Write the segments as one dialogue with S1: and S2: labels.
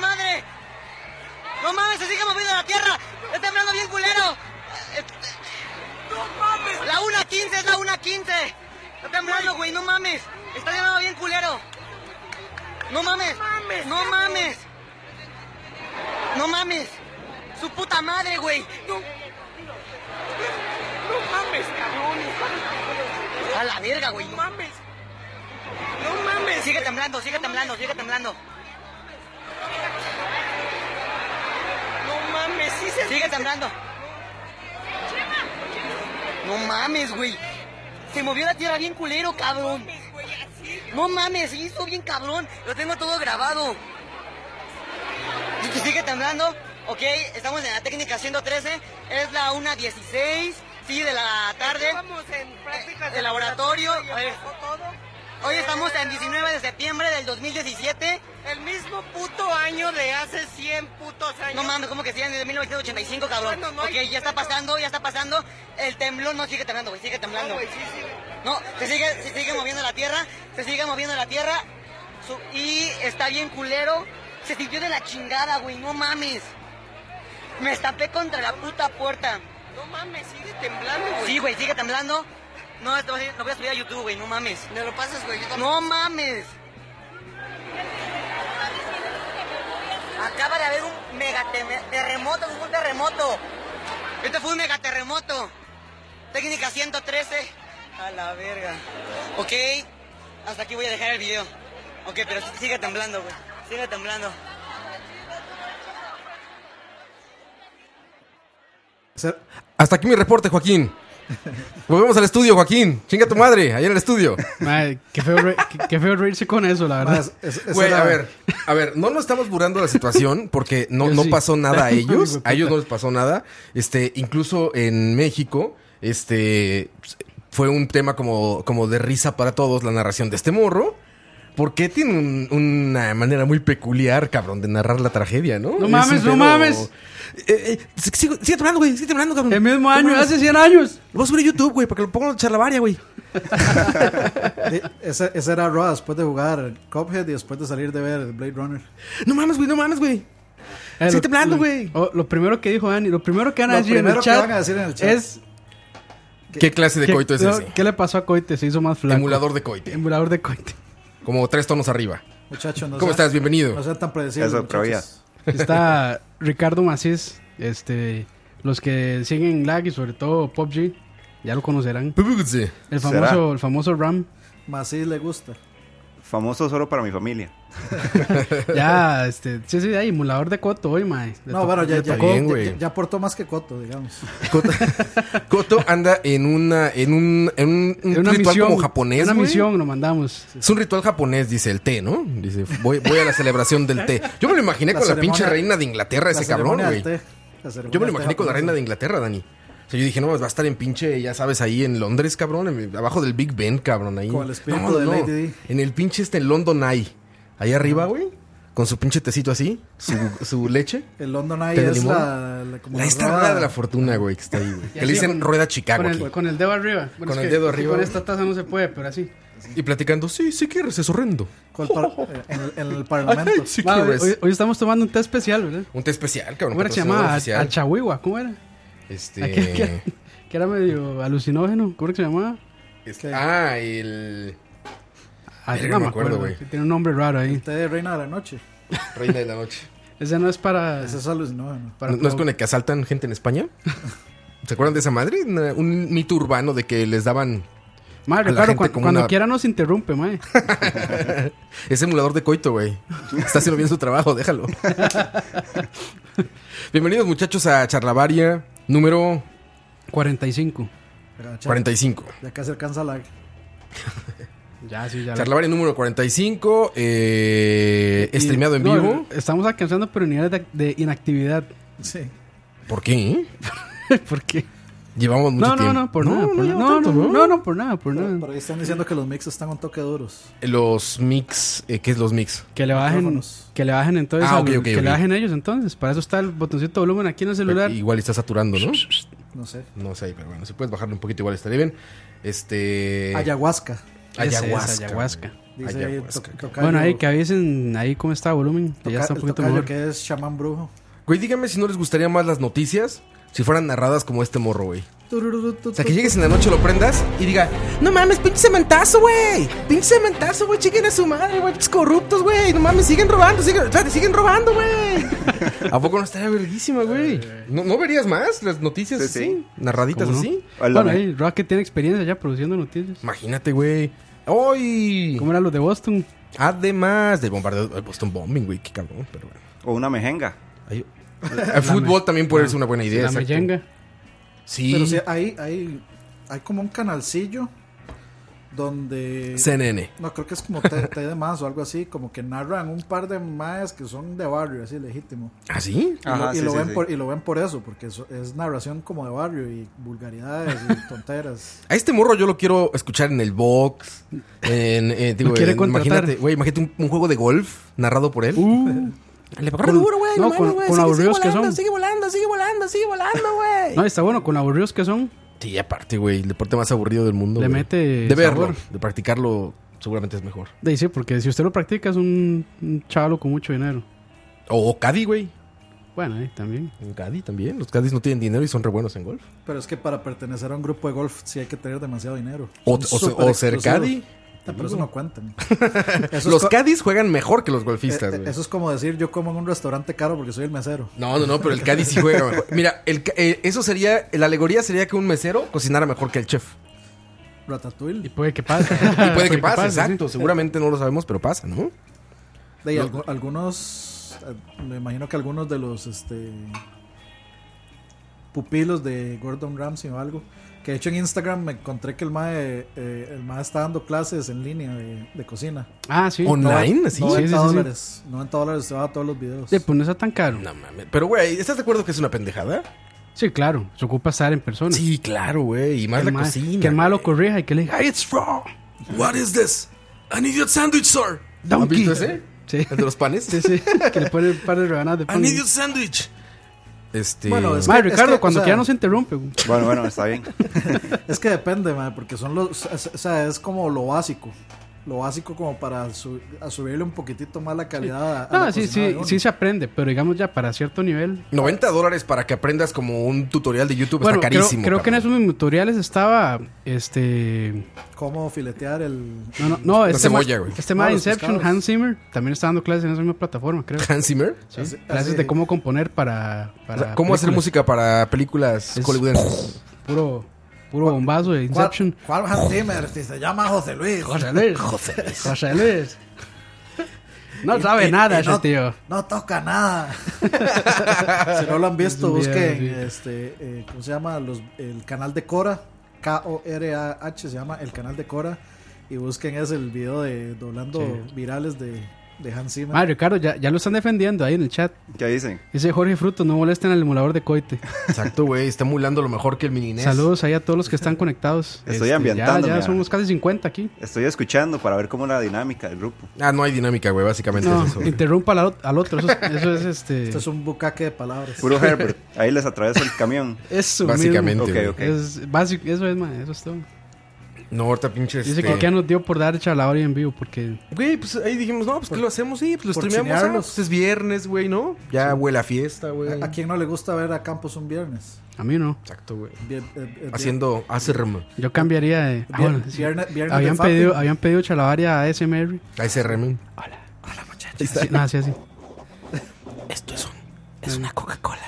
S1: madre! ¡No mames, se sigue moviendo la tierra! ¡Está temblando bien culero!
S2: ¡No mames!
S1: ¡La 1.15, es la 1.15! ¡Está temblando, güey, no mames! ¡Está temblando bien culero! ¡No mames!
S2: mames,
S1: ¡No
S2: cabrón.
S1: mames! ¡No mames! ¡Su puta madre, güey!
S2: ¡No, no mames, cabrón!
S1: ¡A la verga, güey!
S2: ¡No mames! ¡No mames!
S1: Sigue temblando, sigue temblando, sigue temblando.
S2: ¡No mames! ¡Sí se
S1: Sigue temblando. No mames, güey. Se movió la tierra bien culero,
S2: ¡No
S1: cabrón.
S2: mames, güey! ¡Así!
S1: No mames, se hizo bien cabrón. Lo tengo todo grabado. Y que sigue temblando. Ok, estamos en la técnica 113. Es la 1.16. Sí, de la tarde.
S2: Estábamos en prácticas
S1: El laboratorio,
S2: y empezó todo.
S1: Hoy estamos en 19 de septiembre del 2017.
S2: El mismo puto año de hace 100 putos años.
S1: No mames, ¿cómo que siguen desde 1985, cabrón?
S2: Bueno, no
S1: ok,
S2: hay
S1: ya está
S2: pedo.
S1: pasando, ya está pasando. El temblor no sigue temblando, güey, sigue
S2: No,
S1: temblando.
S2: Ah, güey, sí, sí.
S1: No, se sigue, se sigue moviendo la tierra, se sigue moviendo la tierra. su- y está bien culero. Se sintió de la chingada, güey, no mames. Me estampé contra la puta puerta.
S2: No mames, sigue temblando, güey.
S1: Sí, güey, sigue temblando. No, esto va a ser- lo voy a subir a YouTube, güey, no mames.
S2: Me lo pasas, güey. Yo también.
S1: No mames. Acaba de haber un mega terremoto, un terremoto. Este fue un mega terremoto. Técnica 113. A la verga. Ok, hasta aquí voy a dejar el video. Ok, pero sí- sigue temblando, güey. Sigue temblando.
S3: Se- Hasta aquí mi reporte, Joaquín. Volvemos al estudio, Joaquín. Chinga tu madre, ahí en el estudio.
S4: Madre, qué, feo re- qué, qué feo reírse con eso, la verdad.
S5: Más, es- es
S3: Güey,
S5: era-
S3: a ver, a ver, no nos estamos burlando de la situación porque no,
S4: Yo
S3: no
S4: sí.
S3: pasó nada a ellos.
S4: Hijo de
S3: A ellos no les pasó nada. Este, incluso en México, este fue un tema como, como de risa para todos la narración de este morro. Porque tiene un- una manera muy peculiar, cabrón, de narrar la tragedia, ¿no?
S4: No
S3: Es
S4: mames,
S3: un
S4: no
S3: pedo-
S4: mames.
S3: Eh, eh, sigue, sigue temblando, güey, sigue temblando, cabrón.
S4: El mismo
S3: No
S4: año,
S3: mames.
S4: hace 100 años.
S3: Lo voy a subir a YouTube, güey, para que lo pongan en charlavaria, güey.
S5: de- ese, ese era Roa después de jugar Cuphead y después de salir de ver Blade Runner.
S3: No mames, güey, no mames, güey.
S4: Eh,
S3: Sigue
S4: lo-
S3: temblando,
S4: lo-
S3: güey.
S4: oh, Lo primero que dijo Dani, lo primero que van a,
S5: Lo
S4: decir, en
S5: primero
S4: el
S5: que
S4: chat
S5: van a decir en el chat.
S4: es...
S3: ¿Qué, clase de
S4: ¿qué-
S3: coito es
S4: no,
S3: ese?
S4: ¿Qué le pasó a Coite? Se hizo más flaco.
S3: Emulador de coite.
S4: Emulador de Coite.
S3: Como tres tonos arriba.
S5: Muchachos, no
S3: ¿Cómo
S5: sean-
S3: estás? Bienvenido.
S5: No sean tan predecibles.
S6: Eso, pero
S5: muchachos.
S4: Está Ricardo Macís, este, los que siguen lag y sobre todo PUBG, ya lo conocerán.
S3: Pupugutsi.
S4: El
S6: ¿Será?
S4: famoso, el famoso RAM.
S5: Más sí le gusta.
S6: Famoso solo para mi familia.
S4: Ya, este, sí, sí, hay emulador de Coto hoy, mae. Le
S5: No,
S4: tocó-
S5: bueno, ya,
S4: le
S5: ya,
S4: tocó.
S3: bien,
S5: ya-
S3: güey.
S5: ya- ya aportó más que Coto, digamos.
S3: Coto, Coto anda en una en un, en un, un
S4: Era una
S3: ritual
S4: misión,
S3: como japonés.
S4: Una
S3: güey.
S4: misión nos mandamos.
S3: Es un ritual japonés, dice el té, ¿no? Dice, voy, voy a la celebración del té. Yo me lo imaginé
S5: La
S3: con la
S5: ceremonia-
S3: pinche reina de Inglaterra,
S5: La
S3: ese cabrón,
S5: ceremonia
S3: güey.
S5: del té,
S3: Yo me
S5: ceremonia
S3: lo
S5: del
S3: imaginé
S5: té
S3: con la reina
S5: japonesa.
S3: de Inglaterra, Dani. O sea, yo dije, no, va a estar en pinche, ya sabes, ahí en Londres, cabrón, en- abajo del Big Ben, cabrón, ahí.
S5: Con el espíritu
S3: No,
S5: de
S3: no,
S5: Lady Di.
S3: En el pinche este London Eye. Ahí arriba, güey. Con su pinche tecito así, su, su leche.
S5: El London Eye
S3: ¿Té de
S5: es
S3: limón?
S5: la... La, como
S3: La
S5: la
S3: esta
S5: rueda-
S3: rueda de la fortuna, güey, que está ahí, güey.
S4: Y
S3: Que le
S4: así
S3: dicen
S4: con-
S3: rueda Chicago
S4: Con
S3: aquí.
S4: el, con el dedo arriba. Bueno,
S3: Con
S4: es
S3: el
S4: que-
S3: dedo
S4: es que
S3: arriba,
S4: Con
S3: güey.
S4: esta taza no se puede, pero así.
S3: Y platicando, sí, Siquirres es horrendo.
S5: con el par- eh, en, el- en el
S3: Ay,
S5: parlamento.
S4: Mae, hoy,
S3: Siquirres.
S4: hoy- hoy estamos tomando un té especial, ¿verdad?
S3: Un té especial, cabrón.
S4: ¿Cómo era que se
S3: patrocinador
S4: llamaba?
S3: oficial.
S4: Achahuihua, ¿cómo era? Aquel
S3: Este...
S4: que, que era medio alucinógeno, ¿cómo era que se llamaba?
S3: este- Ah, el...
S4: Ah,
S3: Verga, no me acuerdo, güey.
S4: sí, Tiene un nombre raro ahí.
S5: Té de reina de la noche.
S3: Reina de la noche.
S4: Ese no es para.
S5: Ese es alucinógeno.
S4: para
S3: ¿No, no es
S4: provocar.
S3: con el que asaltan gente en España? ¿Se acuerdan de esa madre? Una- un mito urbano de que les daban
S4: Madre,
S3: a la
S4: claro,
S3: gente
S4: cuan-
S3: como
S4: cuando
S3: una-
S4: quiera nos interrumpe, madre.
S3: ese emulador de coito, güey. Está haciendo bien su trabajo, déjalo. Bienvenidos, muchachos, a Charlavaria número
S4: 45.
S5: Pero, cha-
S3: 45.
S5: Ya casi alcanza la...
S4: Ya, sí, ya. la-
S3: Charlavaria número 45, eh,
S4: Y-
S3: streameado en
S4: no,
S3: vivo.
S4: Estamos alcanzando por unidades de, de inactividad.
S5: Sí.
S3: ¿Por qué?
S4: ¿Por qué?
S3: Llevamos mucho
S4: eh, No, no,
S3: tiempo.
S4: no, por nada. por nada.
S3: llevo
S4: No,
S3: tanto,
S4: no, no, no, por nada, por
S3: Mm.
S5: Por,
S4: nada.
S5: por ahí están diciendo que los mix están un toque duros.
S3: Los mix, eh, ¿qué es los mix?
S4: Que le bajen,
S5: Micrófonos.
S4: que le bajen entonces,
S3: Ah,
S4: al-
S3: ok, ok,
S4: que
S3: ok.
S4: le bajen ellos entonces. Para eso está el botoncito de volumen aquí en el celular.
S3: Igual está saturando, ¿no?
S5: No sé.
S4: Ah,
S3: No sé, pero bueno, si puedes bajarlo un poquito igual estaría bien. Este...
S5: Ayahuasca.
S4: Ese es
S3: Ayahuasca.
S4: ayahuasca.
S5: Dice ahí
S3: Ayahuasca,
S5: to-
S3: cabrón.
S5: tocayo-
S4: Bueno, ahí que avisen ahí cómo está volumen, que ya
S5: toca-
S4: está un
S5: el
S4: poquito
S5: tocayo
S4: mejor.
S5: que es chamán brujo.
S3: Güey, dígame si no les gustaría más las noticias si fueran narradas como este morro, güey. O sea, que llegues en la noche, lo prendas y diga, no mames, pinche cementazo, güey. Pinche cementazo, güey. Chiquen a su madre, güey. Pinches corruptos, güey. No mames, siguen robando, siguen, espérate, siguen robando, güey. ¿A poco no estaría verguísima, güey? ¿No, no verías más las noticias
S6: Sí,
S3: así?
S6: sí.
S3: Narraditas
S4: ¿Cómo no?
S3: así.
S6: Hola,
S4: Bueno, ahí Rocket tiene experiencia ya produciendo noticias.
S3: Imagínate, güey. ¡Ay!
S4: ¿Cómo eran los de Boston?
S3: Además del bombardeo de Boston Bombing, güey. Qué cabrón, pero bueno.
S6: O una mejenga.
S3: Ay, Ah, el fútbol también puede ser una buena idea.
S4: la
S3: exacto.
S4: meyenga.
S3: Sí.
S5: Pero sí, ahí, ahí hay como un canalcillo donde...
S3: CNN.
S5: No, creo que es como T T de Más o algo así, como que narran un par de más que son de barrio, así legítimo.
S3: ¿Ah, sí?
S5: Y lo- y, lo ven Por, y lo ven por eso, porque eso es narración como de barrio y vulgaridades y tonteras.
S3: A este morro yo lo quiero escuchar en el box. En, eh, digo,
S4: Lo quiere
S3: en-
S4: contratar.
S3: imagínate, güey, imagínate un, un juego de golf narrado por él. Uh, Le agarra
S4: Con-
S3: duro, güey.
S4: no,
S3: No,
S4: con-
S3: mames, güey.
S4: con
S3: sigue, sigue
S4: aburridos que
S3: volando,
S4: son.
S3: sigue volando, sigue volando, sigue volando, güey.
S4: No, está bueno, con lo aburridos que son.
S3: Sí, aparte, güey, el deporte más aburrido del mundo.
S4: Le
S3: güey.
S4: mete
S3: De verlo,
S4: sabor.
S3: de practicarlo, seguramente es mejor.
S4: De sí, porque si usted lo practica es un, un chavalo con mucho dinero.
S3: O Caddy, güey.
S4: Bueno, ahí también.
S3: En Caddy también. Los Caddies no tienen dinero y son re buenos en golf.
S5: Pero es que para pertenecer a un grupo de golf sí hay que tener demasiado dinero.
S3: O,
S5: Son
S3: o-
S5: súper
S3: o ser
S5: exclusivos.
S3: Caddy.
S5: No, pero eso no cuentan.
S3: Los Caddies juegan mejor que los golfistas,
S4: Eh,
S3: güey.
S5: Eh, Eso es como decir yo como en un restaurante caro porque soy el mesero.
S3: No, no, no, pero el Caddy sí juega mejor. Mira, el ca- eh, eso sería, la alegoría sería que un mesero cocinara mejor que el chef.
S4: Y
S5: Ratatouille.
S4: puede que pase.
S3: Y puede que pase,
S4: Ah, sí.
S3: exacto. Seguramente no lo sabemos, pero pasa, ¿no?
S5: De ahí algu- algunos, eh, me imagino que algunos de los este pupilos de Gordon Ramsay o algo. Que de hecho en Instagram me encontré que el mae, eh, el mae está dando clases en línea de, de cocina.
S4: Ah, sí.
S3: Online.
S4: No,
S3: así.
S5: 90
S4: Sí, sí, sí, sí.
S5: dólares. 90 dólares se va a todos los videos.
S4: sí, pues no está tan caro.
S3: No mames. Pero, güey, ¿estás de acuerdo que es una pendejada?
S4: Sí, claro. Se ocupa estar en persona.
S3: Sí, claro, güey. Y más
S4: que
S3: la
S4: el ma-
S3: cocina.
S4: Que el malo
S3: güey.
S4: corrija y que le diga, "Ay, it's raw.
S3: What is this? An idiot sandwich, sir. ¿Han
S4: Donkey.
S3: visto ese?
S4: Sí.
S3: ¿El de los panes?
S4: Sí, sí. que le pone un par de rebanadas de pan.
S3: An idiot sandwich. Este.
S5: Bueno, es-
S4: Madre,
S5: que-
S4: Ricardo,
S5: que, o
S4: cuando
S5: sea-
S4: quiera no se interrumpe. güey.
S6: Bueno, bueno, está bien.
S5: Es que depende, mae, porque son los. O sea, es como lo básico. Lo básico como para su- a subirle un poquitito más la calidad. a- a
S4: No,
S5: la
S4: sí,
S5: cocina de
S4: sí,
S5: uno.
S4: sí se aprende, pero digamos ya para cierto nivel.
S3: 90 dólares para que aprendas como un tutorial de YouTube
S4: Bueno,
S3: está
S4: creo,
S3: carísimo.
S4: creo que en
S3: cabrón.
S4: esos mismos tutoriales estaba este.
S5: Cómo filetear el.
S4: No, no, no, este
S3: cebolla,
S4: ma-
S3: güey.
S4: Este ma
S5: No,
S4: de
S5: los
S4: Inception,
S5: pescados.
S4: Hans Zimmer, también está dando clases en esa misma plataforma, creo.
S3: Hans Zimmer.
S4: Sí,
S5: Así-
S4: clases
S5: así-
S4: de cómo componer para.
S3: O
S4: para
S3: sea, ¿Cómo hacer
S4: películas.
S3: música para películas
S4: Es-
S3: hollywoodenses?
S4: Puro, puro bombazo de
S5: ¿Cuál,
S4: Inception.
S5: cuál Hans Zimmer? Si se llama José Luis.
S4: José Luis. José Luis. No sabe
S5: Y-
S4: nada
S5: y
S4: ese
S5: no-
S4: tío.
S5: No toca nada. si no lo han visto,
S4: Es un video,
S5: busquen
S4: sí.
S5: este, eh, ¿cómo se llama? Los, el canal de Cora. K-O-R-A-H se llama el canal de Cora. Y busquen es el video de doblando
S4: Sí.
S5: virales de, de Hans Zimmer.
S4: Madre, Ricardo, ya, ya lo están defendiendo ahí en el chat.
S6: ¿Qué dicen?
S4: Dice Jorge Fruto, no molesten al emulador de coite.
S3: Exacto, güey. Está emulando lo mejor que el mini E NES.
S4: Saludos ahí a todos los que están conectados. Este,
S6: Estoy
S4: ya-
S6: ambientándome,
S4: Ya,
S6: ah.
S4: somos casi 50 aquí.
S6: Estoy escuchando para ver cómo es la dinámica del grupo.
S3: Ah, no hay dinámica, güey. Básicamente
S4: No,
S3: es eso. güey.
S4: interrumpa al, o- al otro. Eso, es- eso es este.
S5: Esto es un bucaque de palabras.
S6: Puro Herbert. Ahí les atraviesa el camión.
S4: Eso
S3: Básicamente,
S6: Ok,
S3: güey.
S6: ok.
S4: mismo. Es básico, eso es, ma, eso es todo.
S3: No, ahorita pinches. este,
S4: Dice que ya nos dio por dar charlador y en vivo porque
S3: Güey, pues ahí dijimos, no, pues que lo hacemos, sí, pues lo
S5: por
S3: streameamos. ah,
S5: chinearlos.
S3: pues es viernes, güey, ¿no? Ya huele a fiesta, güey.
S5: ¿A, a quién no le gusta ver a Campos un viernes?
S4: a mí no.
S3: Exacto, güey.
S5: Vier- eh, eh,
S3: Haciendo ACRM.
S4: Yo cambiaría de. ah,
S5: Vier-
S4: bueno, sí.
S5: viernes- viernes de
S4: habían,
S5: Fapping.
S4: pedido, habían pedido chalabaria a ASMR.
S3: ACRM.
S4: Sí, no, así, así.
S3: Esto es un. Es una Coca-Cola.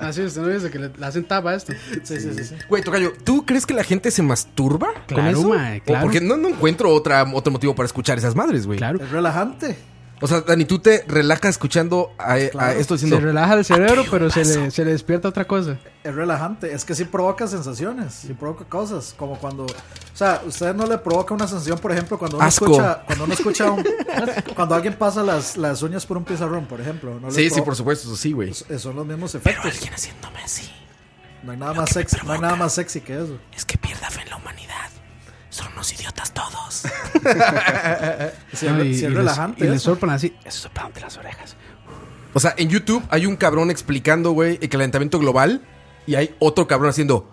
S4: Así, usted no dice que le, le hacen tapa a esto.
S5: Sí, sí, sí. sí.
S3: Güey, Tocayo, ¿tú crees que la gente se masturba? con
S4: Claro,
S3: eso?
S4: mae,
S3: O
S4: claro.
S3: Porque no, no encuentro otra, otro motivo para escuchar esas madres, güey.
S4: Claro.
S5: Es relajante.
S3: O sea, Dani, tú te relajas escuchando a, a esto diciendo.
S4: Se relaja el cerebro, pero se le, se le despierta otra cosa.
S5: Es relajante. Es que sí provoca sensaciones. Sí provoca cosas. Como cuando. O sea, usted no le provoca una sensación, por ejemplo, cuando uno
S3: Asco.
S5: escucha. Cuando uno escucha un- Cuando alguien pasa las, las uñas por un pizarrón, por ejemplo. No le
S3: Sí, sí,
S5: provo-
S3: por supuesto, sí, güey.
S5: s- Son los mismos efectos.
S7: alguien haciéndome así
S5: No hay nada más sexy, no hay nada más sexy que eso.
S7: es que pierda fe en la humanidad. Son unos idiotas todos.
S5: Sí,
S4: No,
S5: es,
S4: y, y
S5: sí es
S4: les-
S5: relajante.
S4: y le
S5: eso.
S4: soplan así.
S7: Eso soplaron de las orejas.
S3: O sea, en YouTube hay un cabrón explicando, güey, el calentamiento global y hay otro cabrón haciendo.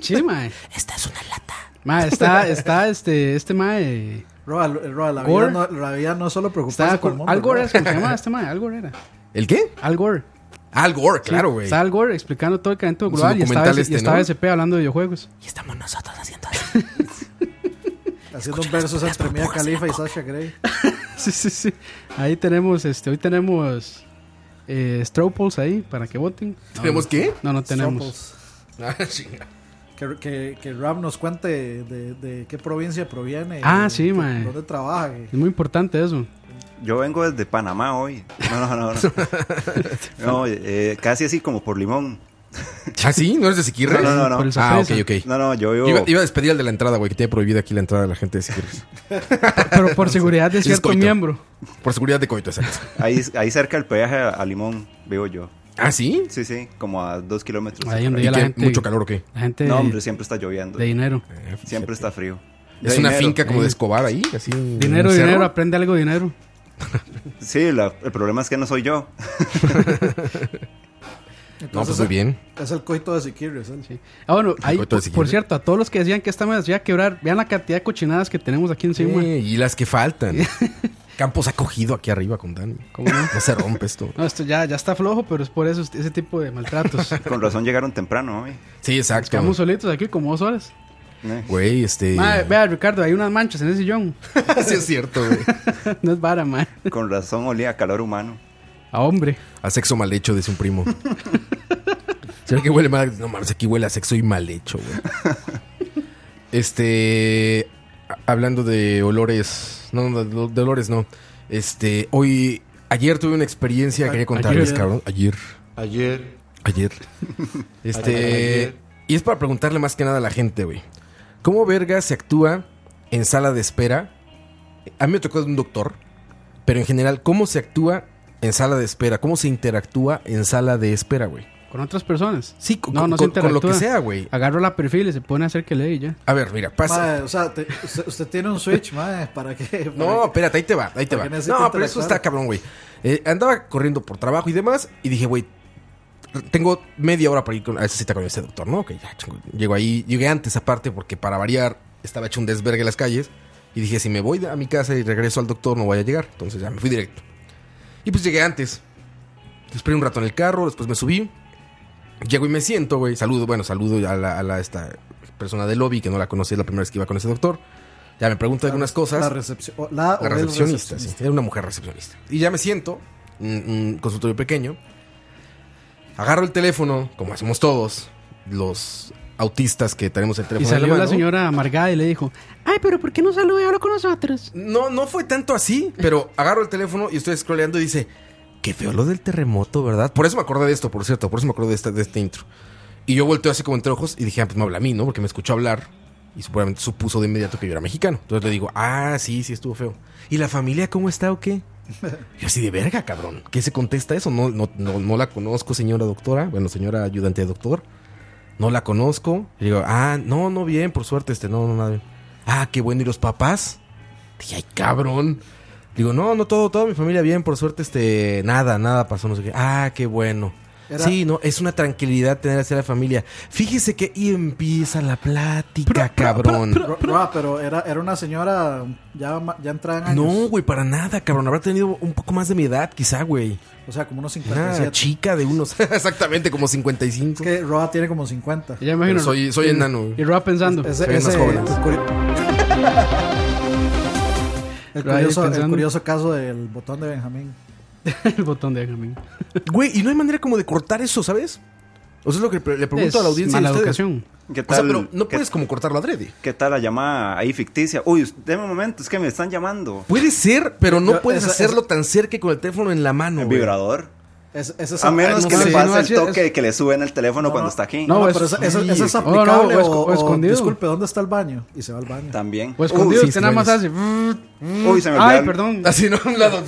S4: Sí, mae.
S7: Esta es una lata.
S4: Mae, está, está este, este mae.
S5: Roa, lo- Roa, la, vida
S4: Gore.
S5: no, la vida no es solo preocuparse
S4: Está
S5: por el mundo.
S4: Al Gore,
S5: Roa.
S4: es como se llama este mae, Al Gore era.
S3: ¿El qué?
S4: Al Gore.
S3: Al Gore, claro, güey.
S4: Está Al Gore explicando todo el calentamiento
S3: Su
S4: global y estaba,
S3: documental
S4: y
S3: este, ¿no?
S4: estaba SP hablando de videojuegos.
S7: Y estamos nosotros haciendo así.
S5: Haciendo versos entre Mia Khalifa y Sasha Grey.
S4: Sí, sí, sí. Ahí tenemos, este, hoy tenemos eh, Stroples ahí para que voten. No,
S3: ¿Tenemos
S4: no.
S3: qué?
S4: No, no tenemos.
S5: Staples.
S3: Ah, chinga.
S5: Que, que, que Ram nos cuente de, de qué provincia proviene.
S4: Ah,
S5: y
S4: sí,
S5: qué-
S4: mae.
S5: Dónde trabaja. y-
S4: Es muy importante eso.
S6: Yo vengo desde Panamá hoy. No, no, no. No, No, eh, casi así como por limón.
S3: ¿Ah, sí? ¿No eres de Siquirres?
S6: No, no, no, no.
S4: Por el
S3: Ah, ok,
S4: sorpresa.
S3: ok.
S6: No, no, yo
S3: Yo Iba,
S6: vivo.
S3: iba a despedir al de la entrada, güey, que tiene prohibida aquí la entrada de la gente de Siquirres.
S4: Pero por seguridad de
S3: Es
S4: cierto
S3: coito.
S4: miembro.
S3: Por seguridad de coito, exacto.
S6: Ahí, ahí cerca del peaje a, a limón vivo yo.
S3: ¿Ah, sí?
S6: Sí, sí, como a dos kilómetros.
S4: Ahí donde
S3: ¿Y
S4: ya la
S3: qué?
S4: gente.
S3: ¿Mucho calor o qué? Eh,
S4: La gente
S6: No, hombre,
S4: de,
S6: siempre está lloviendo.
S4: de dinero.
S6: Siempre está frío.
S3: Es
S6: De
S3: una
S6: dinero.
S3: finca como de Escobar ahí, así.
S4: Dinero,
S3: un cerro.
S4: dinero, aprende algo de dinero.
S6: Sí, la- el problema es que no soy yo.
S3: No,
S5: Entonces,
S3: pues muy bien.
S5: Es el coito de Siquirres. él.
S4: Sí. Ah, bueno, ahí,
S3: coito de
S4: por,
S3: Siquirres.
S4: por cierto, a todos los que decían que esta mes iba a quebrar, vean la cantidad de cochinadas que tenemos aquí encima.
S3: Eh, y las que faltan. Campos ha cogido aquí arriba con Dani.
S4: ¿Cómo no?
S3: Ya se rompe esto.
S4: No, esto ya, ya está flojo, pero es por eso ese tipo de maltratos.
S6: Con razón llegaron temprano hoy.
S3: Sí, exacto.
S4: Quedamos solitos aquí como dos horas.
S6: Eh,
S3: Güey, este.
S4: Madre, vea, Ricardo, hay unas manchas en ese sillón.
S3: sí, es cierto, güey.
S4: no es vara, man.
S6: Con razón olía a calor humano.
S4: A hombre.
S3: A sexo mal hecho, dice un primo. ¿Será que huele mal? No mames, aquí huele a sexo y mal hecho, güey. Este. a- Hablando de olores. No, no, de, de olores no. Este. Hoy. Ayer tuve una experiencia que quería contarles,
S4: ayer.
S3: cabrón. Ayer.
S8: Ayer.
S3: Ayer. Este.
S8: Ayer.
S3: Y es para preguntarle más que nada a la gente, güey. ¿Cómo verga se actúa en sala de espera? A mí me tocó de un doctor, pero en general, ¿cómo se actúa en sala de espera? ¿Cómo se interactúa en sala de espera, güey?
S4: Con otras personas.
S3: Sí, con,
S4: No, no se
S3: con- con lo que
S4: interactúa.
S3: sea, güey.
S4: Agarro la perfil y se pone a hacer que lee y ya.
S3: A ver, mira, pasa.
S5: Mae, o sea, te- usted, usted tiene un Switch, mae, ¿para qué?
S3: No, espérate, ahí te va, ahí te
S5: Porque
S3: va.
S5: necesito
S3: No, pero eso
S5: interactuar.
S3: está cabrón, güey. Eh, andaba corriendo por trabajo y demás y dije, güey, tengo media hora para ir con- a esa cita con este doctor, ¿no? Que ya, chingo, llego ahí, llegué antes aparte porque para variar estaba hecho un desvergue en las calles y dije, si me voy a mi casa y regreso al doctor no voy a llegar, entonces ya me fui directo. Y pues llegué antes. Esperé un rato en el carro, después me subí. Llego y me siento, güey. Saludo, bueno, saludo a la, a la- esta persona del lobby que no la conocí, es la primera vez que iba con ese doctor. Ya me pregunta pues, algunas cosas.
S5: La, recepción, o- la,
S3: La
S5: o el
S3: recepcionista, sí. Era una mujer recepcionista. Y ya me siento, un, un consultorio pequeño. Agarro el teléfono, como hacemos todos, los autistas que tenemos el
S4: Y
S3: teléfono. en
S4: salió la
S3: mano.
S4: señora amargada y le dijo: Ay, pero ¿por qué no saluda y habla con nosotros?
S3: No, no fue tanto así, pero agarro el teléfono y estoy scrolleando y dice, qué feo lo del terremoto, ¿verdad? Por eso me acordé de esto, por cierto, por eso me acordé de este, de este intro. Y yo volteo así como entre ojos y dije, ah, pues me habla a mí, ¿no? Porque me escuchó hablar y seguramente supuso de inmediato que yo era mexicano. Entonces le digo, ah, sí, sí, estuvo feo. ¿Y la familia cómo está o qué? Yo así de verga, cabrón. ¿Qué se contesta eso? No, no, no, no la conozco, señora doctora. Bueno, señora ayudante de doctor. No la conozco. Y digo, ah, no, no, bien, por suerte, este, no, no, nada bien. Ah, qué bueno, ¿y los papás? Dije, ay, cabrón. Digo, no, no todo, toda mi familia bien, por suerte, este, nada, nada pasó, no sé qué. Ah, qué bueno.
S5: Era-
S3: Sí, no, es una tranquilidad tener así a la familia. Fíjese que ahí empieza la plática, cabrón.
S5: Ro- Roa, pero era, era una señora ya, ma- ya entrada en años.
S3: No, güey, para nada, cabrón. Habrá tenido un poco más de mi edad, quizá, güey.
S5: O sea, como unos
S3: Una
S5: 57.
S3: chica de unos, exactamente, como 55.
S5: es que Roa tiene como 50.
S4: Y ya imagino.
S3: Pero soy- soy
S4: y-
S3: enano, güey.
S4: Y Roa pensando:
S5: Ese-
S3: Se ven más
S5: ese-
S3: jóvenes.
S5: el curi- El
S4: Roa ahí
S5: curioso, el
S4: pensando.
S5: curioso caso del botón de Benjamín.
S4: El botón de Benjamín.
S3: Güey, y no hay manera como de cortar eso, ¿sabes? O sea, es lo que pre- le pregunto
S4: Es
S3: a la audiencia. y
S4: Mala
S3: a ustedes.
S4: educación.
S6: ¿Qué
S3: O
S6: tal?
S3: sea, pero no
S6: qué-
S3: puedes como cortarlo adrede.
S6: ¿Qué tal la llamada ahí ficticia? Uy, us- deme un momento, es que me están llamando.
S3: Puede ser, pero no
S5: Yo-
S3: puedes
S5: esa-
S3: hacerlo tan cerca y con el teléfono en la mano.
S6: El
S3: güey.
S6: vibrador.
S5: Es- ese es-
S6: A menos
S5: no
S6: que
S5: sé,
S6: le
S5: no,
S6: pase el
S5: así es-
S6: toque de que le suben el teléfono
S5: No,
S6: cuando
S5: no.
S6: está aquí.
S5: No,
S4: No,
S5: pero
S4: es-
S5: eso, eso-
S3: sí,
S5: eso es
S4: o no,
S5: aplicable.
S4: o
S5: o,
S4: esco- o
S5: o
S4: escondido.
S5: Disculpe, ¿dónde está el baño? Y se va al baño.
S6: También.
S4: Pues
S3: Uy,
S4: escondido,
S3: sí,
S4: usted nada más hace.
S3: extrañas.
S6: Uy, se me olvidó
S4: Ay,
S6: el-
S4: perdón.
S3: Así, ¿no? A un lado.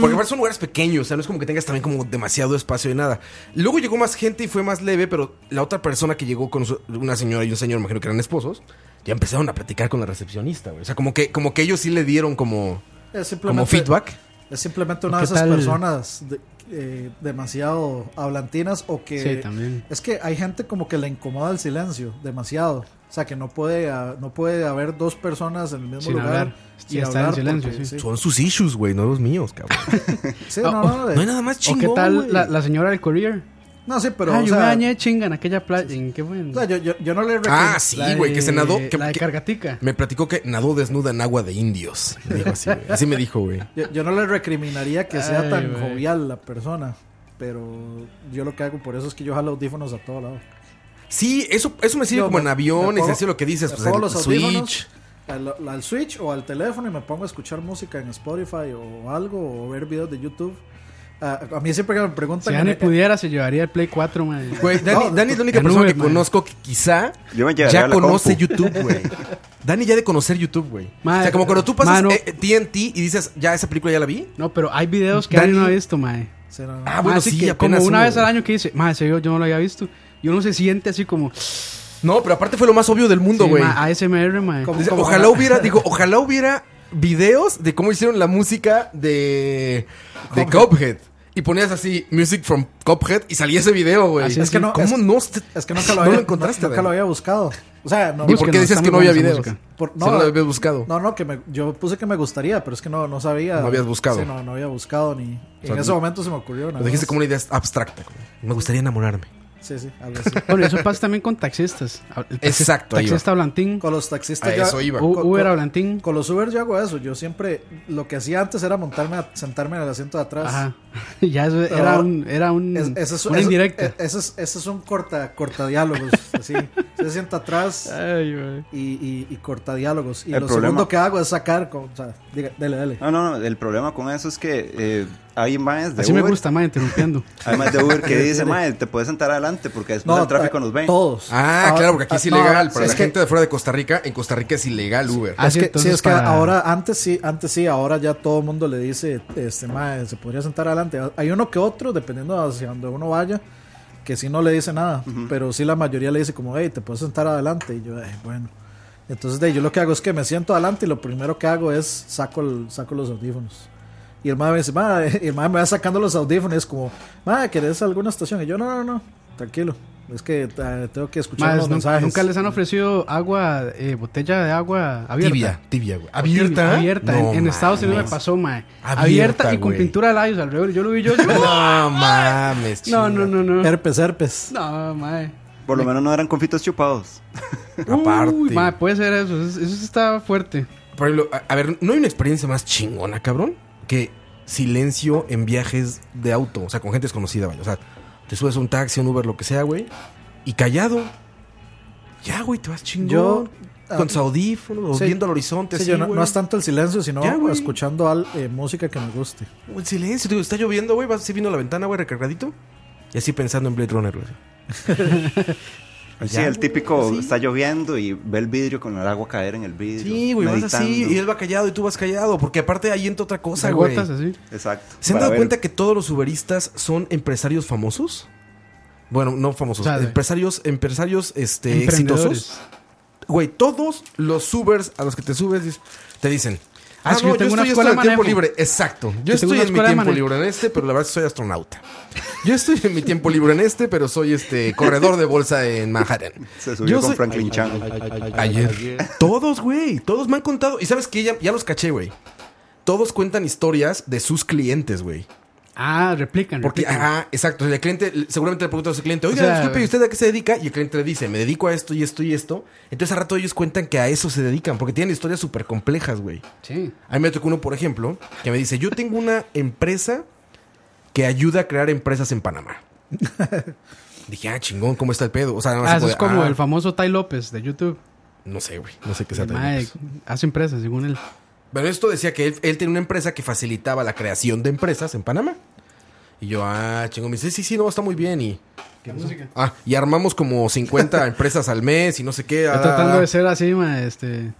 S3: Porque aparte son lugares pequeños, o sea, no es como que tengas también como demasiado espacio y nada. Luego llegó más gente y fue más leve, pero la otra persona que llegó con su- una señora y un señor, imagino que eran esposos, ya empezaron a platicar con la recepcionista, güey. O sea, como que, como que ellos sí le dieron como,
S5: Es simplemente-
S3: como feedback.
S5: Es simplemente una de
S4: ¿Qué
S5: esas
S4: tal?
S5: personas de- eh, demasiado hablantinas o que...
S4: Sí, también.
S5: Es que hay gente como que le incomoda el silencio demasiado. O sea, que no puede, ah, no puede haber dos personas en el mismo
S4: Sin
S5: lugar
S4: hablar. Sí, estar en silencio,
S5: porque-
S4: sí. Ah,
S5: sí.
S3: Son sus issues, güey, no los míos, cabrón.
S5: Sí, no,
S4: oh,
S5: no, de-
S3: No hay nada más chingón,
S4: ¿O qué
S3: güey.
S4: tal la, la señora del courier?
S5: no, sí, pero...
S4: Ay,
S5: o
S4: una
S5: sea,
S4: dañé chinga en aquella playa. ¿En qué fue?
S5: o sea, yo, yo- yo no le
S3: Ah,
S5: recomiendo...
S3: sí,
S4: La
S3: güey, que
S4: de-
S3: se nadó. que-
S4: la de
S3: que-
S4: Cargatica.
S3: me platicó que nadó desnuda en agua de indios. Me dijo así, güey. Así me dijo, güey.
S5: Yo, yo no le recriminaría que sea
S4: Ay,
S5: tan
S4: güey.
S5: jovial la persona, pero yo lo que hago por eso es que yo jalo audífonos a todo lado.
S3: Sí, eso, eso me sirve
S5: Yo
S3: como
S5: me-
S3: en
S5: me
S3: aviones,
S5: pongo-
S3: así lo que dices,
S5: me
S3: pues
S5: pongo
S3: el
S5: los audífonos
S3: Switch.
S5: Al, al Switch o al teléfono y me pongo a escuchar música en Spotify o algo, o ver videos de YouTube. Ah, a mí siempre que me
S4: Si
S5: preguntan...
S4: Dani
S5: eh,
S4: pudiera, se llevaría el Play 4, man.
S3: Güey, Dani,
S5: No,
S3: Dani es la única
S4: en
S3: persona
S4: Uber,
S3: que
S4: man.
S3: conozco que quizá
S6: Yo me llevaría
S3: ya
S6: la
S3: conoce
S6: compu.
S3: YouTube, güey. Dani ya de conocer YouTube, güey. O
S4: Madre,
S3: sea, como cuando tú pasas
S4: mano.
S3: eh, eh, TNT y dices, ya esa película ya la vi.
S4: No, pero hay videos que Dani
S3: Dani-
S4: no ha visto, mae.
S5: sí, no, no.
S3: Ah, bueno,
S4: Así
S3: sí,
S4: que
S3: apenas
S4: como una
S3: uno,
S4: vez al
S3: güey.
S4: año que dice, mae, ese video yo no lo había visto. Y uno se siente así como,
S3: No, pero aparte fue lo más obvio del mundo,
S4: sí, ah,
S3: güey.
S4: mae, ASMR, mae.
S5: Como-
S3: Dice, ojalá hubiera, digo, ojalá hubiera videos de cómo hicieron la música de, de Cuphead. Y ponías así, music from Cuphead, y salía ese video, güey.
S4: Así
S5: es que no-
S3: ¿Cómo
S5: es-
S3: no? este
S5: Es que nunca lo
S3: No
S5: había,
S3: lo encontraste,
S5: no- nunca
S3: Dan.
S5: lo había buscado. O sea, no,
S3: ¿Y por qué
S4: Búsquenlo,
S3: decías
S4: está
S3: que no
S4: muy
S3: había
S4: buena esa
S3: videos?
S4: música.
S5: Por-
S3: Si no
S5: no,
S3: lo habías buscado.
S5: no, no, que me, yo puse que me gustaría, pero es que no, no sabía.
S3: No habías buscado.
S5: Sí, no, no había buscado ni...
S3: O sea,
S5: en ese
S3: no-
S5: momento se me ocurrió. nada
S3: Lo dijiste
S5: más.
S3: como una idea abstracta. como, Me gustaría enamorarme.
S5: Sí, sí, algo así.
S4: Bueno, eso pasa también con taxistas. El taxi-
S3: Exacto, ahí va.
S4: Taxista Blantín,
S5: Con los taxistas
S3: A
S5: yo-
S3: eso iba.
S4: U-
S5: con-
S4: Uber
S5: con-
S4: Blantín.
S5: Con los Uber yo hago eso. Yo siempre lo que hacía antes era montarme, a, sentarme en el asiento de atrás.
S4: Ajá. Ya eso
S5: Pero
S4: era un, era un,
S3: Mm.
S5: Es- ese es-
S4: una
S5: ese-
S4: indirecta.
S5: e- Ese es, ese es un corta, corta diálogos. así. Se sienta atrás
S4: Ay, güey.
S5: y, y, y corta diálogos. Y
S6: El
S5: lo
S6: problema-
S5: segundo que hago es sacar. Con, o sea, diga, dele, dele.
S6: No, no, no. El problema con eso es que eh, hay más de
S4: Así
S6: Uber.
S4: me gusta, mae, interrumpiendo.
S6: Hay más de Uber que dice, mae, te puedes sentar adelante porque después del Ah, tráfico
S5: a-
S6: nos ven.
S5: Todos.
S3: Ah,
S5: Ahora-
S3: claro, porque aquí es
S5: ah,
S3: ilegal.
S5: no,
S3: Para
S5: es
S3: la
S5: que-
S3: gente de fuera de Costa Rica, en Costa Rica es ilegal Uber.
S4: Ah,
S5: es
S4: sí,
S5: que, sí,
S4: entonces
S5: es que
S4: para-
S5: ahora, antes sí, antes sí, ahora ya todo el mundo le dice, este, mae, se podría sentar adelante. Hay uno que otro, dependiendo hacia donde uno vaya, que sí no le dice nada, pero sí la mayoría le dice como, hey, te puedes sentar adelante. Y yo, "Ay, bueno. Entonces, de ahí, yo lo que hago es que me siento adelante y lo primero que hago es saco, el- saco los audífonos. Y el mae me dice, mae, y el mae me va sacando los audífonos y es como, mae, ¿querés alguna estación? Y yo, no, no, no, tranquilo. Es que eh, tengo que escuchar
S4: Mae,
S5: los
S4: nun-
S5: mensajes.
S4: nunca les han ofrecido agua, eh, botella de agua abierta.
S3: Tibia, tibia, güey.
S4: O tibia,
S3: ¿Abierta?
S4: Abierta.
S3: No
S4: en, en Estados Unidos me
S3: mames.
S4: pasó, mae.
S3: Abierta,
S4: Abierta, y con
S3: güey.
S4: pintura de labios alrededor. Yo lo vi yo. yo-
S3: No mames,
S4: no, no, no, no.
S5: Herpes, herpes.
S4: No, mae.
S6: Por lo menos no eran confitos chupados.
S3: chido. Aparte.
S4: Uy, mae, puede ser eso. Eso, eso está fuerte.
S3: Por ejemplo, a, a ver, ¿no hay una experiencia más chingona, cabrón? Que silencio en viajes de auto, o sea, con gente desconocida, vaya. O sea, te subes a un taxi, un Uber, lo que sea, güey, y callado. Ya, güey, te vas chingón.
S5: Yo-
S3: con tus audífonos, o
S5: Sí.
S3: viendo al horizonte,
S5: Sí,
S3: así,
S5: yo no,
S3: güey.
S5: no es tanto el silencio, sino
S3: Ya, güey.
S5: escuchando al- eh, música que me guste.
S3: O El silencio, digo, está lloviendo, güey, vas así viendo la ventana, güey, recargadito. Y así pensando en Blade Runner, güey.
S6: Sí,
S3: Ya,
S6: el
S3: güey,
S6: típico
S3: sí.
S6: está lloviendo y ve el vidrio con el agua caer en el vidrio.
S3: Sí, güey, vas así
S6: meditando.
S3: y él va callado y tú vas callado, porque aparte ahí entra otra cosa,
S4: Hay
S3: güey.
S4: gotas así.
S6: Exacto.
S3: ¿Se han
S6: Para
S3: dado
S6: ver-
S3: cuenta que todos los uberistas son empresarios famosos? Bueno, no famosos,
S4: O sea, de-
S3: empresarios, empresarios este,
S4: Emprendedores.
S3: exitosos. Güey, todos los Ubers a los que te subes dis- te dicen.
S4: Ah,
S3: Ah,
S4: sí,
S3: no,
S4: yo
S3: yo,
S4: tengo una
S3: estoy,
S4: escuela
S3: estoy en
S4: de
S3: tiempo
S4: manejo.
S3: libre. Exacto. Yo
S4: Yo tengo
S3: estoy
S4: una
S3: en mi
S4: escuela de
S3: tiempo
S4: manejo.
S3: libre en este, pero la verdad soy astronauta. Yo estoy en mi tiempo libre en este, pero soy este corredor de bolsa en Manhattan.
S6: Se subió
S3: Yo
S6: con
S3: soy-
S6: Franklin Chan.
S3: Ayer. Todos, güey. Todos me han contado. Y sabes que ya, ya los caché, güey. Todos cuentan historias de sus clientes, güey.
S4: Ah, replican.
S3: Porque,
S4: replican.
S3: ajá, exacto. El cliente, seguramente le pregunta a su cliente, oiga,
S4: O sea,
S3: disculpe, ¿y usted a qué se dedica? Y el cliente le dice, me dedico a esto y esto y esto. Entonces, al rato ellos cuentan que a eso se dedican, porque tienen historias súper complejas, güey.
S4: Sí.
S3: A mí me tocó uno, por ejemplo, que me dice, yo tengo una empresa que ayuda a crear empresas en Panamá. Dije, ah, chingón, ¿cómo está el pedo? O sea, nada más
S4: Ah,
S3: así
S4: eso es como
S3: ah,
S4: el famoso Tai López de YouTube.
S3: No sé, güey, no sé qué sea.
S4: El
S3: tan
S4: mae
S3: lejos.
S4: hace empresas, según él.
S3: Pero esto decía que él, él tenía una empresa que facilitaba la creación de empresas en Panamá. Y yo, ah, chingón, me dice, sí, sí, no, está muy bien y... Ah, y armamos como 50 empresas al mes y no sé qué. ah,
S4: Yo
S3: ah,
S4: tratando
S3: ah.
S4: de ser así, mae, este.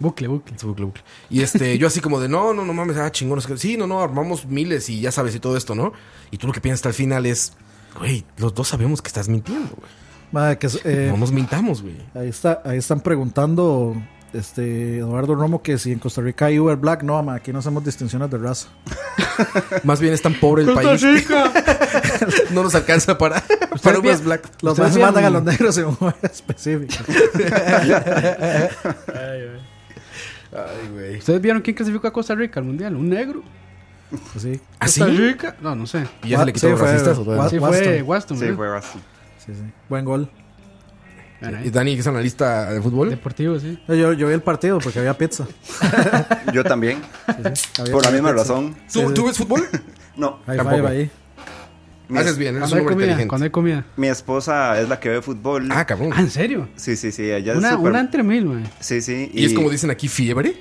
S4: Bucle, bucle.
S3: Su bucle, bucle. Y este, yo así como de, no, no, no mames, ah, chingón. no sé qué. Sí, no, no, armamos miles y ya sabes y todo esto, ¿no? Y tú lo que piensas al final es, güey, los dos sabemos que estás mintiendo, güey.
S5: Mae, que es, eh,
S3: no nos mintamos, güey.
S5: ahí, está, ahí están preguntando este Eduardo Romo que si en Costa Rica hay Uber Black. No, mae, aquí no hacemos distinciones de raza.
S3: Más bien es tan pobre el país. no nos alcanza para, para
S5: bien.
S3: unas black.
S5: Los
S4: Ustedes
S5: más mandan a
S4: vieron-
S5: los negros en un lugar específico.
S3: Ay, güey.
S4: ¿Ustedes vieron quién clasificó a Costa Rica al mundial? ¿Un negro?
S5: Pues sí.
S3: ¿Así?
S4: ¿Costa Rica? No, no sé.
S3: ¿Ah, ¿Y ya se le quitó
S5: Sí,
S3: los
S5: fue-
S3: racistas o todavía?
S4: Sí, fue
S5: Waston.
S4: Waston,
S6: Sí,
S4: ¿verdad?
S6: fue así.
S5: Sí, sí. Buen gol.
S4: Bueno, ahí.
S3: ¿Y Dani, que es analista de fútbol?
S4: Deportivo, sí.
S5: No, Yo, yo vi el partido porque había pizza.
S6: Yo también,
S5: Había-
S6: por la misma
S5: había pizza.
S6: razón.
S3: ¿Tú, tú ves fútbol?
S6: No,
S5: High
S3: Tampoco.
S5: five ahí.
S6: mi,
S3: Haces bien, eres
S4: Cuando
S3: un
S4: hay
S3: hombre
S4: comida,
S3: inteligente.
S4: cuando hay comida.
S6: mi esposa es la que ve fútbol.
S3: Ah, cabrón.
S4: Ah, ¿en serio?
S6: Sí, sí, sí, ella es
S4: Una,
S6: súper...
S4: una entre mil, man.
S6: Sí, sí,
S3: ¿Y es como dicen aquí, fiebre?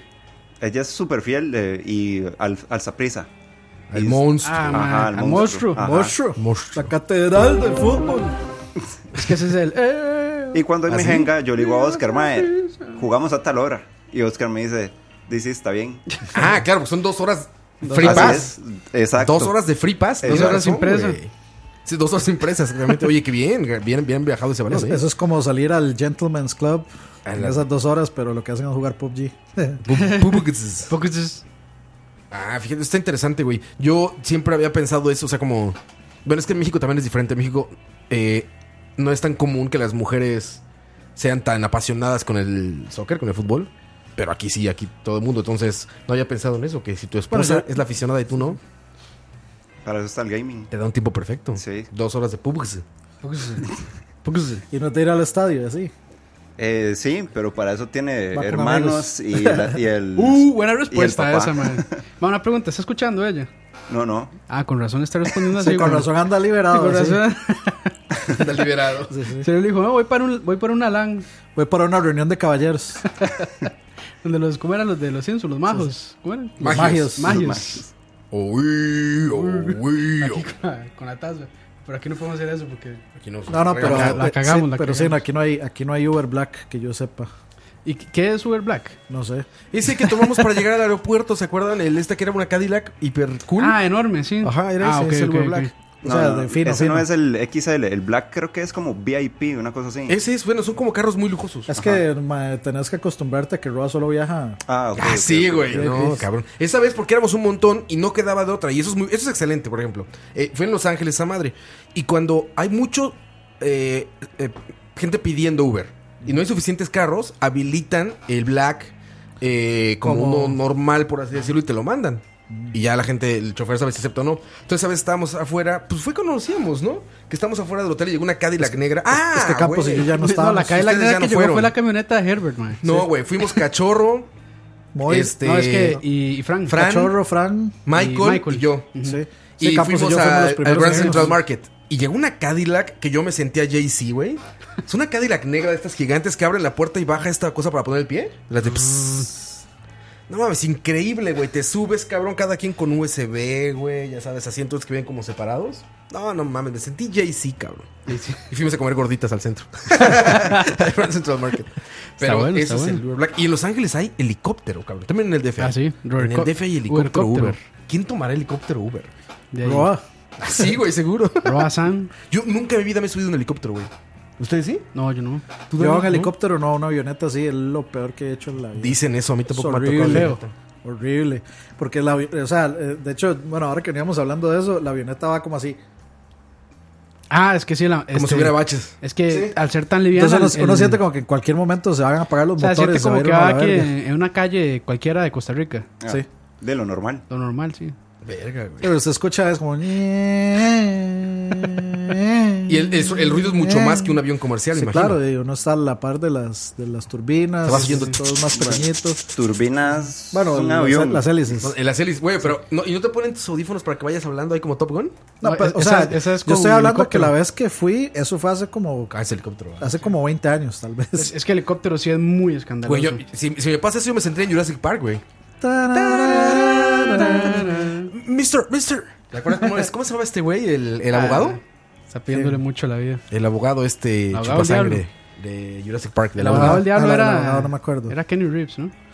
S6: ella es súper fiel eh, y al, alzaprisa.
S3: El
S6: Y-
S3: monstruo.
S4: Ah, man,
S6: Ajá,
S4: al
S6: el
S4: monstruo.
S6: monstruo. Ajá.
S5: Monstruo.
S3: Ah, Monstruo.
S5: La catedral del fútbol.
S4: Es que ese es el... eh,
S6: Y cuando hay
S3: ¿Ah, sí?
S6: mejenga, yo le digo a Oscar, mae, jugamos a tal hora. Y Oscar me dice, dice, está bien.
S3: Ah, claro, porque son dos horas free
S6: Así
S3: pass.
S6: es, Exacto.
S3: Dos horas de free pass.
S6: Dos
S3: Tienes
S6: horas
S3: razón,
S4: impresa.
S3: güey. Sí, dos horas impresas, exactamente. Oye, qué bien, bien, bien viajado ese balón,
S5: Es-
S3: ¿eh?
S5: Eso es como salir al Gentleman's Club
S3: A
S5: en
S3: la-
S5: esas dos horas, pero lo que hacen es jugar PUBG.
S3: Bu- bu- bu-
S4: Porque es...
S3: Ah, fíjate, está interesante, güey. Yo siempre había pensado eso, o sea, como... Bueno, es que en México también es diferente. En México eh, no es tan común que las mujeres sean tan apasionadas con el soccer, con el fútbol. Pero aquí sí, aquí todo el mundo. Entonces, no había pensado en eso, que si tu esposa
S5: Bueno, yo-
S3: es la aficionada y tú no,
S6: Para eso está el gaming.
S3: te da un tiempo perfecto.
S6: Sí.
S3: Dos horas de pub.
S5: y no te ir al estadio, así.
S6: Eh, sí, pero para eso tiene
S5: Va con
S6: hermanos y, la- y el...
S4: Uh, buena
S6: y el
S4: respuesta
S6: papá.
S4: esa, man. Ma, una pregunta, ¿está escuchando ella?
S6: No, no.
S4: Ah, con razón está respondiendo así.
S5: Sí, con
S4: güey.
S5: razón anda
S4: Sí,
S5: liberado.
S4: con
S5: así.
S4: razón.
S3: Está liberado.
S4: Se le dijo, no, voy para un, voy para un Alan.
S5: Voy para una reunión de caballeros.
S4: Donde los, ¿cómo eran los de los censos? Los majos. ¿Cómo eran?
S3: Magios.
S5: Magios.
S4: Magios.
S3: Uy, uy,
S4: Aquí
S3: uy.
S4: con la- con la taza. Pero aquí no podemos hacer eso porque...
S3: Aquí nos-
S5: No, no, pero
S4: La- la
S5: eh,
S4: cagamos,
S5: sí,
S4: la
S5: pero sí,
S4: cagamos.
S5: no, aquí no hay aquí no hay Uber Black que yo sepa.
S4: ¿Y qué es Uber Black?
S5: No sé.
S3: Ese que tomamos para llegar al aeropuerto, ¿se acuerdan? El esta que era una Cadillac hiper cool.
S4: Ah, enorme, sí. Ah,
S3: Ajá, era
S5: Ah,
S3: ese,
S4: ok,
S3: es el
S4: ok,
S3: Uber
S4: ok.
S3: Black.
S5: O
S6: No,
S5: sea,
S6: no,
S5: de fino,
S6: ese
S5: fino.
S6: no es el XL, el Black creo que es como VIP, una cosa así.
S3: Ese es, bueno, son como carros muy lujosos.
S5: Es que ma, tenés que acostumbrarte a que Roa solo viaja.
S6: Ah, ok,
S3: Ah,
S6: ok,
S3: sí,
S6: ok.
S3: güey. No, cabrón. Esa vez porque éramos un montón y no quedaba de otra. Y eso es muy, eso es excelente, por ejemplo. Eh, fue en Los Ángeles esa madre. Y cuando hay mucho eh, eh, gente pidiendo Uber y no hay suficientes carros, habilitan el black eh, como
S5: Como-
S3: uno normal, por así decirlo, y te lo mandan. Y ya la gente, el chofer sabe si acepta o no. Entonces, a veces estábamos afuera, pues fue cuando nos íbamos, ¿no? Que estamos afuera del hotel y llegó una Cadillac negra. ¡Ah!
S5: es que Campos
S3: güey!
S5: y yo ya no
S4: No, la
S5: estábamos.
S4: Cadillac
S3: Ustedes ya
S4: que
S3: no
S4: llegó fue
S3: fueron.
S4: la camioneta de Herbert, man.
S3: No, güey, fuimos cachorro,
S5: Moy,
S3: este,
S4: No, es que... Y, y Frank.
S3: Frank.
S5: Cachorro, Fran.
S3: Michael,
S4: Y Michael.
S3: y yo.
S5: Sí.
S3: Y
S5: Sí, Campos
S3: fuimos,
S5: yo
S3: a-
S5: fuimos los
S3: al
S5: primeros
S3: Grand
S5: en
S3: Central
S5: irnos.
S3: Market. Y llegó una Cadillac que yo me sentía Jay-Z, güey. Es una Cadillac negra de estas gigantes que abren la puerta y baja esta cosa para poner el pie. Las de... pss. No mames, increíble, güey. Te subes, cabrón, cada quien con USB, güey. Ya sabes, asientos que vienen como separados. No, no mames, me sentí Jay-Z, cabrón. Y fuimos a comer gorditas al centro. Al Grand Central Market. Pero
S4: bueno,
S3: eso
S4: está
S3: es el
S4: bueno.
S3: Uber Black. Y en Los Ángeles hay helicóptero, cabrón. También en el DF.
S4: Ah, sí.
S3: En el DF hay helicóptero
S4: Ubercóptero.
S3: Uber. ¿Quién tomará helicóptero Uber?
S4: De ahí.
S5: Roa.
S3: Sí, güey, seguro.
S4: Roa San.
S3: Yo nunca en mi vida me he subido a un helicóptero, güey. ¿Ustedes sí?
S4: No, yo no.
S3: ¿Tú
S5: Yo
S3: Dani,
S5: en
S3: no?
S5: helicóptero, no, una avioneta sí, es lo peor que he hecho en la vida.
S3: Dicen eso, a mí tampoco
S5: Es
S3: me ha
S5: horrible.
S3: tocado.
S5: Horrible. Porque la, avi- o sea, eh, de hecho, bueno, ahora que veníamos hablando de eso, la avioneta va como así.
S4: Ah, es que sí. La,
S3: Como
S4: este,
S3: si hubiera baches.
S4: Es que al ser tan liviana...
S5: Entonces
S4: el-
S5: uno, uno siente como que en cualquier momento se van a apagar los
S4: O sea, siente
S5: motores. se va
S4: como que va
S5: a ir uno a la
S4: aquí
S5: verga.
S4: en, en una calle cualquiera de Costa Rica.
S6: Ah,
S5: Sí.
S6: De lo normal.
S4: Lo normal, sí.
S3: Verga, güey.
S5: Pero se escucha, es como. y
S3: Y el, el- el ruido es mucho más que un avión comercial,
S5: Sí,
S3: imagino.
S5: claro, y uno está a la par de las, de las turbinas,
S3: Se va subiendo.
S5: todos más pequeñitos.
S6: Turbinas,
S5: Bueno,
S6: un
S5: las-
S6: avión.
S5: las hélices.
S3: El acelis, güey, pero... no- ¿Y no te ponen tus audífonos para que vayas hablando ahí como Top Gun?
S5: No,
S4: No, e-
S5: pues, o
S4: esa-
S5: sea,
S4: esa es
S5: yo
S4: con
S5: estoy hablando que
S4: helicóptero.
S5: la vez que fui, eso fue hace como,
S3: Ah, es helicóptero. güey.
S5: hace como 20 años, tal vez.
S4: Es, es que el helicóptero sí es muy escandaloso.
S3: Güey, yo, si, si me pasa eso, yo me senté en Jurassic Park, güey. Mister, mister. ¿Te acuerdas cómo, es- cómo se llama este güey? ¿El, el abogado?
S4: Ah, Está pidiéndole mucho la vida.
S3: El abogado este
S4: Abogado
S3: chupasangre de Jurassic Park.
S4: El
S3: Del
S4: abogado del diablo
S5: Ah, el
S4: era.
S5: abogado, no me acuerdo.
S4: Era Kenny Reeves, ¿no?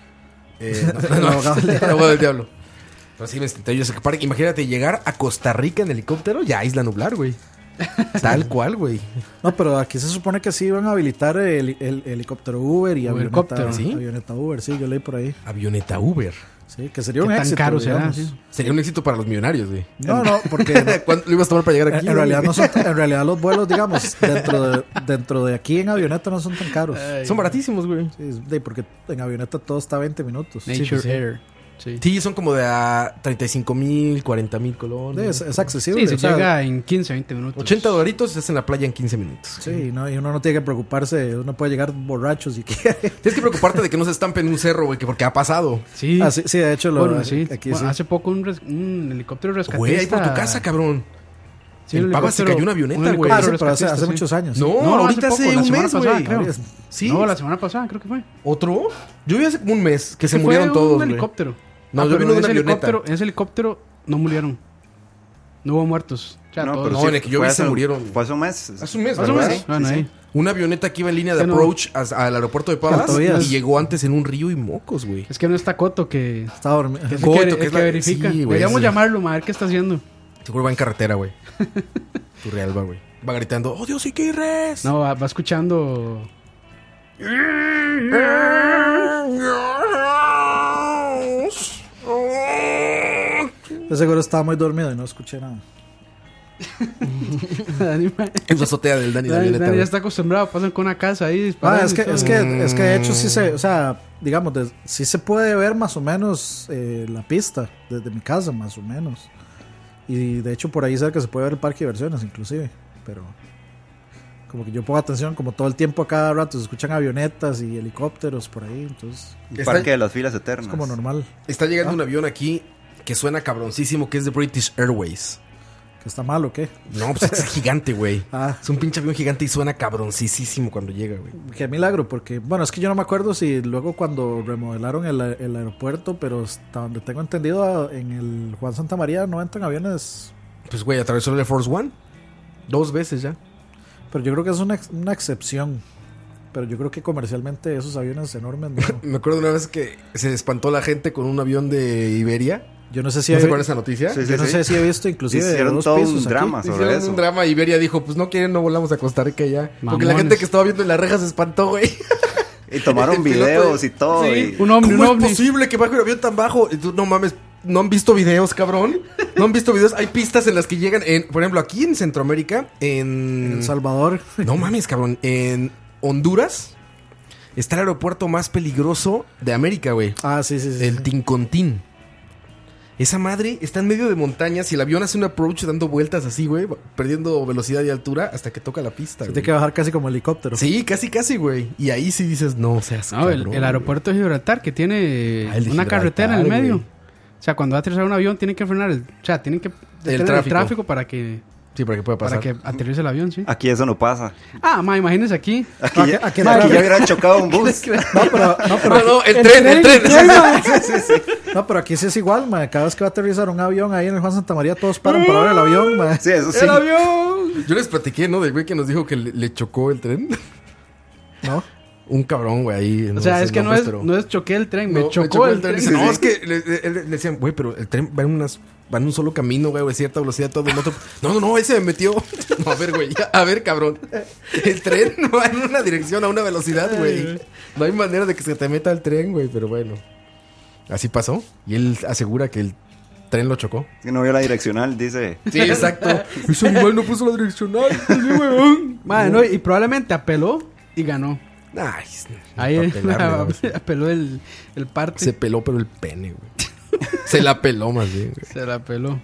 S3: Eh, no, no,
S5: abogado del
S3: el abogado del diablo. este, Pero sí, me senté en Jurassic Park. Imagínate llegar a Costa Rica en helicóptero y a Isla Nublar, güey. Tal cual, güey.
S5: No, pero aquí se supone que sí iban a habilitar el, el helicóptero Uber y avioneta,
S4: Ubercóptero,
S3: ¿sí?
S5: avioneta Uber, sí, yo leí por ahí.
S3: Avioneta Uber.
S5: Sí, que sería
S4: ¿Qué
S5: un
S4: tan
S5: éxito,
S4: caro será?
S5: digamos.
S4: sí?
S3: Sería un éxito para los millonarios, güey.
S5: No, no, porque
S3: ¿Cuánto lo ibas a tomar para llegar aquí?
S5: en, en
S3: güey?
S5: realidad no son- en realidad los vuelos, digamos, dentro de, dentro de aquí en avioneta no son tan caros.
S3: Son baratísimos, güey.
S5: Sí, es de- porque en avioneta todo está a 20 minutos.
S4: Nature
S3: pues sí.
S4: Air. Sí,
S3: Sí, son como de a 35 mil, 40 mil
S5: Sí,
S3: colones.
S5: es, es accesible.
S4: Sí, se
S5: o sea,
S4: llega en 15, 20 minutos.
S3: 80 dolaritos estás en la playa en 15 minutos.
S5: Sí, no, y uno no tiene que preocuparse, uno puede llegar borracho si quiere.
S3: Tienes que preocuparte de que no se estampen en un cerro, güey, que porque ha pasado.
S4: Sí,
S5: Ah, sí, sí, de hecho, lo,
S4: bueno, sí.
S5: aquí
S4: Bueno,
S5: sí.
S4: Hace poco un, res- un helicóptero rescatista.
S3: Güey, ahí por tu casa, cabrón.
S4: Sí, un
S3: en Pava se
S4: helicóptero-
S3: cayó una avioneta, güey.
S5: Ah,
S4: helicóptero
S5: sí, pero hace,
S4: rescatista,
S5: hace
S4: sí.
S5: muchos años.
S3: No,
S4: No,
S3: ahorita
S4: hace
S3: hace,
S4: poco, la
S3: un
S4: semana
S3: mes,
S4: pasada,
S3: güey.
S4: creo.
S3: Sí.
S4: No, la semana pasada creo que fue.
S3: ¿Otro? Yo vi hace como un mes que se
S4: Fue
S3: murieron todos,
S4: un
S3: güey.
S4: helicóptero.
S3: No,
S4: Ah,
S3: yo
S4: pero
S3: vi uno de
S4: ese
S3: una avioneta.
S4: helicóptero, en ese helicóptero no murieron. No hubo muertos. O sea,
S6: No,
S4: todos-
S6: pero
S3: No,
S6: sí,
S3: en el que yo
S6: fue
S3: vi
S6: hace-
S3: se murieron.
S6: Fue hace un mes.
S3: Hace un mes,
S4: Más o
S3: ¿verdad?
S4: menos. Bueno, Ah, ahí.
S3: Una avioneta que iba en línea de
S4: Que no.
S3: approach as- al aeropuerto de
S5: Ah,
S3: Pavas
S5: todavía
S3: y
S5: es-
S3: llegó antes en un río y mocos, güey.
S4: Es que no está Coto que,
S5: Está dormido.
S4: que, es el
S3: Coto,
S4: que,
S3: que
S4: el
S3: es
S4: que
S3: la-
S4: verifica.
S3: sí, güey,
S4: Deberíamos
S3: sí.
S4: llamarlo, ma, a ver qué está haciendo.
S3: Seguro va en carretera, güey. Tu real va, güey. Va gritando, ¡Oh, Dios, y qué res!
S4: No, va, va escuchando.
S5: Yo seguro estaba muy dormido y no escuché nada.
S4: Dani, ma.
S3: Es la azotea del Dani, la
S4: Dani,
S3: avioneta,
S4: Dani ya
S3: güey.
S4: está acostumbrado a pasar con una casa ahí
S5: Ah,
S4: disparando.
S5: es,
S4: y
S5: que,
S4: todo.
S5: es, que, es que de hecho sí se, o sea, digamos, des- sí se puede ver más o menos eh, la pista desde mi casa, más o menos. Y de hecho por ahí cerca se puede ver el parque de diversiones, inclusive. Pero como que yo pongo atención, como todo el tiempo a cada rato se escuchan avionetas y helicópteros por ahí, entonces
S6: El
S3: Está-
S6: parque de las filas
S5: es
S6: eternas.
S5: como normal
S3: Está llegando
S4: Ah.
S3: un avión aquí que suena cabroncísimo, que es de British Airways.
S5: que está mal o qué.
S3: No, pues es gigante, güey.
S5: Ah.
S3: Es un pinche avión gigante y suena cabroncísimo cuando llega, güey.
S5: Qué milagro, porque bueno, es que yo no me acuerdo si luego cuando remodelaron el, el aeropuerto, pero hasta donde tengo entendido, a- en el Juan Santa María no entran aviones.
S3: Pues, güey, atravesó el Air Force One. Dos veces ya.
S5: Pero yo creo que es una, ex- una excepción. Pero yo creo que comercialmente esos aviones enormes no.
S3: Me acuerdo una vez que se espantó la gente con un avión de Iberia.
S5: Yo no sé si
S3: ¿No
S5: he,
S3: se acuerdan esa noticia?
S6: Sí,
S5: yo no sé si he visto inclusive de
S6: Hicieron
S5: dos
S6: todo
S5: pisos
S6: un
S5: aquí.
S6: drama sobre
S3: Hicieron
S6: eso.
S3: un drama. Iberia dijo, pues no quieren, no volamos a Costa Rica ya. Porque la
S4: Mamones.
S3: gente que estaba viendo en la reja se espantó, güey.
S6: Y tomaron
S3: El piloto
S6: videos
S3: de-
S6: y todo.
S4: Sí,
S6: y-
S4: un ovni, un
S3: ¿Cómo es
S4: ovni.
S3: posible que baje un avión tan bajo? Y tú, no mames, ¿no han visto videos, cabrón? ¿No han visto videos? Hay pistas en las que llegan, en, por ejemplo, aquí en Centroamérica, en...
S5: En El Salvador.
S3: No mames, cabrón. En Honduras está el aeropuerto más peligroso de América, güey.
S5: Ah, sí, sí, sí.
S3: El
S5: sí.
S3: Tincontín. Esa madre está en medio de montañas y el avión hace un approach dando vueltas así, güey, perdiendo velocidad y altura hasta que toca la pista.
S5: Se
S3: güey.
S5: tiene que bajar casi como helicóptero.
S3: Sí, casi, casi, güey. Y ahí sí dices, no, seas
S4: No, el,
S3: cabrón,
S4: el aeropuerto de Gibraltar que tiene
S3: Ah, el de
S4: una
S3: Gibraltar,
S4: carretera en el medio.
S3: güey.
S4: O sea, cuando va a aterrizar un avión tienen que frenar, el, o sea, tienen que detener el tráfico,
S3: tráfico.
S4: para que
S3: güey. Sí, para que pueda pasar.
S4: para que aterrice el avión, sí.
S6: Aquí eso no pasa.
S4: Ah, ma, imagínense aquí.
S6: Aquí,
S5: Ah,
S6: ya,
S5: que- ah, que-
S6: aquí
S5: claro.
S6: ya hubiera chocado un bus.
S5: No, pero, no, pero
S3: Ah, no, el, tren, el tren.
S5: No, pero aquí sí es igual, ma. Cada vez que va a aterrizar un avión ahí en el Juan Santa María, todos paran para ver el avión, ma.
S6: Sí, eso sí.
S3: Yo les platiqué, ¿no? Del güey que nos dijo que le, le chocó el tren.
S5: ¿No?
S3: Un cabrón, güey, ahí.
S4: O sea, es que no es,
S3: pues, pero-
S4: no es choqué el tren,
S3: No,
S4: me chocó, el tren.
S3: Dice,
S6: Sí,
S3: no,
S6: sí.
S3: es que le, le- le- le decían, güey, pero el tren va en unas va en un solo camino, güey, de cierta velocidad todo el otro. No, no, no, ese me metió. No, a ver, güey, ya, a ver, cabrón. El tren va en una dirección a una velocidad, güey. No hay manera de que se te meta el tren, güey, pero bueno. Así pasó y él asegura que el tren lo chocó.
S6: Que no vio la direccional, dice.
S3: Sí, exacto. Ese güey no puso la direccional. ese huevón.
S4: Ma, no, y probablemente apeló y ganó.
S3: Ay,
S4: Ahí
S3: pa' pelarle, güey.
S4: apeló el, el parte.
S3: se
S4: Se,
S3: peló pero el pene, güey. Se la peló más bien, güey.
S4: la apeló.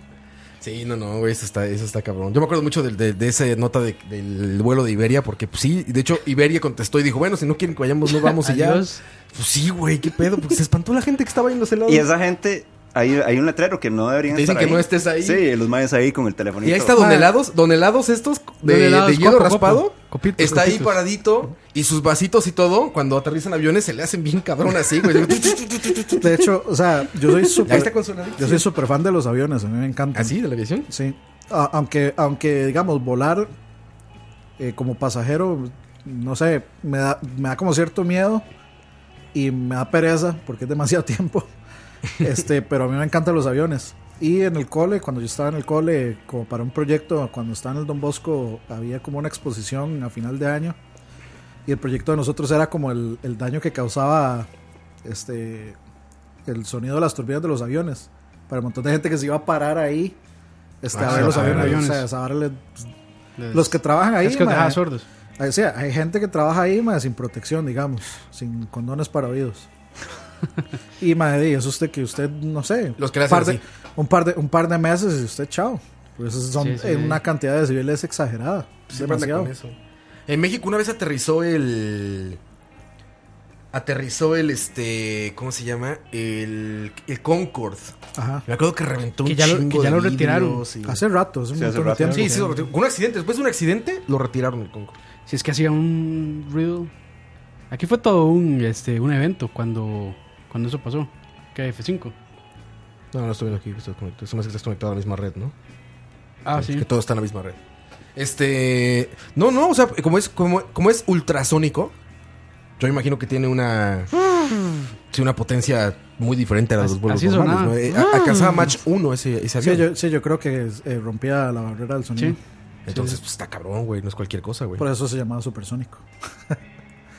S3: Sí, no, no, güey, eso está, eso está cabrón. Yo me acuerdo mucho del- de, de esa nota de- del vuelo de Iberia, porque pues, sí, de hecho Iberia contestó y dijo, bueno, si no quieren que vayamos, no vamos y ya.
S4: Adiós.
S3: Pues sí, güey, qué pedo, porque se espantó la gente que estaba yendo a ese lado.
S6: Y esa gente, hay, hay un letrero que no deberían
S3: Te dicen
S6: estar
S3: que no estés ahí.
S6: Sí, los maes ahí con el telefonito.
S3: Y ahí está Don Helados, Don Helados estos de,
S4: Ah. Don Helados,
S3: de hielo
S4: copo,
S3: raspado.
S4: copo, copitos,
S3: está ahí
S4: copitos.
S3: paradito y sus vasitos y todo, cuando aterrizan aviones se le hacen bien cabrón así, güey.
S5: De hecho, o sea, yo soy
S3: ahí está
S5: súper.
S3: con su heladito.
S5: Yo soy súper fan de los aviones, a mí me encantan.
S3: ¿Así, de la aviación?
S5: Sí. A- aunque, aunque, digamos, volar eh, como pasajero, no sé, me da, me da como cierto miedo. y me da pereza porque es demasiado tiempo. Este, pero a mí me encantan los aviones. Y en el cole, cuando yo estaba en el cole, como para un proyecto, cuando estaba en el Don Bosco, había como una exposición a final de año. Y el proyecto de nosotros era como el, el daño que causaba este, el sonido de las turbinas de los aviones. Para un montón de gente que se iba a parar ahí este,
S4: Ah,
S5: a ver los
S4: a ver
S5: aviones.
S4: aviones.
S5: O sea, esa vara le- los que trabajan ahí.
S4: Es que los
S5: mae,
S4: dejaba sordos.
S5: o sea, hay gente que trabaja ahí mae, sin protección, digamos, sin condones para oídos. y madre, di, eso usted que usted, no sé,
S3: Los que le
S5: un,
S3: hacen
S5: par de,
S3: así.
S5: un, par de, un par de meses y usted, chao. Pues eso son
S4: Sí, sí.
S5: eh, una cantidad de decibeles exagerada.
S3: Siempre anda
S5: demasiado.
S3: Pues con eso. En México una vez aterrizó el. Aterrizó el este. ¿Cómo se llama? El. El Concorde.
S5: Ajá.
S3: Me acuerdo que reventó
S4: Que
S3: un
S4: ya lo-
S3: chingo
S4: que ya
S3: de
S4: lo retiraron.
S3: vidrios y-
S5: Hace rato, hace un
S6: Sí, hace
S5: montón de
S6: rato.
S5: tiempo.
S3: Sí, sí, lo retiraron. Con un accidente. Después de un accidente, lo retiraron el Concorde.
S4: Si es que hacía un ruido. Aquí fue todo un, este, un evento cuando, cuando eso pasó. Que F5.
S3: No, no estoy viendo aquí. Estás conectado. Es más que estás conectado a la misma red, ¿no?
S4: Ah,
S3: Es
S4: sí.
S3: Que todo está en la misma red. Este. No, no, o sea, como es, como, como es ultrasónico, yo imagino que tiene una. sí, una potencia muy diferente a las
S4: Así-
S3: dos vuelos
S4: así
S3: normales,
S4: sonaba.
S3: ¿no? Eh, a- Alcanzaba Match 1 ese, ese avión.
S5: Sí, yo, sí, yo creo que eh, rompía la barrera del sonido.
S4: Sí.
S3: Entonces, pues está cabrón, güey. No es cualquier cosa, güey.
S5: Por eso se llamaba supersónico.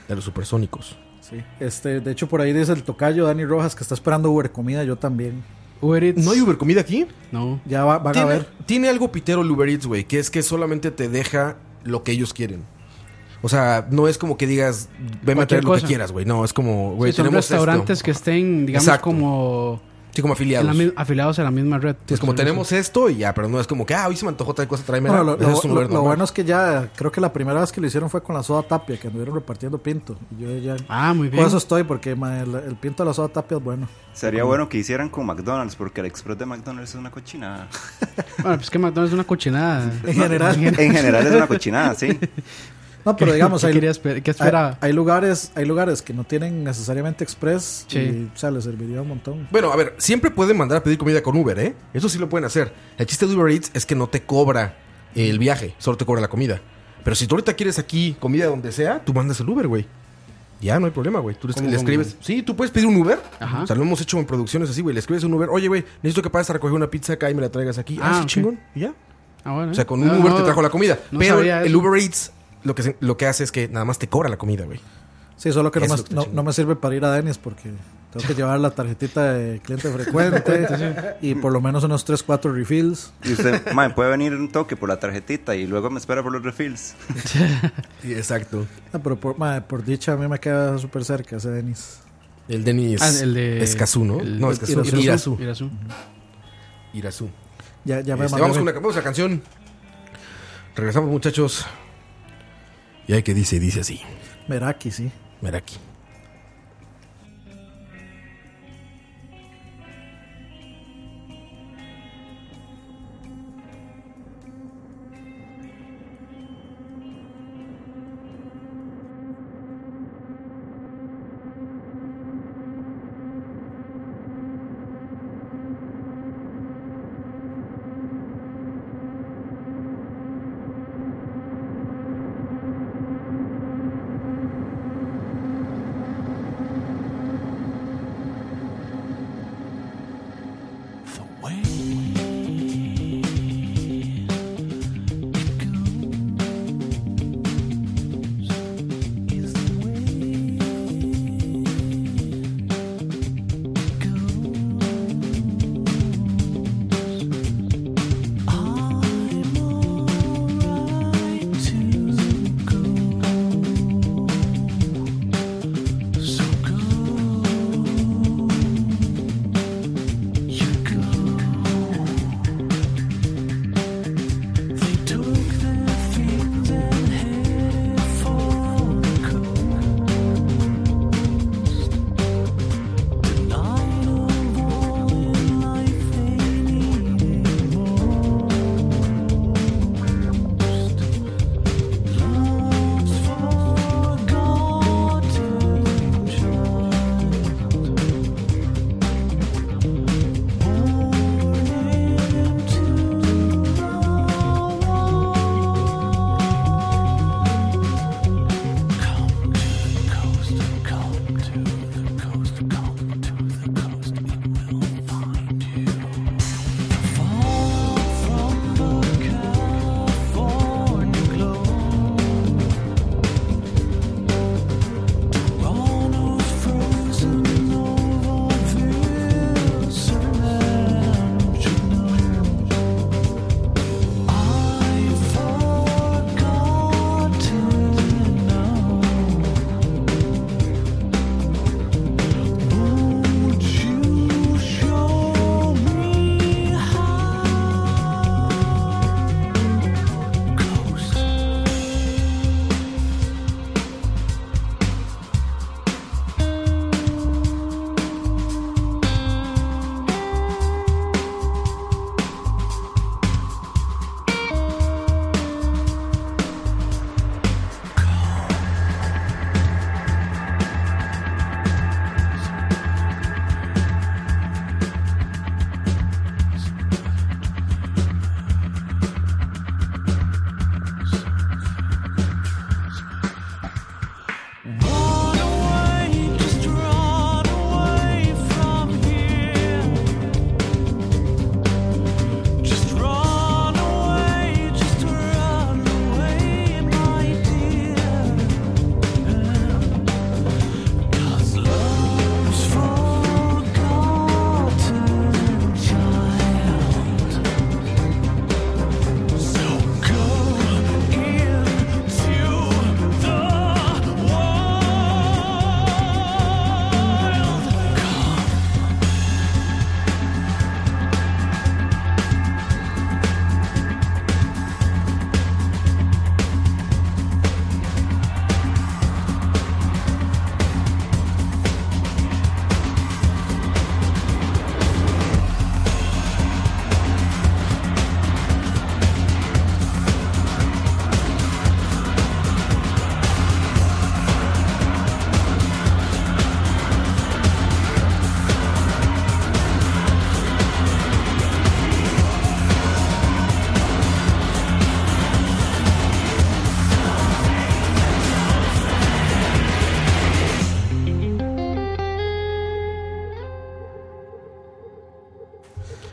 S3: De los supersónicos.
S5: Sí. Este, de hecho, por ahí dice el tocayo Dani Rojas que está esperando Uber comida, yo también.
S4: Uber Eats.
S3: ¿No hay Uber comida aquí?
S4: No.
S5: Ya va, van a
S3: Tiene,
S5: ver.
S3: tiene algo pitero el Uber Eats, güey, que es que solamente te deja lo que ellos quieren. O sea, no es como que digas, veme a
S4: Cualquier
S3: traer lo que
S4: cosa.
S3: quieras, güey. No, es como, güey,
S4: Sí, son
S3: tenemos esto.
S4: restaurantes que estén, digamos,
S3: Exacto.
S4: como
S3: Sí, como
S4: en
S3: afiliados.
S4: la mi- afiliados a la misma red. Pues,
S3: Sí, es como tenemos esto y ya, pero no es como que, ah, hoy se me antojó tal cosa, tráeme.
S5: Bueno, lo, lo- lo- lo bueno es que ya, creo que la primera vez que lo hicieron fue con la soda tapia, que anduvieron repartiendo pinto. Y yo ya.
S4: Ah, muy bien.
S5: Por eso estoy, porque ma, el, el pinto de la soda tapia es bueno.
S6: Sería bueno que hicieran con McDonald's, porque el Express de McDonald's es una cochinada.
S4: Bueno, pues que McDonald's es una cochinada.
S5: En general.
S6: En general es una cochinada, sí.
S5: No, pero digamos,
S4: ¿Qué
S5: hay,
S4: quería esper-
S3: ah,
S4: qué esperaba?
S5: hay- hay lugares, hay lugares que no tienen necesariamente express
S4: Sí.
S5: y o sea, le serviría un montón.
S3: Bueno, a ver, siempre pueden mandar a pedir comida con Uber, ¿eh? Eso sí lo pueden hacer. El chiste de Uber Eats es que no te cobra el viaje, solo te cobra la comida. Pero si tú ahorita quieres aquí comida donde sea, tú mandas el Uber, güey. Ya, no hay problema, güey. Tú le,
S4: ¿Cómo,
S3: le
S4: cómo?
S3: escribes. Sí, tú puedes pedir un Uber.
S4: Ajá.
S3: O sea, lo hemos hecho en producciones así, güey. Le escribes un Uber. Oye, güey, necesito que pases a recoger una pizza acá y me la traigas aquí. Ah,
S4: Ah,
S3: sí,
S4: ok.
S3: chingón. Y ya.
S4: Ah, bueno,
S3: O sea,
S4: ¿eh?
S3: con un
S4: No,
S3: Uber
S4: no,
S3: te trajo la comida.
S4: no
S3: Pero
S4: sabía
S3: el
S4: eso.
S3: Uber Eats lo que, se- lo que hace es que nada más te cobra la comida, güey.
S5: Sí, solo que no,
S3: Eso
S5: me-
S3: está
S5: no-
S3: chingón.
S5: no me sirve para ir a Denis porque tengo que llevar la tarjetita de cliente frecuente y por lo menos unos 3, 4 refills.
S6: Y usted, mae, puede venir un toque por la tarjetita y luego me espera por los refills.
S3: Sí, exacto.
S5: No, Ah, pero por, ma, por dicha a mí me queda súper cerca ese Denis.
S3: El Denis
S4: Ah, el de-
S3: Escazú, ¿no?
S4: el-
S3: no, Escazú.
S5: Irazú.
S3: Irazú.
S4: Mira su-
S3: Irazú.
S5: Ya, ya me
S3: Este,
S5: mandó
S3: vamos
S5: mi-
S3: con una, vamos a la canción. Regresamos, muchachos. Y hay que dice, dice así.
S5: Meraki, sí.
S3: Mira aquí.
S8: You go.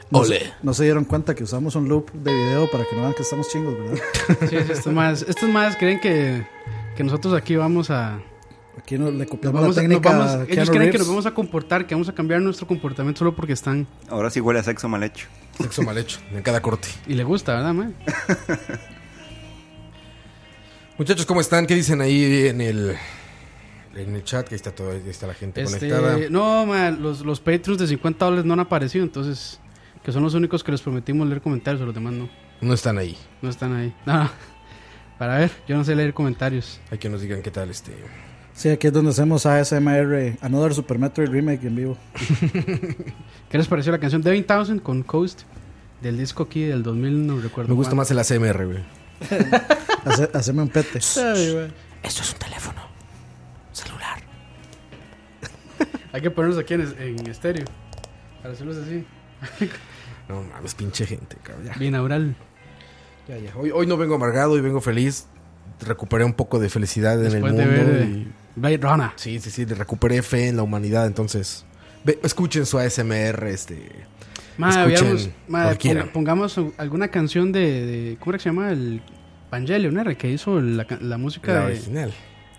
S5: No
S7: Ole.
S5: se- No se dieron cuenta que usamos un loop de video para que no vean que estamos chingos, ¿verdad?
S4: Sí, sí, estos más, estos más creen que, que nosotros aquí vamos a.
S5: Aquí no- le
S4: nos
S5: copiamos
S4: vamos
S5: la
S4: a- nos
S5: técnica.
S4: vamos-
S5: a
S4: ellos
S5: Keanu
S4: creen que
S5: Reeves.
S4: nos vamos a comportar, que vamos a cambiar nuestro comportamiento solo porque están.
S6: Ahora sí huele a sexo mal hecho.
S3: Sexo mal hecho en cada corte.
S4: Y le gusta, ¿verdad, mae?
S3: Muchachos, ¿cómo están? ¿Qué dicen ahí en el, en el chat? Que ahí está, todo, ahí está la gente conectada.
S4: Este, no, mae, los, los Patreons de 50 dólares no han aparecido, entonces. Que son los únicos que les prometimos leer comentarios, a los demás no.
S3: No están ahí.
S4: No están ahí. No, para ver, yo no sé leer comentarios.
S3: Hay que nos digan qué tal este.
S5: Sí, aquí es donde hacemos ASMR, Another Super Metroid Remake en vivo.
S4: ¿Qué les pareció la canción Devin Townsend con Coast? Del disco aquí del 2000, no recuerdo.
S3: Me gusta
S4: cuándo.
S3: más el ACMR, güey.
S5: Hace- Haceme un pete.
S4: Ay, mae.
S7: Esto es un teléfono. Celular.
S4: Hay que ponernos aquí en, en estéreo. Para hacerlos así.
S3: No mames, pinche gente, cabrón. Ya,
S4: Binaural.
S3: ya, ya. Hoy, hoy no vengo amargado, hoy vengo feliz. Recuperé un poco de felicidad en
S4: Después
S3: el
S4: de
S3: mundo.
S4: ver.
S3: y-
S4: eh, Blade Runner.
S3: Sí, sí, sí, le recuperé fe en la humanidad, entonces. ve- escuchen su ASMR, este.
S4: Madre,
S3: Escuchen
S4: habíamos- madre,
S3: cualquiera.
S4: pong- pongamos alguna canción de, de- ¿Cómo era que se llama? El Evangelion, ¿no? Que hizo la, ca- la música
S3: La
S4: de.
S3: original.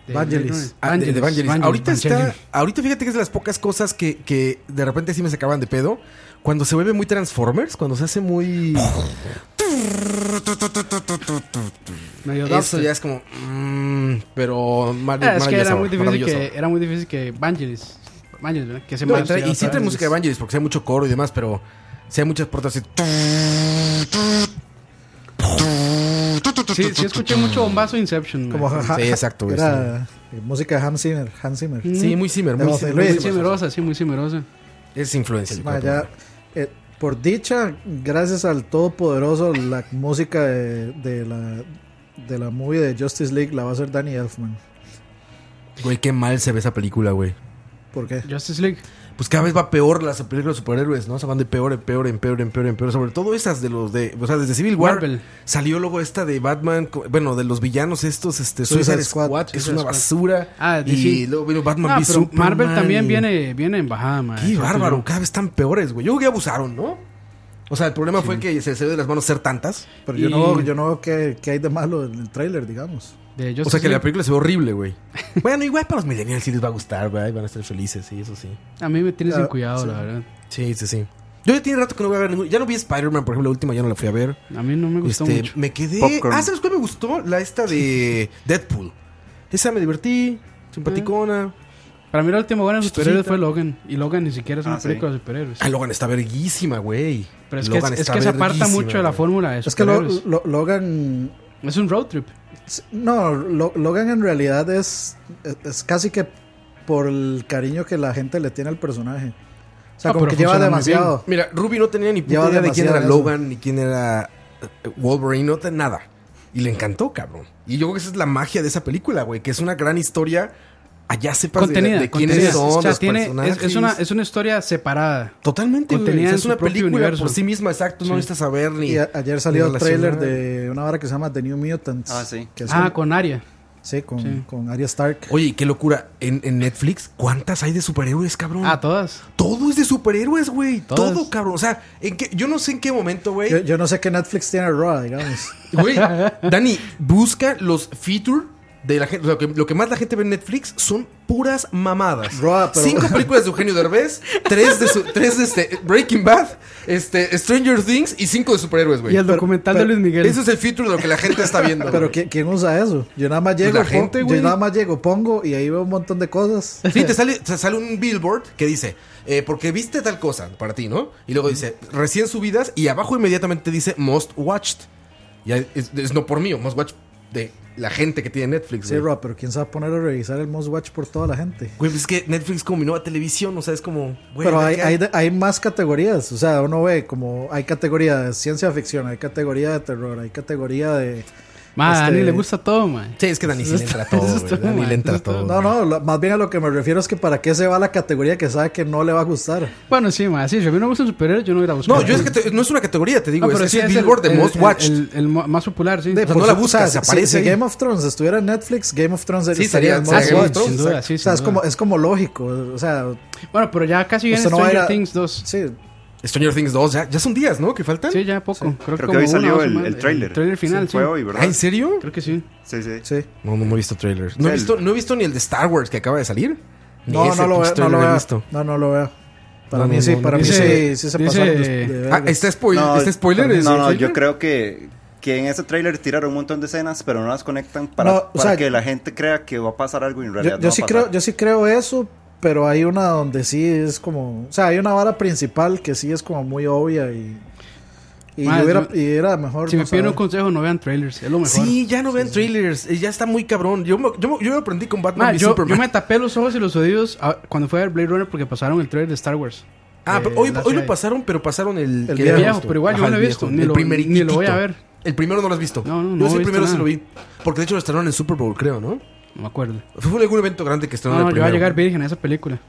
S4: de
S5: Vangelis.
S4: Blade Runner.
S3: Ah, de- de
S4: Vangelis,
S3: Vangelis.
S4: Vangelis,
S3: Ahorita
S4: Vangelis.
S3: está. Ahorita fíjate que es de las pocas cosas que, que de repente sí me sacaban de pedo. Cuando se vuelve muy Transformers, cuando se hace muy.
S4: Medio
S3: Eso
S4: dubstep.
S3: ya es como. mm, pero mar-
S4: Ah, es que era
S3: maravilloso,
S4: muy, difícil
S3: maravilloso.
S4: que, era muy difícil que Vangelis. Vangelis, ¿verdad? Que se
S3: No, y
S4: mal-
S3: trae- y sí trae
S4: Vangelis.
S3: música de Evangelis porque sí hay mucho coro y demás, pero sí hay muchas puertas así.
S4: Sí, sí escuché mucho bombazo de Inception.
S5: Como
S4: man.
S5: ja-
S3: Sí, exacto, güey,
S5: Era eh, música de Hans Zimmer. Hans Zimmer.
S3: Sí, muy Zimmer, muy
S5: No,
S3: Zimmer,
S5: Luis,
S3: muy
S4: Muy
S3: Zimmer.
S4: cimerosa, sí, muy cimerosa.
S3: Es influencia. yo
S5: Ma,
S3: creo,
S5: ya, eh, por dicha, gracias al todopoderoso, la música de, de la, de la movie de Justice League la va a hacer Danny Elfman.
S3: Güey, qué mal se ve esa película, güey.
S5: ¿Por qué?
S4: Justice League.
S3: Pues cada vez va peor las películas de superhéroes, ¿no? Se van de peor en peor en peor en peor en peor. Sobre todo esas de los de. O sea, desde Civil War
S4: Marvel.
S3: salió luego esta de Batman. co- Bueno, de los villanos estos, este.
S5: Suicide
S3: Suicide Squad,
S5: Squad,
S3: que es
S4: Suicide
S3: una
S4: Squad.
S3: basura.
S4: Ah,
S3: y
S4: sí.
S3: luego vino Batman
S4: Ah,
S3: v
S4: pero
S3: Superman
S4: Marvel también
S3: y-
S4: viene, Ah, viene en bajada, man.
S3: Qué
S4: Siento
S3: bárbaro,
S4: yo.
S3: cada vez están peores, güey. Yo creo que abusaron, ¿no? O sea, el problema fue que se les dio de las manos ser tantas.
S5: Pero yo no,
S4: Y-
S5: yo no veo qué, qué hay de malo en el tráiler, digamos.
S4: De
S3: O sea,
S4: Justice
S3: que la
S4: League.
S3: película se ve horrible, güey. bueno, igual para los millennials sí les va a gustar, güey. Van a estar felices, sí, eso sí.
S4: A mí me tienes sin
S5: Ah,
S4: cuidado,
S5: sí.
S4: la verdad.
S3: Sí, sí, sí. Yo ya tiene rato que no voy a ver ningún... Ya no vi Spider-Man, por ejemplo, la última ya no la fui a ver.
S4: A mí no me gustó
S3: este,
S4: mucho.
S3: me quedé...
S6: Popcorn.
S3: Ah, ¿sabes cuál me gustó? La esta de Deadpool. Esa me divertí,
S4: Mm.
S3: simpaticona.
S4: Para mí la última buena de
S3: Chistosita.
S4: superhéroes fue Logan. Y Logan ni siquiera es una
S6: Ah, sí.
S4: película de superhéroes.
S3: Ah, Logan está verguísima, güey.
S4: Pero es que,
S3: Logan
S4: es,
S3: está
S4: que se aparta
S3: verguísima,
S4: mucho de la
S3: güey.
S4: fórmula de
S5: Es que lo,
S4: superhéroes. Es,
S5: lo- Logan.
S4: un road trip.
S5: No, Lo- Logan en realidad es, es, es casi que por el cariño que la gente le tiene al personaje. O sea,
S4: Ah,
S5: como
S4: pero
S5: que lleva
S4: funciona muy bien.
S5: demasiado.
S3: Mira, Ruby no tenía ni puta
S5: Lleva
S3: idea de quién
S5: demasiado
S3: era
S5: eso.
S3: Logan, ni quién era eh, Wolverine, no te- nada. Y le encantó, cabrón. Y yo creo que esa es la magia de esa película, güey, que es una gran historia. Allá sepas de-
S4: Contenida.
S3: de, quiénes
S4: contenida.
S3: son
S4: O sea,
S3: los
S4: tiene-
S3: personajes.
S4: es, es una, es una historia separada.
S3: Totalmente, güey.
S4: contenida
S3: O sea,
S4: en
S3: es
S4: su
S3: una
S4: propio
S3: película
S4: universo.
S3: por sí misma, exacto. No necesitas saber ni...
S5: Y a- ayer salió
S3: ni
S5: el tráiler
S3: relacionar.
S5: de una vara que se llama The New Mutants.
S6: Ah, sí.
S5: que es
S4: Ah,
S5: como-
S4: con Aria.
S5: sí, con,
S4: sí.
S5: con Arya Stark.
S3: Oye, y qué locura. En, en Netflix, ¿cuántas hay de superhéroes, cabrón?
S4: Ah, todas.
S3: Todo es de superhéroes, güey.
S4: Todas.
S3: Todo, cabrón. O sea, ¿en qué- yo no sé en qué momento, güey.
S5: Yo, yo no sé qué Netflix tiene Raw, digamos.
S3: Güey, Dani, busca los feature de la gente. Lo que, lo que más la gente ve en Netflix son puras mamadas.
S5: Roa, pero-
S3: Cinco películas de Eugenio Derbez, tres de, su- tres de este, Breaking Bad, este, Stranger Things y cinco de superhéroes,
S4: Y
S3: güey.
S4: el documental
S5: pero-
S4: de Luis Miguel.
S3: Eso es el feature de lo que la gente está viendo.
S5: Pero
S3: güey.
S5: ¿qui- ¿quién usa eso? Yo nada más llego,
S3: Pues la
S5: pon-
S3: gente, güey.
S5: yo nada más llego, pongo y ahí veo un montón de cosas.
S3: Sí, te sale, te sale un billboard que dice, eh, porque viste tal cosa para ti, ¿no? Y luego dice, recién subidas y abajo inmediatamente dice Most Watched. Y ahí es, es no por mí, o Most Watched de la gente que tiene Netflix.
S5: Sí,
S3: güey.
S5: Roa, pero ¿quién se va a poner a revisar el Most Watch por toda la gente?
S3: Güey, pues es que Netflix combinó a televisión, o sea, es como. güey,
S5: Pero
S3: ¿de
S5: hay,
S3: qué
S5: hay, de- hay más categorías, o sea, uno ve como hay categoría de ciencia ficción, hay categoría de terror, hay categoría de...
S4: Ma, a Dani
S5: este-
S4: le gusta todo, man.
S3: Sí, es que Dani sí le entra a todo.
S4: Eso
S3: güey.
S4: está
S3: Dani
S4: mal,
S3: le entra a
S4: eso está
S3: todo.
S5: No, no, lo- más bien a lo que me refiero es que para qué se va a la categoría que sabe que no le va a gustar.
S4: Bueno, sí, ma, sí, si a mí no me gustan superhéroes, yo no iba a buscar.
S3: No, yo es que te- no es una categoría, te digo.
S4: No,
S3: es,
S4: Ah, pero
S3: es
S4: sí
S3: el Billboard de
S4: el-
S3: Most
S4: el-
S3: Watched. pues,
S4: El, el mo- más popular, sí.
S5: De-
S3: sea,
S5: por
S3: no la
S5: su-
S3: buscas,
S5: si-
S3: se aparece
S5: Si,
S3: ahí.
S5: Game of Thrones estuviera en Netflix, Game of Thrones
S3: Sí,
S5: estaría en
S3: sería- sería
S5: Most
S3: Game of
S5: Watch.
S3: Thrones,
S4: sin duda,
S5: Exacto.
S4: sí,
S5: o sea,
S4: sin
S5: es como,
S4: duda.
S5: es como lógico, o sea,
S4: Bueno, pero ya casi viene
S5: Usted no va a ir
S4: Stranger
S5: a-
S4: Things 2.
S5: sí,
S3: Stranger Things 2, ya, ya son días, ¿no? Que faltan.
S4: Sí, ya poco. Creo,
S6: Creo que
S4: como
S6: hoy
S4: una o
S6: salió
S4: dos
S6: el,
S4: semanas.
S6: el trailer.
S4: El trailer final, sí.
S6: Fue hoy, ¿verdad?
S3: Ah, ¿en serio?
S4: Creo que sí.
S6: Sí, sí.
S5: Sí.
S3: No, no, no he visto trailers. No he
S6: El-
S3: visto, no he visto ni el de Star Wars que acaba de salir. Ni
S5: No,
S3: ese
S5: no lo
S3: pinche
S5: veo. No
S3: trailer
S5: lo
S3: he
S5: veo.
S3: visto.
S5: No, no lo veo. Para
S3: No,
S5: mí
S3: no,
S5: sí,
S3: no,
S5: para
S3: no.
S5: mí
S4: Dice-
S5: sí, sí se
S4: dice-
S5: pasaron de, de
S3: Ah,
S5: vergas.
S3: ¿está spoiler?
S6: No,
S3: ¿está spoiler? ese
S6: No, no,
S3: trailer?
S6: yo creo que, que en ese tráiler tiraron un montón de escenas, pero no las conectan para,
S5: No, o
S6: para
S5: sea,
S6: que la gente crea que va a pasar algo y en realidad
S5: Yo, yo
S6: no
S5: sí
S6: va a
S5: creo,
S6: pasar.
S5: yo sí creo eso, pero hay una donde sí es como, o sea, hay una vara principal que sí es como muy obvia y y,
S4: Ma,
S5: yo hubiera-
S4: yo-
S5: y era mejor.
S4: Si me
S5: no
S4: piden un
S5: saber.
S4: consejo, no vean trailers. Es lo mejor.
S3: Sí, ya no vean trailers. eh, Ya está muy cabrón. Yo, me- yo, me- yo me aprendí con Batman
S4: Ma,
S3: y
S4: Ah, yo,
S3: Superman.
S4: yo me tapé los ojos y los oídos ah, cuando fui a ver Blade Runner porque pasaron el trailer de Star Wars.
S3: Ah,
S4: Eh,
S3: pero hoy,
S4: la
S3: hoy lo
S4: serie.
S3: pasaron, pero pasaron el,
S5: El
S3: que
S5: viejo,
S3: habíamos visto.
S4: pero igual yo no lo he
S3: el
S4: visto,
S3: viejo,
S4: ni
S3: el
S4: lo-
S3: primerito.
S4: ni lo voy a ver.
S3: El primero no lo has visto.
S4: No, no, no
S3: Yo sí,
S4: he
S3: el
S4: visto
S3: primero sí
S4: nada.
S3: lo vi. Porque de hecho lo estrenaron en Super Bowl, creo, ¿no?
S4: No me acuerdo.
S3: Fue algún evento grande que
S4: No,
S3: estrenaron
S4: no,
S3: el
S4: yo voy a
S3: primero.
S4: llegar virgen a esa película.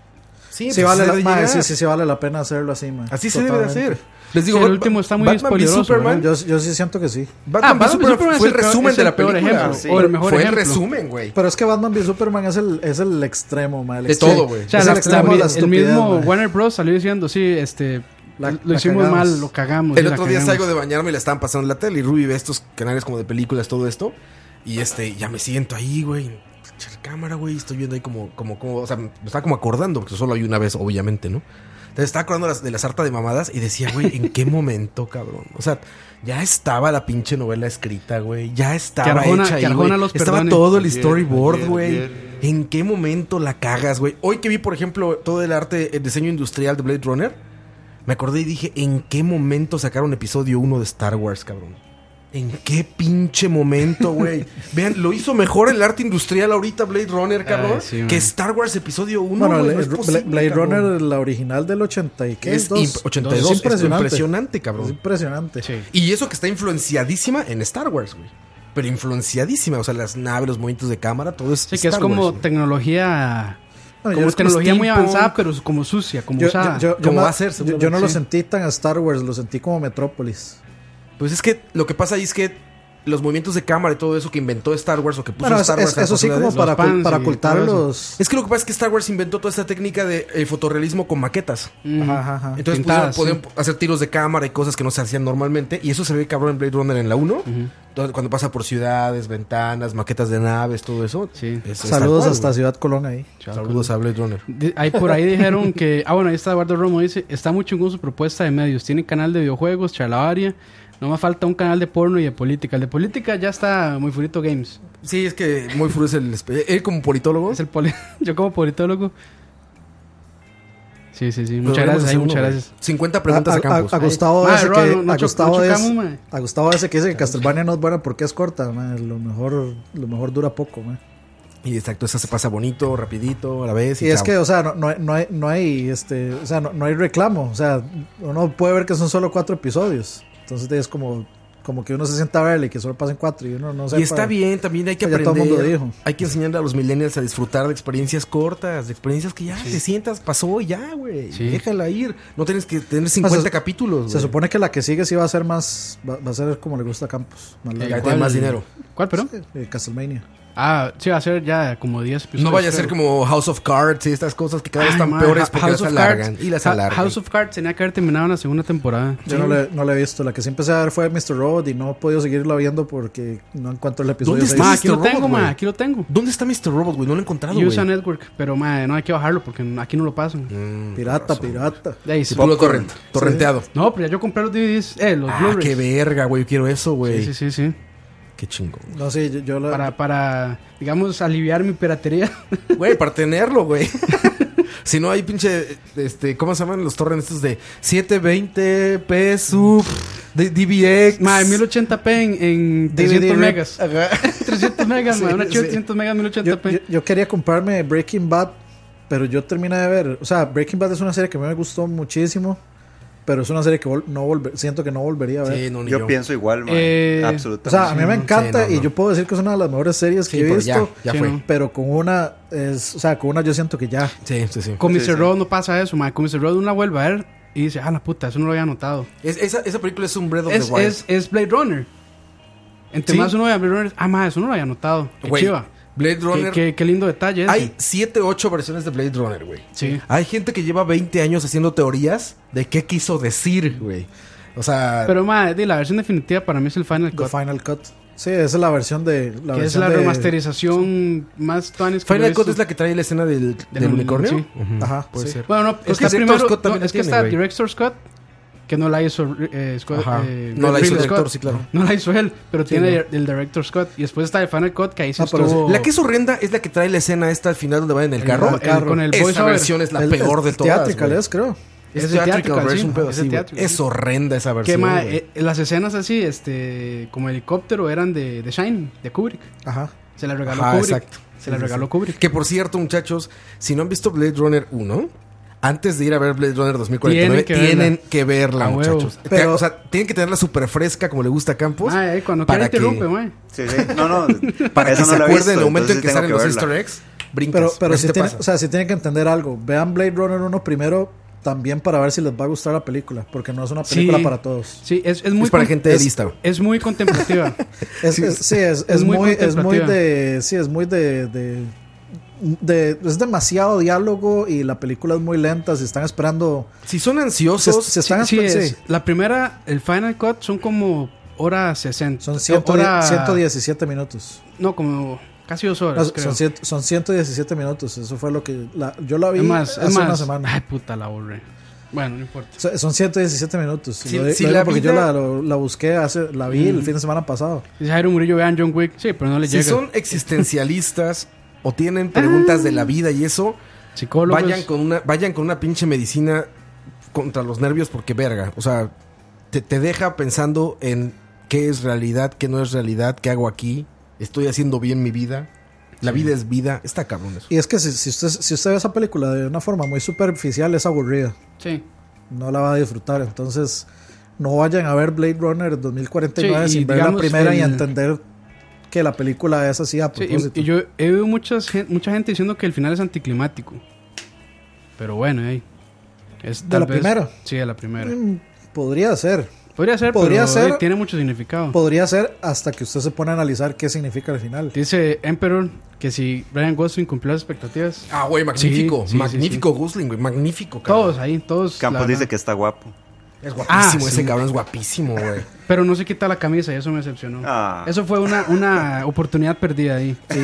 S3: Sí,
S5: Sí
S3: pues,
S5: vale,
S3: se
S5: la,
S3: debe
S5: ma,
S3: llegar.
S5: sí, sí, sí vale la pena hacerlo así, man.
S3: Así se debe de hacer. Les digo,
S4: Sí, el
S3: Bat-
S4: último está muy
S3: Batman v
S4: spoileroso,
S3: Superman,
S5: Yo, yo sí siento que sí.
S3: Batman v
S4: Ah, Batman v
S3: Superman, fue
S4: Superman es
S3: el
S4: el peor-
S3: resumen
S4: es
S3: de
S4: el
S3: la
S4: peor
S3: película.
S4: ejemplo,
S3: Sí.
S4: o el mejor
S3: fue
S4: ejemplo.
S3: el resumen, güey.
S5: Pero es que Batman v Superman es el, es el extremo, man. el
S3: De
S5: extremo.
S3: todo, güey.
S4: O sea,
S5: Es
S4: la-
S5: el extremo
S4: la-
S5: de la
S4: el
S5: estupidez,
S4: mismo
S5: ma.
S4: Warner Bros. salió diciendo, sí, este,
S5: La-
S4: lo
S5: la
S4: hicimos
S5: cagamos.
S4: mal, lo cagamos. sí,
S3: El
S4: la
S3: otro día
S4: cagamos.
S3: salgo de bañarme y la estaban pasando en la tele y Ruby ve estos canales como de películas, todo esto. Y este, ya me siento ahí, güey. pinche Cámara, güey. Estoy viendo ahí como, como, como, o sea, me estaba como acordando, porque solo hay una vez, obviamente, ¿no? Entonces estaba acordando las- de la sarta de mamadas y decía, güey, ¿en qué momento, cabrón? O sea, ya estaba la pinche novela escrita, güey. Ya estaba
S4: Arjona-
S3: hecha ahí,
S4: que Arjona
S3: güey.
S4: los
S3: Estaba
S4: perdone.
S3: todo el
S8: Ayer,
S3: storyboard,
S8: ayer,
S3: güey.
S8: ayer.
S3: ¿En qué momento la cagas, güey? Hoy que vi, por ejemplo, todo el arte, el diseño industrial de Blade Runner, me acordé y dije, ¿en qué momento sacaron episodio 1 de Star Wars, cabrón? ¿En qué pinche momento, güey? Vean, lo hizo mejor el arte industrial ahorita Blade Runner, cabrón,
S4: Ay, sí, man.
S3: que Star Wars episodio 1.
S5: Bueno,
S3: güey,
S5: el-
S3: no es
S5: Bla-
S3: posible,
S5: Blade
S3: cabrón.
S5: Runner, la original del 80 y qué
S3: es
S5: dos.
S3: imp- 82,
S5: Es
S3: es impresionante,
S5: impresionante. Es
S3: cabrón.
S5: impresionante.
S4: Sí.
S3: Y eso que está influenciadísima en Star Wars, güey. Pero influenciadísima, o sea, las naves, los movimientos de cámara, todo es
S4: Sí, que es
S3: Star
S4: como
S3: Wars, güey.
S4: tecnología,
S5: No, yo
S4: como
S5: es como
S4: tecnología muy
S3: steampunk.
S4: avanzada, pero como sucia, como
S5: Yo,
S4: usada.
S5: yo- yo- yo
S3: como
S5: no-
S3: va a ser,
S5: yo- yo no
S3: seguramente,
S5: lo
S3: sí.
S5: sentí tan Star Wars, lo sentí como Metrópolis.
S3: Pues es que lo que pasa ahí es que los movimientos de cámara y todo eso que inventó Star Wars o que puso
S5: Bueno, es-
S3: Star Wars
S5: es-
S3: en la
S5: eso sí,
S3: sociedad
S5: como
S3: es-
S5: para,
S4: los
S5: ocul-
S4: fans
S5: para
S4: y
S5: ocultar
S4: todo eso.
S5: los.
S3: Es que lo que pasa es que Star Wars inventó toda esta técnica de eh, fotorrealismo con maquetas.
S4: Mm.
S5: Ajá, ajá, ajá.
S3: Entonces
S4: pintadas,
S3: pudieron, pudieron hacer tiros de cámara y cosas que no se hacían normalmente. Y eso se ve cabrón en Blade Runner en la 1. Entonces, Cuando pasa por ciudades, ventanas, maquetas de naves, todo eso.
S4: Sí.
S3: Es- es
S5: Saludos
S3: tal cual,
S5: hasta
S3: güey.
S5: Ciudad Colón ahí.
S3: Saludos a Blade Runner.
S4: Di- Ahí por ahí dijeron que, ah bueno, ahí está Eduardo Romo, dice, está muy chingón su propuesta de medios, tiene canal de videojuegos, charlavaria, no más falta un canal de porno y de política. El de política ya está muy furito games.
S3: Sí, es que muy furioso es el. espe- Él como politólogo.
S4: Es el poli- yo como politólogo. Sí, sí, sí.
S3: Deberíamos
S4: Muchas gracias,
S3: hacer
S4: ahí,
S3: uno,
S4: muchas
S3: güey.
S4: gracias.
S3: 50
S5: A,
S3: preguntas a,
S5: a-
S3: Campos.
S5: a Gustavo
S4: Ma,
S5: ese
S4: Ro,
S5: que,
S4: no- no
S5: a
S4: choc-
S5: Gustavo
S4: no chocamos,
S5: ese-
S4: ma.
S5: a Gustavo ese que dice que Castlevania no es buena porque es corta, ma, lo mejor lo mejor dura poco, ma.
S3: Y exacto, esa se pasa bonito, rapidito, a la vez.
S5: Y
S3: Y,
S5: es
S3: chao.
S5: que, o sea, no, no, hay- no hay, no hay, este, o sea, no, no hay reclamo, o sea, uno puede ver que son solo cuatro episodios, entonces es como, como que uno se sienta a verle y que solo pasen cuatro y uno no
S3: Y
S5: sabe
S3: está
S5: para-
S3: bien, también hay que
S5: Ya
S3: aprender.
S5: todo el mundo dijo.
S3: Hay que enseñarle a los millennials a disfrutar de experiencias cortas, de experiencias que ya te sientas, pasó y ya, güey.
S4: Sí.
S3: Déjala ir. No tienes que tener 50
S5: se-
S3: capítulos.
S5: Se
S3: güey.
S5: supone que la que sigue sí va a ser más, va, va a ser como le gusta a Campos, más
S3: Y
S5: larga.
S3: ahí
S4: ¿Cuál?
S3: tiene más dinero.
S4: ¿Cuál, perdón?
S5: Eh, Castlevania.
S4: Ah, sí, va a ser ya como 10 episodios.
S3: No vaya a ser
S4: creo.
S3: como House of Cards y estas cosas que cada vez
S4: Ay,
S3: están
S4: madre,
S3: peores
S4: Ha-
S3: porque las
S4: of
S3: alargan.
S4: Cards-
S3: Y las
S4: Ha-
S3: alargan.
S4: House of Cards tenía que haber terminado en la segunda temporada.
S5: Yo no le, no la he visto, la que sí empecé a ver fue Mr. Robot y no he podido seguirla viendo porque no encuentro el episodio.
S3: ¿Dónde
S5: seis.
S3: está?
S4: Ma,
S3: Mr.
S4: aquí lo
S3: Robot,
S4: tengo,
S3: güey.
S4: ma, aquí lo tengo.
S3: ¿Dónde está Mr. Robot, güey? No lo he encontrado, güey.
S4: USA Network, pero ma, no hay que bajarlo porque aquí no lo pasan.
S3: Mm,
S5: Pirata,
S3: con razón.
S5: pirata.
S4: De ahí,
S3: Sí,
S4: sí.
S3: puro torrent- torrenteado.
S4: No, pero ya yo compré los DVDs, eh, los
S3: Ah,
S4: Blu-rays.
S3: qué verga, güey. Yo quiero eso, güey.
S4: Sí, sí, sí, sí.
S3: Qué chingón.
S5: No sé, yo, yo la-
S4: Para, para, digamos, aliviar mi piratería.
S3: Güey, para tenerlo, güey. si no hay pinche, este, ¿cómo se llaman los torrents estos de 720 pesos de DBX?
S4: Ma, 1080p en, en 300
S5: DVD rip.
S4: megas. 300 megas, ma,
S5: Sí,
S4: una chiva de
S5: sí.
S4: 300 megas,
S5: yo,
S4: 1080p.
S5: yo- yo quería comprarme Breaking Bad, pero yo terminé de ver. O sea, Breaking Bad es una serie que a mí me gustó muchísimo, pero es una serie que vol- no volver, siento que no volvería a ver.
S3: Sí, no, ni
S6: Yo
S3: yo.
S6: pienso igual, man.
S4: Eh,
S5: o sea,
S6: Absolutamente.
S5: a mí me
S3: no,
S5: encanta
S3: sí, no,
S5: y
S3: no.
S5: yo puedo decir que es una de las mejores series que
S3: Sí,
S5: he
S3: pero ya,
S5: visto.
S3: ya
S4: Sí,
S3: fue.
S4: no.
S5: Pero con una, es, o sea, con una yo siento que ya.
S3: Sí, sí, sí.
S4: Con
S6: Sí,
S4: Mr.
S6: sí.
S4: Robot no pasa eso, ma. Con Mr. Robot uno la vuelve a ver y dice, ah, la puta, eso no lo había notado.
S3: Es- esa, esa película es un Breath of
S4: Es,
S3: the Wild.
S4: es, es Blade Runner. Entre
S3: Sí.
S4: más uno ve a Blade Runner, ah, ma, eso no lo había notado. Qué
S3: Güey,
S4: chiva.
S3: Blade
S4: Qué,
S3: Runner.
S4: qué- qué lindo detalle ese.
S3: Hay 7, 8 versiones de Blade Runner, güey.
S4: Sí.
S3: Hay gente que lleva 20 años haciendo teorías de qué quiso decir, güey. O sea,
S4: Pero, madre, di, la versión definitiva para mí es el Final
S5: The
S4: Cut.
S5: Final Cut. Sí, esa es la versión de. La
S4: que es
S5: versión
S4: la
S5: de-
S4: remasterización más tuanis que yo he
S3: Final Cut
S4: visto.
S3: es la que trae la escena del, del
S4: Del
S3: unicornio.
S4: unicornio,
S3: Ujú.
S5: Ajá,
S3: Puede
S5: sí.
S3: ser.
S4: Bueno, no,
S3: Es
S4: es
S3: que
S4: que,
S3: Director's
S4: primero-
S3: Cut también
S4: no,
S3: la
S4: es que
S3: tiene,
S4: está
S3: güey.
S4: Director's Cut, que no la hizo eh, Scott.
S3: Ajá.
S4: eh,
S3: No la hizo el
S4: Ridley
S3: director,
S4: Scott.
S3: sí, claro.
S4: No la hizo él, pero tiene
S3: no.
S4: el Director's Cut. Y después está el Final Cut, que ahí sí
S5: Ah, pero
S4: estuvo...
S3: La que es horrenda es la que trae la escena esta al final donde van en el carro.
S4: el- con el
S3: Esa
S4: voiceover.
S3: versión es la
S5: El-
S3: peor
S5: el
S3: de todas.
S5: Theatrical
S3: güey.
S5: es, creo.
S3: Es,
S4: Es de
S3: theatrical,
S4: theatrical,
S3: version,
S4: sí.
S3: un pedo
S4: Es de
S3: así, güey.
S4: theatrical,
S3: Es
S4: sí.
S3: horrenda esa
S4: que,
S3: versión.
S4: ma,
S3: güey.
S4: eh, las escenas así, este, como helicóptero, eran de, de Shine, de Kubrick.
S5: Ajá.
S4: Se la regaló
S3: Ajá,
S4: Kubrick.
S3: exacto.
S4: Se la
S3: Sí, sí,
S4: regaló
S3: sí.
S4: Kubrick.
S3: Que por cierto, muchachos, si no han visto Blade Runner 1, antes de ir a ver Blade Runner 2049,
S4: Tienen que
S3: tienen
S4: verla.
S3: que verla,
S4: A huevo.
S3: muchachos. Te-
S5: Pero-
S3: o sea, tienen que tenerla súper fresca, como le gusta a Campos.
S4: Ah, eh, cuando
S3: Pues, para
S4: quiera
S3: que-
S4: interrumpe, mae.
S6: Sí, sí. No, no.
S3: Para que
S6: eso no
S3: se
S6: lo he
S3: acuerden
S6: visto,
S3: el momento
S6: entonces
S3: en que
S6: tengo
S3: salen los
S6: verla.
S3: easter eggs. Brincas.
S5: Pero, pero
S3: Así
S5: sí,
S3: te
S5: tiene,
S3: pasa.
S5: o sea, sí tienen que entender algo. Vean Blade Runner 1 primero también para ver si les va a gustar la película. Porque no es una película
S4: Sí.
S5: para todos.
S4: Sí, es, es muy...
S3: es para
S4: con-
S3: gente
S4: es-
S3: lista. güey.
S4: Es muy contemplativa.
S5: Es, es- sí, es, es
S4: muy
S5: muy, es muy
S4: contemplativa.
S5: de. Sí, es muy de. de de- es demasiado diálogo y la película es muy lenta. Si están esperando,
S3: Si son
S5: se,
S3: ansiosos,
S5: se están
S4: sí,
S5: esper-
S4: es.
S5: sí.
S4: La primera, el Final Cut, son como hora 60.
S5: son 100
S4: hora-
S5: 117 minutos.
S4: No, como casi dos
S5: No,
S4: horas, creo.
S5: son, ciento- son 117 minutos. Eso fue lo que la- yo la vi
S4: es más,
S5: hace
S4: es
S5: una
S4: más.
S5: semana.
S4: Ay, puta, la borré. Bueno, no importa.
S5: So- Son 117 minutos.
S3: Si-
S5: Lo di-
S3: si
S5: lo
S3: la
S5: digo porque yo
S3: vida-
S5: la, lo- la busqué, hace, la vi el fin de semana pasado.
S4: Dice Jairo Murillo, vean John Wick. Sí, pero no le
S3: si
S4: llega.
S3: son existencialistas o tienen preguntas de la vida y eso,
S4: Psicólogos.
S3: vayan con una vayan con una pinche medicina contra los nervios porque verga, o sea, te, te deja pensando en qué es realidad, qué no es realidad, qué hago aquí, estoy haciendo bien mi vida, la vida es vida, está cabrón eso.
S5: Y es que si, si usted, si usted ve esa película de una forma muy superficial, es aburrida.
S4: Sí.
S5: No la va a disfrutar. Entonces, no vayan a ver Blade Runner
S4: Sí,
S5: 2049
S4: y
S5: sin ver la
S4: digamos
S5: primera y
S4: el-
S5: entender que la película es así a
S4: Sí,
S5: propósito.
S4: y, y yo he oído muchas, gen- mucha gente diciendo que el final es anticlimático. Pero bueno, ahí. Es
S5: ¿De
S4: tal
S5: la primera?
S4: Sí, de la primera.
S5: Mm, Podría ser.
S4: Podría ser,
S5: podría
S4: pero
S5: ser-
S4: eh, tiene mucho significado.
S5: Podría ser hasta que usted se pone a analizar qué significa el final.
S4: Dice Emperor que si Brian Gosling cumplió las expectativas,
S3: Ah, güey, magnífico,
S4: Sí, sí,
S3: magnífico Gosling, güey, magnífico, cabrón.
S4: todos ahí, todos.
S6: Campos
S4: la
S6: dice
S4: verdad.
S6: que está guapo.
S3: Es guapísimo,
S4: Ah,
S3: ese
S4: sí.
S3: cabrón es guapísimo, güey.
S4: Pero no se quita la camisa y eso me decepcionó.
S6: Ah.
S4: Eso fue una, una oportunidad perdida ahí.
S5: Y, y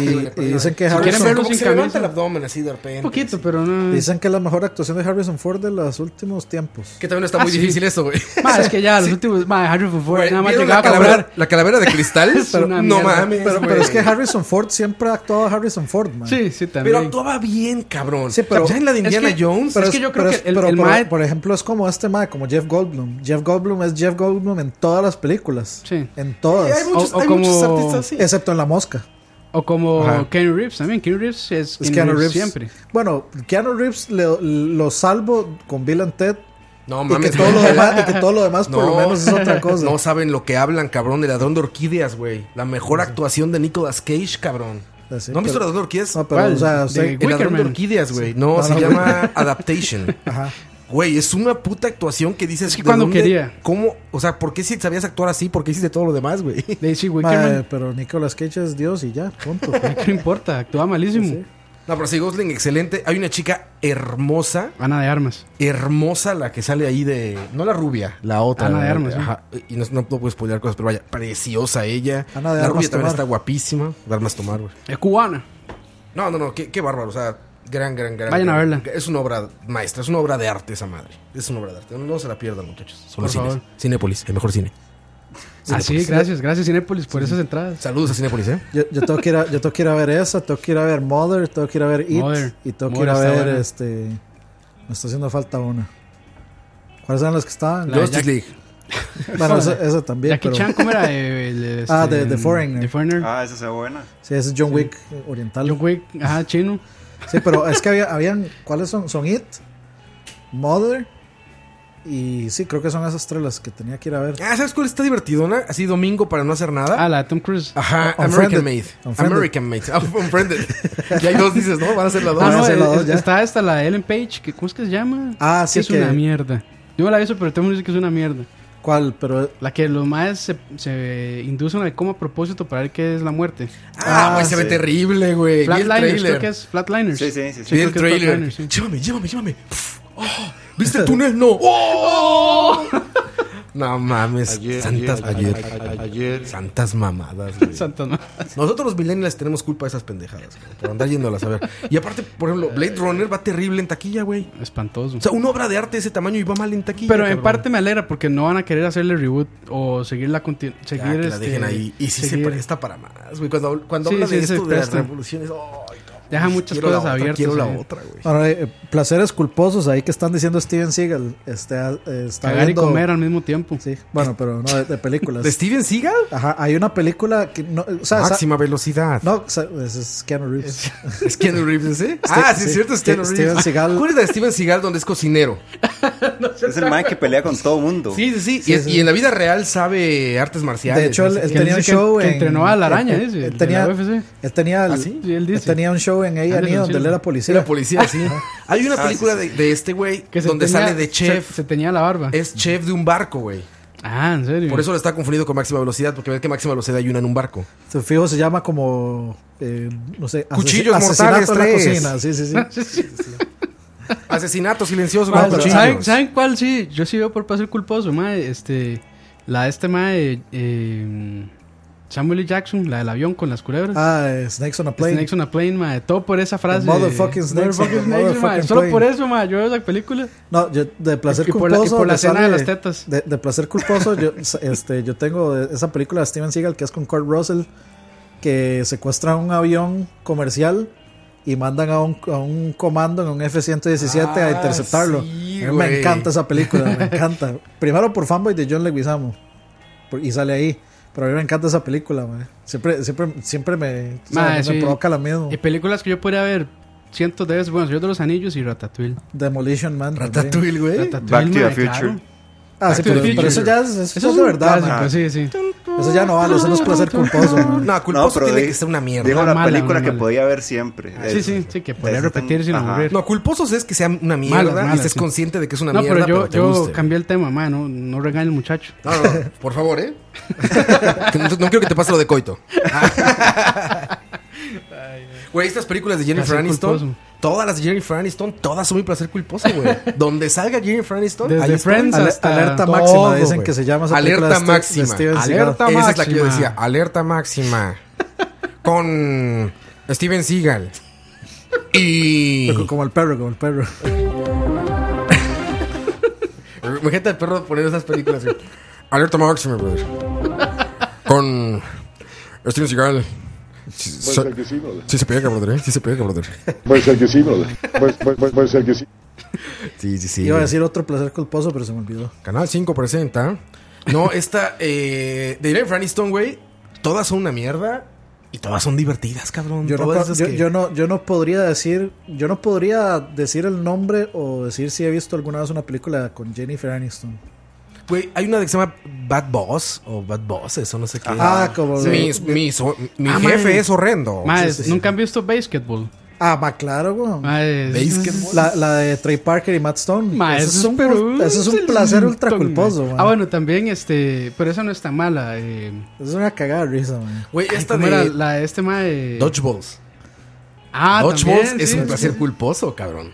S5: dicen que
S4: pues, quieren
S5: Harrison-
S4: verlo
S3: como que
S4: sin
S3: se levanta
S4: camisa.
S3: el abdomen así de repente.
S4: Un poquito, pero no.
S5: Dicen que es la mejor actuación de Harrison Ford de los últimos tiempos.
S3: Que también está
S4: Ah,
S3: muy
S4: sí.
S3: difícil eso, güey.
S4: Ma, es que ya los últimos. Ma, Harry Ford
S3: Güey,
S4: nada más
S3: ¿vieron
S4: llegaba
S3: la
S4: a cobrar.
S3: calavera, la calavera de cristal,
S4: Es una
S3: no
S4: mierda.
S3: mames.
S5: Pero, pero
S3: güey.
S5: es que Harrison Ford siempre ha actuado a Harrison Ford, man.
S4: Sí, sí,
S3: Pero
S4: también.
S3: actuaba bien, cabrón.
S5: Sí, pero-
S3: O sea, ya en la de
S4: es
S3: Indiana
S4: que-
S3: Jones.
S4: pero
S3: es-
S4: es que yo creo
S5: es-
S4: que el-
S5: pero
S4: el
S5: por,
S4: mae-
S5: por ejemplo, es como este mae, como Jeff Goldblum. Jeff Goldblum es Jeff Goldblum en todas las películas.
S4: Sí.
S5: En todas.
S3: hay muchos,
S4: o
S3: hay
S4: como-
S3: muchos artistas así.
S5: Excepto en La Mosca.
S4: O como
S3: Ajá.
S4: Kenny Reeves también. Kenny Reeves es,
S5: Es
S4: Keanu
S5: Keanu Reeves.
S4: Reeves siempre.
S5: Bueno, Keanu Reeves le- lo salvo con Bill and Ted.
S3: No
S5: y, que
S3: mames,
S5: todo
S3: güey.
S5: lo demás, y que todo lo demás por lo
S3: No.
S5: menos es otra cosa.
S3: No saben lo que hablan, cabrón. El ladrón de orquídeas, güey. La mejor actuación de Nicolas Cage, cabrón.
S5: Así,
S3: ¿No han visto el
S5: Ah, pero-
S3: ladrón de orquídeas?
S5: No, pero,
S4: ¿Cuál?
S5: o sea,
S4: De-
S5: usted-
S3: el ladrón de
S4: Wickerman.
S3: orquídeas, güey. No,
S5: No,
S3: se
S5: no,
S3: llama Adaptation.
S5: Ajá.
S3: Güey, es una puta actuación que dices.
S4: Es que
S3: ¿de
S4: cuando
S3: dónde-
S4: quería.
S3: ¿Cómo? O sea, ¿por qué si sabías actuar así? ¿Por qué hiciste todo lo demás, güey?
S4: Daisy
S5: mae,
S4: Wickerman.
S5: pero Nicolas Cage es Dios y ya, punto.
S4: ¿Qué importa? Actúa malísimo.
S3: No, pero sí, Gosling, excelente. Hay una chica hermosa.
S4: Ana de Armas.
S3: hermosa la que sale ahí de. No la rubia, la otra.
S4: Ana de Armas, ¿no?
S3: Ajá. Y no, no puedo spoilear cosas, pero vaya, preciosa ella.
S5: Ana de
S3: la
S5: Armas
S3: rubia también está
S5: Tomar.
S3: guapísima. De armas tomar, güey.
S4: Es cubana.
S3: No, no, no, qué, qué bárbaro. O sea, gran, gran, gran.
S4: Vayan a
S3: gran-
S4: verla.
S3: Es una obra maestra, es una obra de arte esa madre. Es una obra de arte. No se la pierdan, muchachos. Solo
S4: Por
S3: cines.
S4: favor.
S3: Cinépolis, el mejor cine.
S4: Así,
S5: pues,
S4: gracias. Gracias, Cinépolis, por esas entradas.
S3: Saludos a Cinépolis, ¿eh?
S5: Yo, yo tengo que ir a, yo tengo que ir a ver esa, tengo que ir a ver Mother, tengo que ir a ver It
S4: Mother.
S5: y tengo
S4: Mother
S5: que ir a
S4: está
S5: ver
S4: buena.
S5: este. Me está haciendo falta una. ¿Cuáles eran las que estaban?
S4: La-
S3: Justice
S4: Jack-
S3: League.
S5: bueno, esa, esa también.
S4: Jackie
S5: pero,
S4: Chan, ¿cómo era? Eh, el,
S5: Ah,
S4: este,
S5: de- de Foreigner.
S4: de Foreigner.
S6: Ah, esa se ve buena.
S5: Sí, ese es John Wick eh, oriental.
S4: John Wick, ajá, chino.
S5: Sí, pero es que había, habían. ¿Cuáles son? Son It, Mother y sí, creo que son esas tres las que tenía que ir a ver.
S3: Ah, ¿sabes cuál está divertidona? Así domingo para no hacer nada.
S4: Ah, la de Tom Cruise.
S3: Ajá,
S5: Unfriended.
S3: American Made.
S5: Unfriended.
S3: American Made. Ah, Unfriended. ya hay dos, dices, ¿no? Van a ser la dos.
S4: Ah,
S5: van a
S4: no,
S5: hacer
S4: eh,
S5: la dos
S4: eh,
S5: ya.
S4: está esta, la de Ellen Page. que- ¿Cómo es que se llama?
S5: Ah, sí,
S4: Es
S5: que-
S4: una mierda. Yo me la hizo, pero todo el mundo dice que es una mierda.
S5: ¿Cuál? Pero
S4: La que los maes se, se inducen al coma a propósito para ver qué es la muerte.
S3: Ah,
S5: Ah,
S3: güey, se ve
S6: sí.
S3: terrible, güey. Vi el
S4: Flatliners, creo
S3: trailer.
S4: que es Flatliners.
S6: Sí, sí, sí, sí.
S3: Vi el
S4: creo que es
S3: trailer.
S4: Flatliners, sí.
S3: Llévame, llévame, llévame. Pf, oh, ¿Viste el túnel? No. ¡Oh! No mames. santas, ayer, Santas mamadas, güey.
S4: Santo, ¿no?
S3: Nosotros los millennials tenemos culpa de esas pendejadas, güey, por andar yéndolas a ver. Y aparte, por ejemplo, Blade Runner va terrible en taquilla, güey.
S4: Espantoso.
S3: O sea, una obra de arte de ese tamaño y va mal en taquilla.
S4: Pero en
S3: cabrón.
S4: parte me alegra porque no van a querer hacerle reboot o seguir la continu-
S3: Ya,
S4: seguir
S3: que la
S4: este,
S3: dejen ahí. Y sí se
S4: seguir-
S3: presta para más, güey. Cuando, cuando
S4: Sí,
S3: habla de
S4: sí, se
S3: esto de las
S4: presta.
S3: revoluciones, ay, cabrón,
S4: Deja muchas
S3: quiero
S4: cosas
S3: la otra,
S4: abiertas,
S3: Quiero la
S4: eh.
S3: otra, güey.
S5: ahora, eh, placeres culposos ahí que están diciendo Steven Seagal. Este, ah, eh, está
S4: cagar
S5: viendo-
S4: y comer al mismo tiempo.
S5: Sí, bueno, pero no de, de películas.
S3: ¿De Steven Seagal?
S5: Ajá, hay una película que no. O sea, sa-
S3: Máxima velocidad.
S5: no, sa- es, es Keanu Reeves.
S3: Es Keanu Reeves, ¿eh? ah, sí,
S5: sí.
S3: es cierto, es
S5: Ste-
S3: Keanu Reeves.
S5: Steven Seagal.
S3: ¿Cuál es la de Steven Seagal donde es cocinero?
S6: Es el man que pelea con todo mundo.
S3: Sí, sí, sí. y, es- y en la vida real sabe artes marciales.
S5: De hecho,
S3: no
S5: él,
S3: sé
S5: él
S4: Que
S5: tenía un
S4: dice que-
S5: show
S4: que
S5: en-
S4: entrenó a la araña,
S5: él-
S4: dice,
S5: él
S4: de
S5: tenía,
S4: la UFC.
S5: él tenía, el-
S3: ¿Ah, sí?
S4: Sí, él dice.
S5: él tenía un show en A&E
S4: Anderson
S5: donde él
S4: Silva.
S5: era
S3: Sí,
S5: policía.
S3: la policía, Ah, sí. Hay una película de, de este güey
S4: Que se
S3: donde
S4: tenía-
S3: sale de chef.
S4: Se, se tenía la barba.
S3: Es chef de un barco, güey.
S4: Ah, en serio.
S3: Por eso lo está confundido con máxima velocidad, porque ves que máxima velocidad hay una en un barco.
S5: Su fijo se llama como, eh, no sé, asesi-
S3: Cuchillos
S5: asesinato en la
S3: mortales tres.
S5: cocina. Sí, sí, sí.
S4: Sí, sí.
S3: Asesinato silencioso
S4: Ah,
S3: con
S4: pero
S3: cuchillos.
S4: ¿saben, saben cuál? Sí, yo sí veo por placer culposo, mae. Este, la de este mae, eh, Samuel L. Jackson, la del avión con las culebras.
S5: Ah, eh, Snakes on a Plane.
S4: Snakes on a plane, mae. Todo por esa frase.
S5: motherfucking snakes on a
S4: Motherfucking snakes, mae.
S5: motherfucking
S4: Solo
S5: plane.
S4: por eso, mae. Yo veo esa película.
S5: No, yo de placer
S4: Y por la- y
S5: culposo.
S4: por la
S5: me
S4: escena de
S5: sale-
S4: las tetas.
S5: De, de placer culposo, yo, este, yo tengo de- esa película de Steven Seagal que es con Kurt Russell, que secuestra un avión comercial y mandan a un, a un comando en un F-117
S3: Ah,
S5: a interceptarlo.
S3: sí,
S5: A mí
S3: güey.
S5: me encanta esa película, me encanta. Primero por fanboy de John Leguizamo por- y sale ahí. Pero a mí me encanta esa película, mae. Siempre, siempre, siempre me, o sea,
S4: Mae,
S5: me
S4: sí.
S5: provoca la misma.
S4: Y películas que yo podría ver cientos de veces. Bueno, Señor de los Anillos y Ratatouille.
S5: Demolition Man. también.
S3: Ratatouille, güey.
S4: Ratatouille,
S6: Back to
S4: mae,
S6: the Future.
S4: claro.
S5: Ah,
S4: Back
S5: sí,
S4: to
S5: pero,
S4: the
S5: pero eso
S4: Future.
S5: ya es, eso
S4: Eso
S5: es de verdad, mae.
S4: clásico, sí, sí.
S5: Eso ya no vale, eso no es placer culposo. man.
S3: No, culposo tiene
S6: di-
S3: que ser una mierda.
S6: Dijo
S4: Una
S6: la
S4: mala,
S6: película
S4: una
S6: que
S4: mala. Ah,
S6: podía ver siempre.
S4: Sí,
S6: Eso.
S4: sí, sí, que podría
S6: Eso
S4: repetir sin
S6: ajá.
S4: aburrir.
S3: No, culposos es que sea una mierda
S4: Malas,
S3: y
S4: malas,
S3: estés
S4: sí.
S3: consciente de que es una
S4: No,
S3: mierda,
S4: pero
S3: pero,
S4: yo,
S3: te
S4: yo
S3: guste.
S4: cambié el tema, mae. No, no regañe al muchacho.
S3: No, no, no, por favor, ¿eh? Que no, no quiero que te pase lo de coito. Güey, estas películas de Jennifer
S4: Placer
S3: Aniston,
S4: culposo.
S3: todas las de Jennifer Aniston, todas son mi placer culposo, güey. Donde salga Jennifer Aniston,
S4: Desde
S3: ahí estoy.
S4: Friends
S5: Ale-
S4: hasta
S5: alerta
S4: todo,
S5: máxima, dicen
S3: güey.
S5: que se llama esa película
S3: Alerta
S5: de Ste- de
S3: máxima.
S5: Steven Seagal.
S3: alerta
S4: Seagal.
S3: máxima. Esa es la que yo
S4: Máxima.
S3: decía. Alerta máxima. Con Steven Seagal. Y.
S5: Co- Como el perro, como el perro.
S3: Imagínate al perro poniendo esas películas. güey. Alerta máxima, brother. Con Steven Seagal. Sí,
S8: Puede
S3: sa-
S8: ser que sí, brother.
S3: sí se pega, brother. ¿eh? Sí se pega, brother.
S8: Puede ser que sí, brother. Puede, puede- puede- puede ser que sí.
S3: Sí, sí, sí.
S5: Iba a decir otro placer culposo, pero se me olvidó.
S3: Canal 5 presenta. No, esta eh, de Irene Franiston, güey. Todas son una mierda y todas son divertidas, cabrón.
S5: Yo no,
S3: Todas
S5: co-
S3: esas
S5: yo,
S3: que-
S5: yo no, yo no podría decir, yo no podría decir el nombre o decir si he visto alguna vez una película con Jennifer Aniston.
S3: Güey, hay una que se llama Bad Boss o Bad Bosses o no sé qué.
S5: Ah, como de-
S3: mi, mi, so- mi
S4: Ah,
S3: jefe
S4: madre.
S3: es horrendo.
S4: Mae, nunca han visto Basketball.
S5: Ah, va claro, weón.
S4: Mae, es-
S3: Basketball.
S5: La, la de Trey Parker y Matt Stone.
S4: Ma,
S5: eso, es un,
S4: pero-
S5: cul- eso es un placer ultra culposo, man.
S4: Ah, bueno, también este. Pero esa no es tan mala. Eh,
S5: Es una cagada de risa, man.
S3: Güey, esta
S4: ¿cómo
S3: de
S4: era la de este ma de.
S3: Dodgeballs.
S4: Ah,
S3: Dodgeballs
S4: también,
S3: es
S4: sí,
S3: un
S4: sí,
S3: placer
S4: sí.
S3: culposo, cabrón.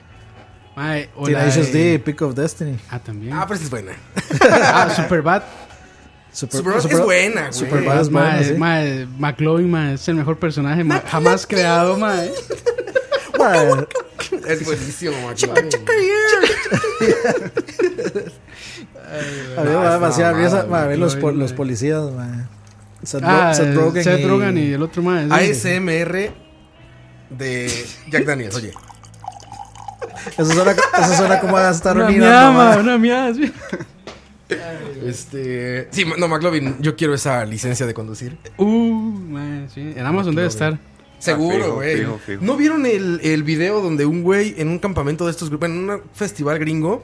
S4: Ma, eh, o la
S5: Tenacious
S4: de-
S5: D, Pick of Destiny.
S4: Ah, también.
S3: Ah, pero esa es buena.
S4: Ah, Superbad.
S5: Super,
S3: Superman es buena, güey.
S5: Superman es
S4: Ma,
S5: buena, sí.
S4: ma, McLovin, ma, es el mejor personaje ma, jamás creado, ma.
S5: Ma,
S3: Es buenísimo, macho.
S5: A mí me
S3: No,
S6: Ah,
S5: da
S3: es
S5: demasiada
S3: una mamada,
S5: risa, ma, ver los,
S4: güey.
S5: po- los policías, ma. Seth,
S4: Ah,
S5: Ro- Seth Rogen
S4: Seth Rogen y el otro ma. es-
S3: ASMR de Jack Daniels, oye.
S5: Eso suena, eso suena como a estar
S4: Una mía,
S5: orinando, ma.
S4: ma, una mía. sí.
S3: Este. Sí, no, McLovin, yo quiero esa licencia de conducir.
S6: Ah,
S4: Uh, ma, sí. En Amazon debe estar.
S3: Seguro,
S6: fijo,
S3: güey.
S6: fijo, fijo.
S3: ¿No vieron el, el video donde un güey en un campamento de estos grupos, en un festival gringo,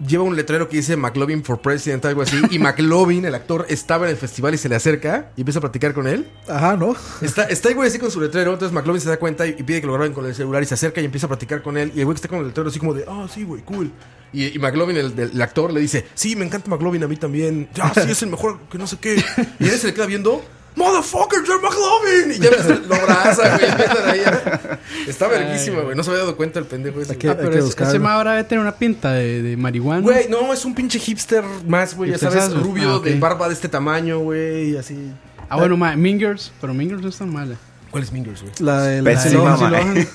S3: lleva un letrero que dice McLovin for President, algo así, y McLovin, el actor, estaba en el festival y se le acerca y empieza a platicar con él.
S5: Ajá, ¿no?
S3: Está, está el güey así con su letrero, entonces McLovin se da cuenta y, y pide que lo graben con el celular y se acerca y empieza a platicar con él. Y el güey que está con el letrero así como de, ah, sí, güey, cool. Y, y McLovin, el, del- el actor, le dice, sí, me encanta McLovin, a mí también. Ah, sí, es el mejor, que no sé qué. Y él se le queda viendo, motherfucker, you're McLovin. Y ya empieza- lo abraza, güey. empiezan ahí a- Está verguísima, güey. No se había dado cuenta el pendejo ese.
S5: Aquí-
S3: Ah,
S5: hay
S4: Pero
S5: que
S4: ese,
S5: buscarlo.
S4: ese ma ahora debe tener una pinta de, de marihuana.
S3: Güey, no, es un pinche hipster más, güey. Ya sabes,
S4: Hipsterzazo.
S3: rubio,
S4: Ah, ok.
S3: de barba de este tamaño, güey, y así.
S4: Ah, bueno,
S5: eh.
S4: ma, Mingers, pero Mingers no es tan mala.
S3: ¿Cuál es Mingers, güey?
S5: La de la de
S6: Pésima,
S5: Lohan.
S6: mae.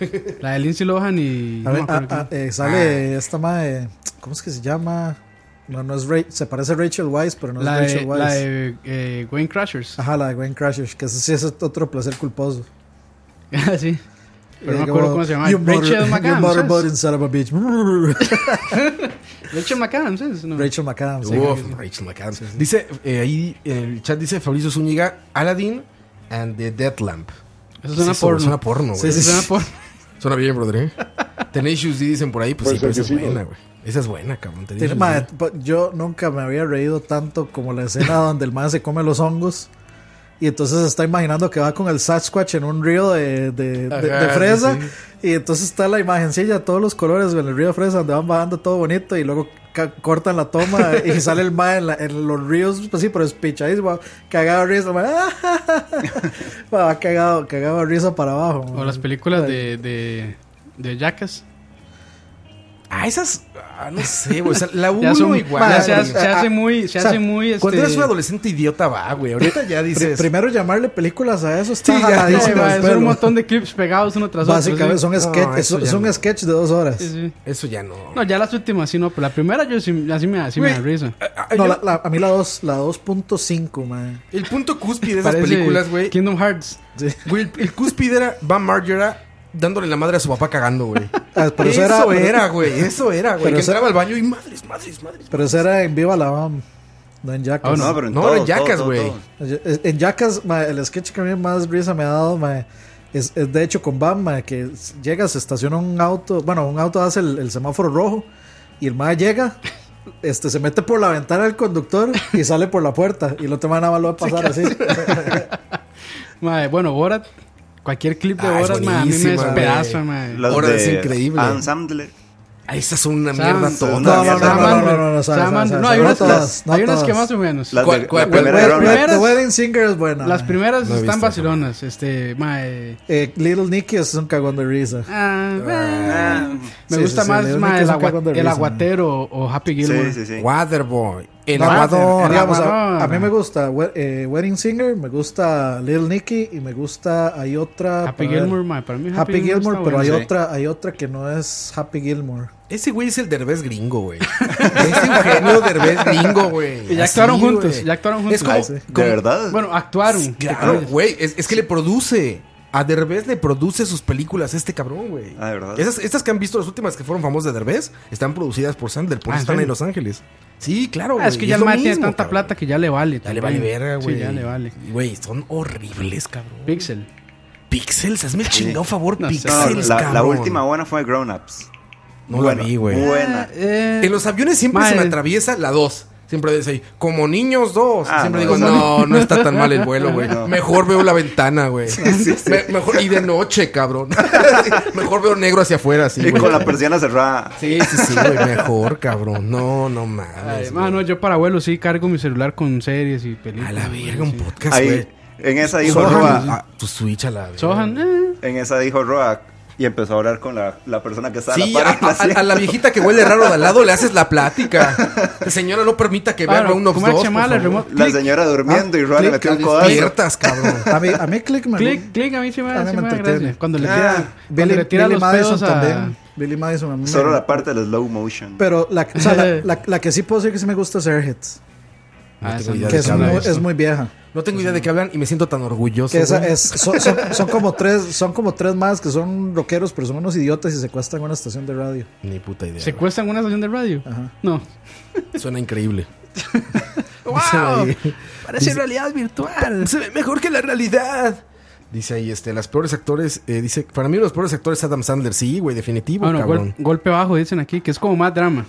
S4: La de Lindsay Lohan y. no me
S5: A ver,
S4: acuerdo
S5: ah, ah,
S4: quién.
S5: eh, sale esta madre. ¿Cómo es que se llama? No, no es Ra- Se parece a Rachel Weisz, pero no
S4: la,
S5: es
S4: de,
S5: Rachel Weisz. Ah.
S4: la de eh, Wayne Crashers.
S5: Ajá, la de Gwen Crashers, que ese sí es otro placer culposo.
S4: Ah, sí. Pero no
S5: Eh,
S4: me acuerdo
S5: como,
S4: cómo se llama.
S5: You mother-
S4: Rachel
S5: you motherboard
S4: McAdams. ¿es?
S5: inside of a bitch.
S4: Rachel McAdams, ¿es? No.
S5: Rachel McAdams. sí.
S3: Uf, Rachel McAdams. Dice eh, ahí en el chat dice Fabricio Zúñiga, Aladdin and the Deathlamp.
S4: Eso suena
S3: Sí,
S4: porno.
S3: Suena porno, güey.
S5: Sí, sí,
S4: Eso suena
S5: sí.
S4: porno.
S3: Suena bien, brother. ¿eh? Tenacious D dicen por ahí, pues
S8: Puede
S3: sí, pero esa
S8: ser
S3: es
S8: que sí,
S3: buena,
S8: ¿no?
S3: güey. Esa es buena, cabrón. Tenacious
S5: Tiene-
S3: D.
S5: mae, po- yo nunca me había reído tanto como la escena donde el man se come los hongos. Y entonces se está imaginando que va con el Sasquatch en un río de, de- de-
S3: Ajá,
S5: de fresa.
S3: sí, sí.
S5: Y entonces está la imagencilla, todos los colores en el río de fresa, donde van bajando todo bonito. Y luego ca- cortan la toma y sale el man en, la- en los ríos, pues sí, pero es pichadísimo. Cagado de risa, mae, Va cagado, cagado de risa para abajo.
S4: O
S5: mae.
S4: las películas de, de, de Jackass.
S3: Ah, esas. Ah, no sé, güey. O sea, la
S4: Ya
S3: uno
S4: son-
S3: igual.
S4: ya
S3: güey.
S4: se, hace, se hace muy. Se
S5: o sea,
S4: hace muy este,
S3: Cuando eres un adolescente idiota, va, güey. Ahorita ya
S5: Pri-
S3: dices.
S5: primero llamarle películas a eso está
S3: Sí, ya,
S4: No,
S5: jaladísimo
S4: va,
S5: del
S4: son un
S5: pelo.
S4: montón de clips pegados uno tras otro.
S5: Básicamente
S4: sí.
S5: son sketch,
S3: No,
S5: es,
S3: eso ya
S5: es un
S3: no.
S5: sketch de dos horas.
S4: Sí, sí.
S3: Eso ya no.
S4: No, ya las últimas sí, no. Pero la primera yo sí, así me, así me da
S3: Güey,
S4: risa.
S3: Ah, ah,
S5: No,
S3: yo-
S5: la, la- a mí la dos- la 2.5, man.
S3: El punto cúspide de esas
S4: Parece
S3: películas, güey.
S4: Kingdom Hearts.
S3: Güey, el, el cúspide era Van Margera dándole la madre a su papá cagando, güey.
S5: Ah, pero
S3: eso
S5: eso era-
S3: era, güey. Eso era, güey.
S5: Pero
S3: Que
S5: eso-
S3: entraba al baño y madres, madres, madres.
S5: Pero ese era en Viva la Bam, no en Jackass.
S4: Ah,
S6: No, pero en
S3: No,
S6: todos,
S3: eran yacas,
S6: todos,
S3: güey.
S6: todos, todos.
S5: Eh, En Jackass, ma, el sketch que a mí más risa me ha dado, ma, es, es de hecho con Bam, ma, que s- llega, se estaciona un auto, bueno, un auto hace el, el semáforo rojo y el ma llega. Este, se mete por la ventana del conductor y sale por la puerta. Y el otro man nada más lo va a pasar así.
S4: Madre, bueno, Borat. Cualquier clip de
S3: Ah, es
S4: Borat, madre, a mí me
S3: buenísima, güey.
S4: despedaza, madre.
S6: Las
S3: Ahora
S6: de
S3: es increíble.
S6: Adam Sandler.
S3: Ah, esa es una
S4: Sam-
S3: mierda
S6: Sam-
S3: toda.
S5: No, no, no,
S4: Sam
S5: no, no,
S4: Andrew.
S5: no, no, sabe,
S4: Sam
S5: sabe,
S4: Andrew.
S5: sabe,
S4: No,
S5: sabe.
S4: hay
S5: No
S4: unas
S5: todas,
S4: las-
S5: no
S4: hay unas que
S5: todas.
S4: más o menos.
S6: Las
S3: ¿Cuál-
S6: de-
S3: cuál-
S6: la
S4: cuál-
S6: primera
S4: cuál-
S6: ronda.
S4: primera-
S5: The Wedding Singer es buena.
S4: Las
S5: ma.
S4: primeras
S3: No he
S4: están
S3: visto esa,
S4: vacilonas. Este, mae.
S5: Eh, Little Nicky es un cagón de risa.
S4: Ah, bueno. me
S5: Sí,
S4: gusta
S5: sí, sí,
S4: más
S5: Leonel
S4: mae,
S5: que
S4: el,
S5: es un
S4: agua-
S5: cagón de
S4: el
S5: risa,
S4: aguatero o Happy Gilmore.
S6: Sí, sí, sí.
S3: Waterboy. El
S5: No,
S3: aguador.
S5: digamos,
S4: aguador.
S5: a, a mí me gusta We- eh, Wedding Singer, me gusta Little Nicky y me gusta hay otra
S4: Happy
S5: para ver,
S4: Gilmore, mae. Para mí
S5: Happy, Gilmore,
S4: está
S5: pero hay
S4: bueno.
S5: otra hay otra que no es Happy Gilmore.
S3: Ese güey es el derbez gringo, güey. es Eugenio derbez gringo, güey.
S4: Y ya
S3: Así,
S4: actuaron
S3: güey.
S4: juntos, ya actuaron juntos.
S3: Es como.
S4: Ay,
S6: ¿De
S3: como-
S6: verdad?
S4: Bueno, actuaron.
S3: Claro, güey. Es, es que le produce. A Derbez le produce sus películas este cabrón, güey.
S6: Ah, ¿de verdad?
S3: Esas, estas que han visto, las últimas que furon famosas de Derbez, están producidas por Sandler, por
S4: Ah,
S3: eso
S4: ¿en
S3: están
S4: serio?
S3: en Los Ángeles. Sí, claro,
S4: Ah, es que
S3: güey,
S4: ya el
S3: lo
S4: mae tiene
S3: mismo,
S4: tanta
S3: cabrón.
S4: plata que ya le vale.
S3: Ya le vale
S4: también.
S3: verga, güey.
S4: Sí, ya le vale.
S3: Güey, son horribles, cabrón.
S4: Pixel.
S3: Pixels, hazme el chingado favor,
S4: No sé.
S6: No,
S3: Pixels,
S6: la, la
S3: cabrón.
S6: última buena fue Grown Ups.
S3: No
S6: Buena,
S3: la vi, güey.
S6: Buena.
S4: Eh,
S3: En los aviones siempre
S4: Madre.
S3: se me atraviesa la 2. Siempre dice ahí, como niños dos.
S6: Ah,
S3: siempre
S6: no,
S3: digo,
S6: esa
S3: no, no, está tan mal el vuelo, güey.
S6: No.
S3: Mejor veo la ventana, güey. Me- mejor, y de noche, cabrón. mejor veo negro hacia afuera, sí.
S6: Y
S3: güey.
S6: con la persiana cerrada.
S3: Sí, sí, sí, güey. Mejor, cabrón. No, no mames.
S4: ay, mano, yo para vuelo sí cargo mi celular con series y
S3: güey.
S4: películas.
S3: a la verga,
S4: güey,
S3: un
S4: sí.
S3: podcast,
S6: Ahí,
S3: güey.
S6: en esa dijo
S3: Sohan,
S6: Roa.
S3: ah, tu switch a la verga.
S4: Sohan, eh.
S6: En esa dijo Roa. Y empezó a hablar con la, la persona que estaba
S3: Sí,
S6: a
S3: a,
S6: la
S3: a-
S6: par. así.
S3: a la viejita que huele raro de al lado le haces la plática. Señora, no permita que vea
S4: Claro,
S3: a unos
S4: ¿cómo era que
S3: dos.
S4: se
S3: por
S4: llamaba la
S3: favor.
S4: remote?
S6: La señora durmiendo
S3: Ah,
S6: y Roa le
S5: clic,
S6: metió un codazo.
S3: Despiertas, cabrón.
S5: A mí a mí Click me
S4: Click, click, a mí se me,
S5: A mí
S4: se
S5: me
S4: me da
S5: entretiene.
S4: gracia. Cuando le
S6: Ah,
S4: tira, cuando
S5: Billy,
S4: le tira
S5: Billy
S4: los
S5: Madison
S4: pedos a...
S5: también. Billy Madison a mí me-
S6: Solo la parte del slow motion.
S5: Pero la, o sea, la, la- la que sí puedo decir que sí me gusta es Airhead,
S3: tengo
S4: Ah, esa
S3: idea
S4: no,
S5: que
S3: de
S5: es
S3: qué
S4: esa no la
S5: muy,
S4: he
S3: hablas.
S5: es
S4: visto.
S5: muy vieja.
S3: No tengo idea de qué hablan y me siento tan orgulloso.
S5: Que esa
S3: güey.
S5: es, son, son- son como tres, son como tres más que son rockeros, pero son unos idiotas y se cuestan una estación de radio.
S3: Ni puta idea. güey.
S4: ¿Secuestran una estación de radio? No.
S3: Suena increíble.
S4: ¡Wow!
S3: Dice ahí-
S4: Parece realidad virtual.
S3: Se ve mejor que la realidad. Dice ahí, este, las peores actores, eh, dice, para mí uno de los peores actores es Adam Sandler, sí, güey, definitivo,
S4: Ah, Bueno,
S3: cabrón.
S4: golpe bajo dicen aquí, que es como más drama.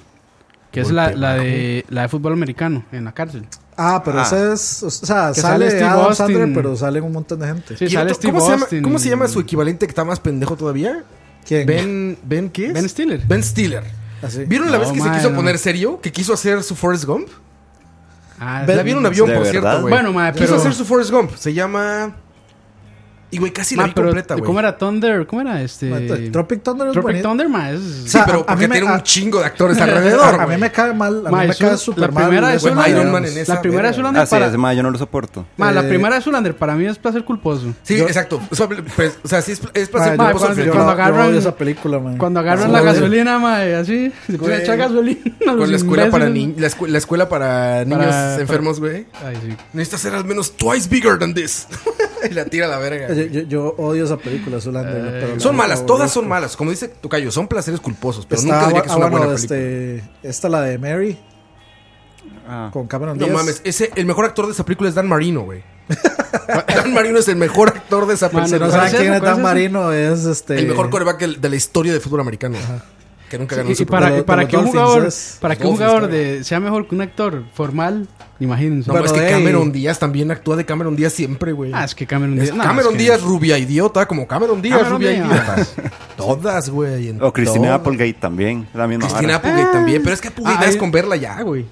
S4: que es la,
S3: Golpe
S4: la
S3: bajo.
S4: de, la de fútbol americano en la cárcel.
S5: Ah, pero
S6: Ah.
S5: esa es. O sea,
S4: Que
S5: sale,
S4: sale Steve
S5: Adam
S4: Austin.
S5: Sandler, pero salen un montón de gente.
S4: Sí,
S3: Y
S4: sale
S3: otro-
S4: Steve
S3: ¿cómo, se llama,
S4: Austin.
S3: ¿Cómo se llama su equivalente que está más pendejo todavía?
S5: ¿Quién?
S3: Ben, ben ¿qué es?
S4: Ben Stiller.
S3: Ben Stiller.
S5: Así.
S3: ¿Vieron la
S4: No,
S3: vez que
S4: mae,
S3: se quiso
S4: no.
S3: poner serio? ¿Que quiso hacer su Forrest Gump?
S4: Ah,
S5: Ben-
S3: La
S4: sí,
S3: vi en un
S4: sí.
S3: avión,
S6: ¿De
S3: por
S6: verdad?
S3: cierto, güey.
S4: Bueno, mae,
S3: Quiso
S4: pero-
S3: hacer su Forrest Gump. Se llama... Y, güey, casi la
S4: Ma,
S3: vi
S4: pero,
S3: completa, güey.
S4: ¿Cómo era Thunder? ¿Cómo era este?
S5: Bueno, Tropic Thunder es
S4: Tropic
S5: bonito.
S4: Thunder, ma, es-
S3: Sí,
S5: O sea, a-
S3: pero
S5: a
S3: porque
S5: mí me-
S3: tiene
S5: a-
S3: un chingo de actores
S5: a,
S3: alrededor,
S5: a mí
S3: güey.
S5: me cae mal. A
S4: Ma,
S5: mí me
S4: es un-
S5: cae súper
S4: la
S5: mal.
S4: primera es
S5: eso
S3: Güey,
S4: una-
S5: de
S3: Iron
S5: los-
S3: Man en esa
S4: la primera
S3: verga.
S4: Zulander
S6: Ah, sí,
S4: para,
S6: ese mae yo no lo soporto.
S4: ma, la
S5: eh,
S4: primera Zulander para mí es placer culposo.
S3: Sí,
S5: Yo-
S3: exacto. O sea, pues, o sea, sí es, es placer
S5: Ma, yo-
S3: culposo
S4: cuando-
S3: al final.
S5: yo
S4: cuando
S5: no-
S4: agarran-
S5: yo odio esa película, man.
S4: Cuando agarran
S5: Sí,
S4: la
S5: odio.
S4: gasolina, ma, así, se empieza a
S3: Güey.
S4: echar gasolina. a los
S3: Con la escuela para
S4: imbéciles.
S3: ni- la, escu- la escuela para niños
S4: Para-
S3: enfermos, güey.
S4: Ay, sí.
S3: Necesitas ser al menos twice bigger than this. y la tira a la verga.
S5: Yo, yo- yo odio esa película, Zoolander, pero la-
S3: Son
S5: la
S3: malas,
S5: aborrezco.
S3: todas son malas. Como dice Tocayo, son placeres culposos, pero
S5: Está-
S3: nunca diría que
S5: ah,
S3: es una
S5: bueno,
S3: buena película.
S5: este, Esta, la de Mary,
S6: Ah.
S5: con Cameron
S3: No
S5: Diaz.
S3: mames, ese, el mejor actor de esa película es Dan Marino, güey. Dan Marino es el mejor actor de esa
S4: Mano,
S5: Si
S3: película.
S4: ¿Cuál
S5: no saben
S4: es esa?
S5: quién es
S4: ¿Cuál es
S5: Dan
S4: esa?
S5: Marino, es este.
S3: el mejor coreback del- de la historia del fútbol americano. Que nunca ganó
S4: Y-
S3: un
S4: y
S3: Super
S4: para,
S5: de
S4: y
S5: los-
S4: para
S5: de
S4: que un
S5: los
S4: jugador,
S5: Dolphins, es-
S4: para que un
S3: Dolphins,
S4: jugador
S3: cabrón.
S4: de, sea mejor que un actor formal, imagínense.
S3: No, mames,
S5: Pero,
S3: es que
S5: ey.
S3: Cameron Díaz también actúa de Cameron Díaz siempre, güey.
S4: ah, es que Cameron
S3: Es
S4: Díaz. no,
S3: Cameron
S4: es que-
S3: Díaz, rubia idiota, como Cameron Díaz,
S4: Cameron
S3: rubia
S4: Díaz.
S3: idiota. Todas, güey. en
S6: O Cristina
S3: todas.
S6: Applegate también, la misma
S3: Cristina
S6: vara.
S3: Applegate también, pero es que Applegate
S4: Ah,
S3: ya es
S4: ahí-
S3: con verla ya, güey.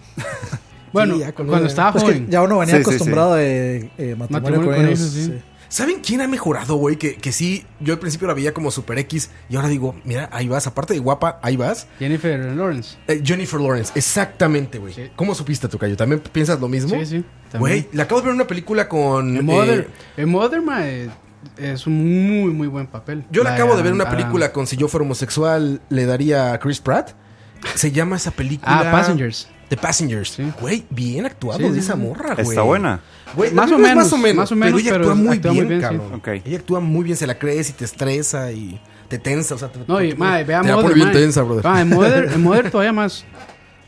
S4: Bueno,
S3: Sí, ya con
S4: cuando
S3: ella.
S4: estaba
S5: Pues Es que
S4: Ah, joven.
S5: ya uno venía
S6: Sí, sí,
S5: acostumbrado de eh, matrimonio con ellos.
S4: sí.
S5: sí.
S3: ¿Saben quién ha mejorado, güey? Que, que sí, yo al principio la veía como Super X y ahora digo, mira, ahí vas, aparte de guapa, ahí vas.
S4: Jennifer Lawrence.
S3: Eh, Jennifer Lawrence, exactamente, güey.
S4: Sí.
S3: ¿Cómo supiste, Tocayo? ¿También piensas lo mismo?
S4: Sí, sí.
S3: Güey, la acabo de ver en una película con...
S4: El Mother,
S3: eh,
S4: el Mother ma, eh, es un muy, muy buen papel.
S3: yo la, acabo de ver en una
S4: Adam-
S3: película
S4: Adam-
S3: con Si yo fuera homosexual, le daría a Chris Pratt. Se llama esa película...
S4: Ah, Passengers.
S3: The Passengers.
S4: Sí.
S3: Güey, bien actuado
S4: Sí,
S3: de
S4: sí,
S3: esa
S4: sí.
S3: morra, güey.
S6: Está buena.
S3: Güey, la
S4: Más o
S3: película es
S4: menos,
S3: Más o menos.
S4: más o menos,
S3: pero ella
S4: pero
S3: actúa muy
S4: actúa muy
S3: bien,
S4: bien, sí.
S3: cabrón.
S6: Ok.
S3: Ella actúa muy bien, se la crees y te estresa y te tensa. O sea, te,
S4: No, y,
S3: te-
S4: ma, vea
S3: te la
S4: Mother.
S3: pone bien
S4: ma.
S3: tensa, brother.
S4: Ah, el Mother, el Mother todavía más.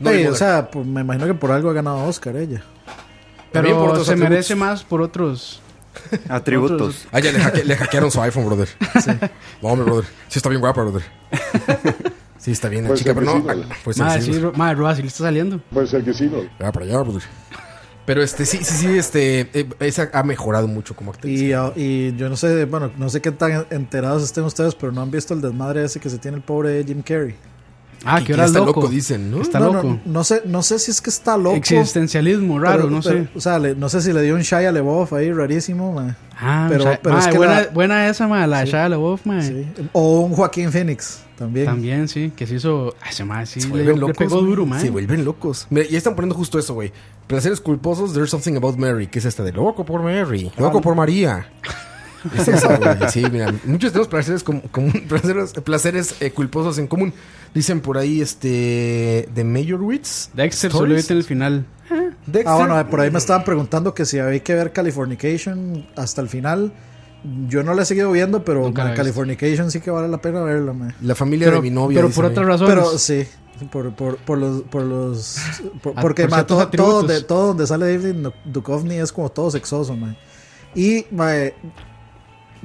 S3: No,
S5: Sí,
S3: ni
S5: o
S3: modo.
S5: sea, pues, me imagino que por algo ha ganado Oscar ella.
S3: También
S4: Pero
S3: por otros
S4: se
S3: atributos.
S4: merece más por otros.
S6: Atributos.
S3: Ah, ya le, hacke- le hackearon su iPhone, brother. No, hombre, brother. Sí está bien guapa, brother. Sí está bien la
S8: Puede
S3: chica,
S8: ser
S3: pero
S8: que
S3: no.
S8: sí,
S3: ah,
S8: brother.
S3: Pues
S4: Madre,
S3: sí,
S4: sí,
S3: brother.
S4: Ro- madre, Roa, sí le está saliendo.
S8: Puede ser que sí, brother.
S3: Ah, para allá, brother. Pero este, sí, sí, sí, este, eh, esa ha mejorado mucho como actriz.
S5: Y, ah, y yo no sé, bueno, no sé qué tan enterados estén ustedes, pero no han visto el desmadre ese que se tiene el pobre Jim Carrey.
S4: Ah,
S3: Y
S4: que
S3: que
S4: ahora es
S3: está
S4: loco.
S3: loco, dicen, ¿no?
S4: Está
S5: no,
S4: loco.
S5: No, no sé, no sé si es que está loco.
S4: Existencialismo
S5: pero-
S4: raro, no sé.
S5: pero, O sea, le- no sé si le dio un Shia LeBoff ahí rarísimo, man.
S4: ah,
S5: pero-
S4: o sea,
S5: pero es
S4: madre,
S5: que
S4: buena,
S5: la-
S4: buena esa, ma, la Shia LaBeouf, ma.
S5: Sí. O un Joaquín Phoenix también.
S4: También, sí, que se hizo. Ah, ese ma, sí,
S3: Se
S4: le,
S3: vuelven
S4: le
S3: locos.
S4: pegó
S3: güey.
S4: duro, ma.
S3: Se vuelven locos. Mira, y están poniendo justo eso, güey. Placeres culposos, there's something about Mary, que es esta de loco por Mary, loco por María. Es eso, güey. Sí, mira, muchos tenemos placeres com- común- placeres, placeres, eh, culposos en común. Dicen por ahí, este, de Meyerowitz.
S4: Dexter
S3: Stories.
S4: solo viste en el final.
S3: Dexter.
S5: Ah, bueno, por ahí me estaban preguntando que si había que ver Californication hasta el final. Yo no la he seguido viendo, pero
S4: Nunca la
S5: man,
S4: he visto.
S5: Californication sí que vale la pena verla, man.
S3: La familia
S4: Pero,
S3: de mi novia.
S4: pero
S3: dicen ahí.
S4: por otras razones.
S5: Pero sí, por, por, por los... Por los por-
S4: Ah,
S5: porque
S4: por
S5: ma,
S4: ciertos
S5: todo, todo
S4: atributos.
S5: de- todo donde sale David Nu- Duchovny es como todo sexoso, man. Y ma,